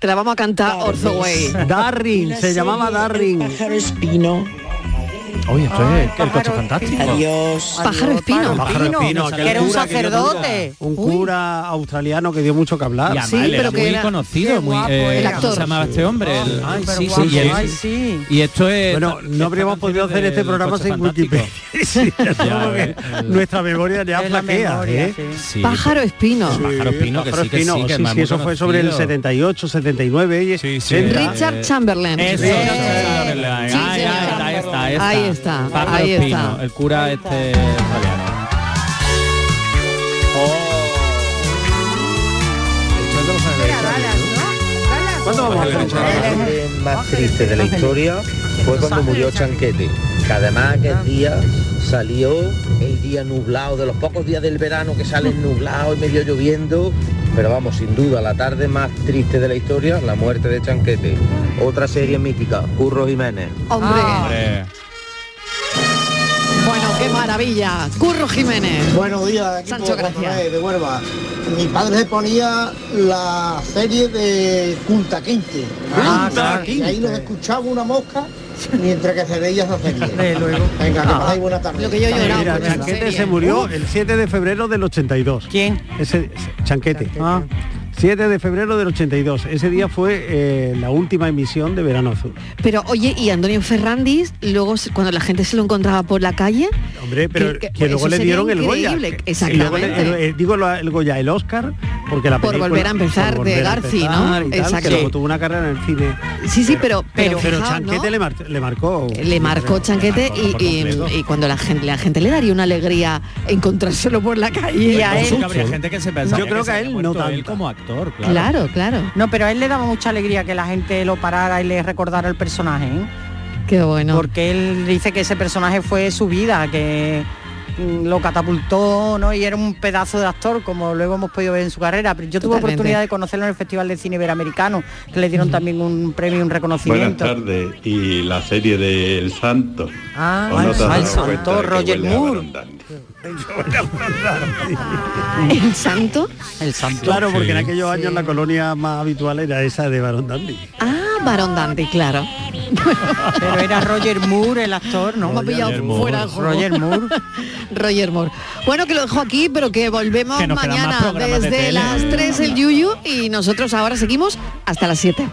[SPEAKER 2] Te la vamos a cantar Orzo Way.
[SPEAKER 4] Darrin, se llamaba Darrin.
[SPEAKER 30] Pájaro espino.
[SPEAKER 5] Oye, esto es el coche fantástico.
[SPEAKER 30] Adiós.
[SPEAKER 2] Pájaro espino.
[SPEAKER 4] Pájaro Espino, aquel
[SPEAKER 7] que era un
[SPEAKER 4] cura que yo
[SPEAKER 7] sacerdote.
[SPEAKER 4] Un cura australiano que dio mucho Ah, que hablar.
[SPEAKER 5] Y además, él era muy conocido, muy, eh, ¿cómo se llamaba este hombre? El-
[SPEAKER 4] Ay,
[SPEAKER 5] sí,
[SPEAKER 4] superguapo.
[SPEAKER 5] sí, y él-
[SPEAKER 4] Ah, Ay,
[SPEAKER 5] Y esto es...
[SPEAKER 4] Bueno, no habríamos podido hacer este programa sin Wikipedia. Sí, ya sabemos que Nuestra memoria ya flaquea. ¿eh?
[SPEAKER 5] Sí.
[SPEAKER 2] Pájaro espino.
[SPEAKER 5] Pájaro Pino, que
[SPEAKER 4] Pájaro
[SPEAKER 5] sí, que
[SPEAKER 4] Espino,
[SPEAKER 5] sí, que
[SPEAKER 4] sí,
[SPEAKER 5] más
[SPEAKER 4] sí, eso fue
[SPEAKER 5] conocido.
[SPEAKER 4] sobre el 78, 79. y etcétera.
[SPEAKER 2] Richard Chamberlain.
[SPEAKER 5] Eso,
[SPEAKER 2] Sí.
[SPEAKER 5] Chamberlain. Ahí, ahí, ahí está, ahí está.
[SPEAKER 2] Ahí está,
[SPEAKER 5] Pájaro
[SPEAKER 2] ahí
[SPEAKER 5] Espino,
[SPEAKER 2] está.
[SPEAKER 5] el cura este australiano.
[SPEAKER 4] ¿Cuándo vamos a hacer un programa?
[SPEAKER 9] más triste de la historia fue cuando murió Chanquete, que además aquel día salió el día nublado, de los pocos días del verano que salen nublado y medio lloviendo, pero vamos, sin duda, la tarde más triste de la historia, la muerte de Chanquete. Otra serie mítica, Curro Jiménez.
[SPEAKER 2] Hombre. Bueno, qué maravilla. Curro Jiménez.
[SPEAKER 27] Buenos días, equipo
[SPEAKER 2] Sancho
[SPEAKER 27] Cuatro
[SPEAKER 2] Gracia.
[SPEAKER 27] Reyes de Huelva. Mi padre se ponía la serie de Kunta Quinte.
[SPEAKER 2] Ah, Kunta
[SPEAKER 27] Y ahí
[SPEAKER 2] Kinte.
[SPEAKER 27] los escuchaba una mosca mientras que se veía esa serie. luego. Venga, que
[SPEAKER 4] Ah.
[SPEAKER 27] pasáis buena tarde.
[SPEAKER 2] Lo que yo he llorado
[SPEAKER 27] Mira,
[SPEAKER 2] por esa
[SPEAKER 27] Chanquete
[SPEAKER 2] serie.
[SPEAKER 27] se
[SPEAKER 4] Se murió el 7 de febrero del 82. ¿Quién? Ese, ese- Chanquete. Ah. 7 de febrero del 82. Ese día fue eh, la última emisión de Verano Azul.
[SPEAKER 2] Pero oye, y Antonio Ferrandis, luego se- cuando la gente se lo encontraba por la calle,
[SPEAKER 4] Hombre, pero
[SPEAKER 2] Que-
[SPEAKER 4] que,
[SPEAKER 2] que-
[SPEAKER 4] luego
[SPEAKER 2] eso
[SPEAKER 4] le
[SPEAKER 2] sería
[SPEAKER 4] dieron el Goya.
[SPEAKER 2] increíble,
[SPEAKER 4] Que- y luego le-
[SPEAKER 2] exactamente.
[SPEAKER 4] el- eh, digo la- el Goya, el Oscar, porque la
[SPEAKER 2] Por
[SPEAKER 4] película-
[SPEAKER 2] volver a empezar
[SPEAKER 4] por
[SPEAKER 2] de
[SPEAKER 4] volver a
[SPEAKER 2] Garci,
[SPEAKER 4] empezar
[SPEAKER 2] ¿no?
[SPEAKER 4] y tal,
[SPEAKER 2] Exacto.
[SPEAKER 4] que luego tuvo una carrera en el cine.
[SPEAKER 2] Sí, sí, pero- pero fijaos,
[SPEAKER 4] Chanquete
[SPEAKER 2] ¿no?
[SPEAKER 4] le, mar- le marcó.
[SPEAKER 2] le marcó Chanquete y, y- y cuando la gente, la gente le daría una alegría encontrárselo por la calle.
[SPEAKER 7] Y a él-
[SPEAKER 5] Habría gente que se pensaría
[SPEAKER 7] Yo creo
[SPEAKER 5] se
[SPEAKER 7] que a
[SPEAKER 5] había
[SPEAKER 7] él
[SPEAKER 5] muerto
[SPEAKER 7] no
[SPEAKER 5] él
[SPEAKER 7] tanto.
[SPEAKER 5] como actor, claro.
[SPEAKER 2] Claro, claro.
[SPEAKER 7] No, pero a él le daba mucha alegría que la gente lo parara y le recordara el personaje. ¿eh?
[SPEAKER 2] Qué bueno.
[SPEAKER 7] Porque él dice que ese personaje fue su vida, que mm, lo catapultó, ¿no? Y era un pedazo de actor, como luego hemos podido ver en su carrera. Pero yo tuve
[SPEAKER 21] Totalmente.
[SPEAKER 7] oportunidad de conocerlo en el Festival de Cine Iberoamericano, que le dieron también un premio y un
[SPEAKER 21] Buenas
[SPEAKER 7] reconocimiento.
[SPEAKER 21] tardes. Y la serie de El Santo.
[SPEAKER 7] Ah,
[SPEAKER 21] ¿O no te has
[SPEAKER 7] el
[SPEAKER 21] dado cuenta de
[SPEAKER 7] santo
[SPEAKER 21] que
[SPEAKER 7] Roger
[SPEAKER 21] huele a
[SPEAKER 7] Moore.
[SPEAKER 2] Ah, ¿El santo?
[SPEAKER 7] El santo.
[SPEAKER 4] Claro, porque en
[SPEAKER 21] Sí.
[SPEAKER 4] aquellos años la colonia más habitual era esa de Barón Dandy.
[SPEAKER 2] Ah, Barón Dante, claro.
[SPEAKER 7] Pero era Roger Moore el actor, ¿no?
[SPEAKER 2] Me ha pillado
[SPEAKER 7] Roger Moore.
[SPEAKER 2] fuera de juego.
[SPEAKER 7] Roger Moore.
[SPEAKER 2] Roger Moore. Bueno, que lo dejo aquí, pero que volvemos
[SPEAKER 7] Que nos quedan más
[SPEAKER 2] mañana
[SPEAKER 7] programas de
[SPEAKER 2] desde
[SPEAKER 7] tele.
[SPEAKER 2] las 3 el Yuyu y nosotros ahora seguimos hasta las 7.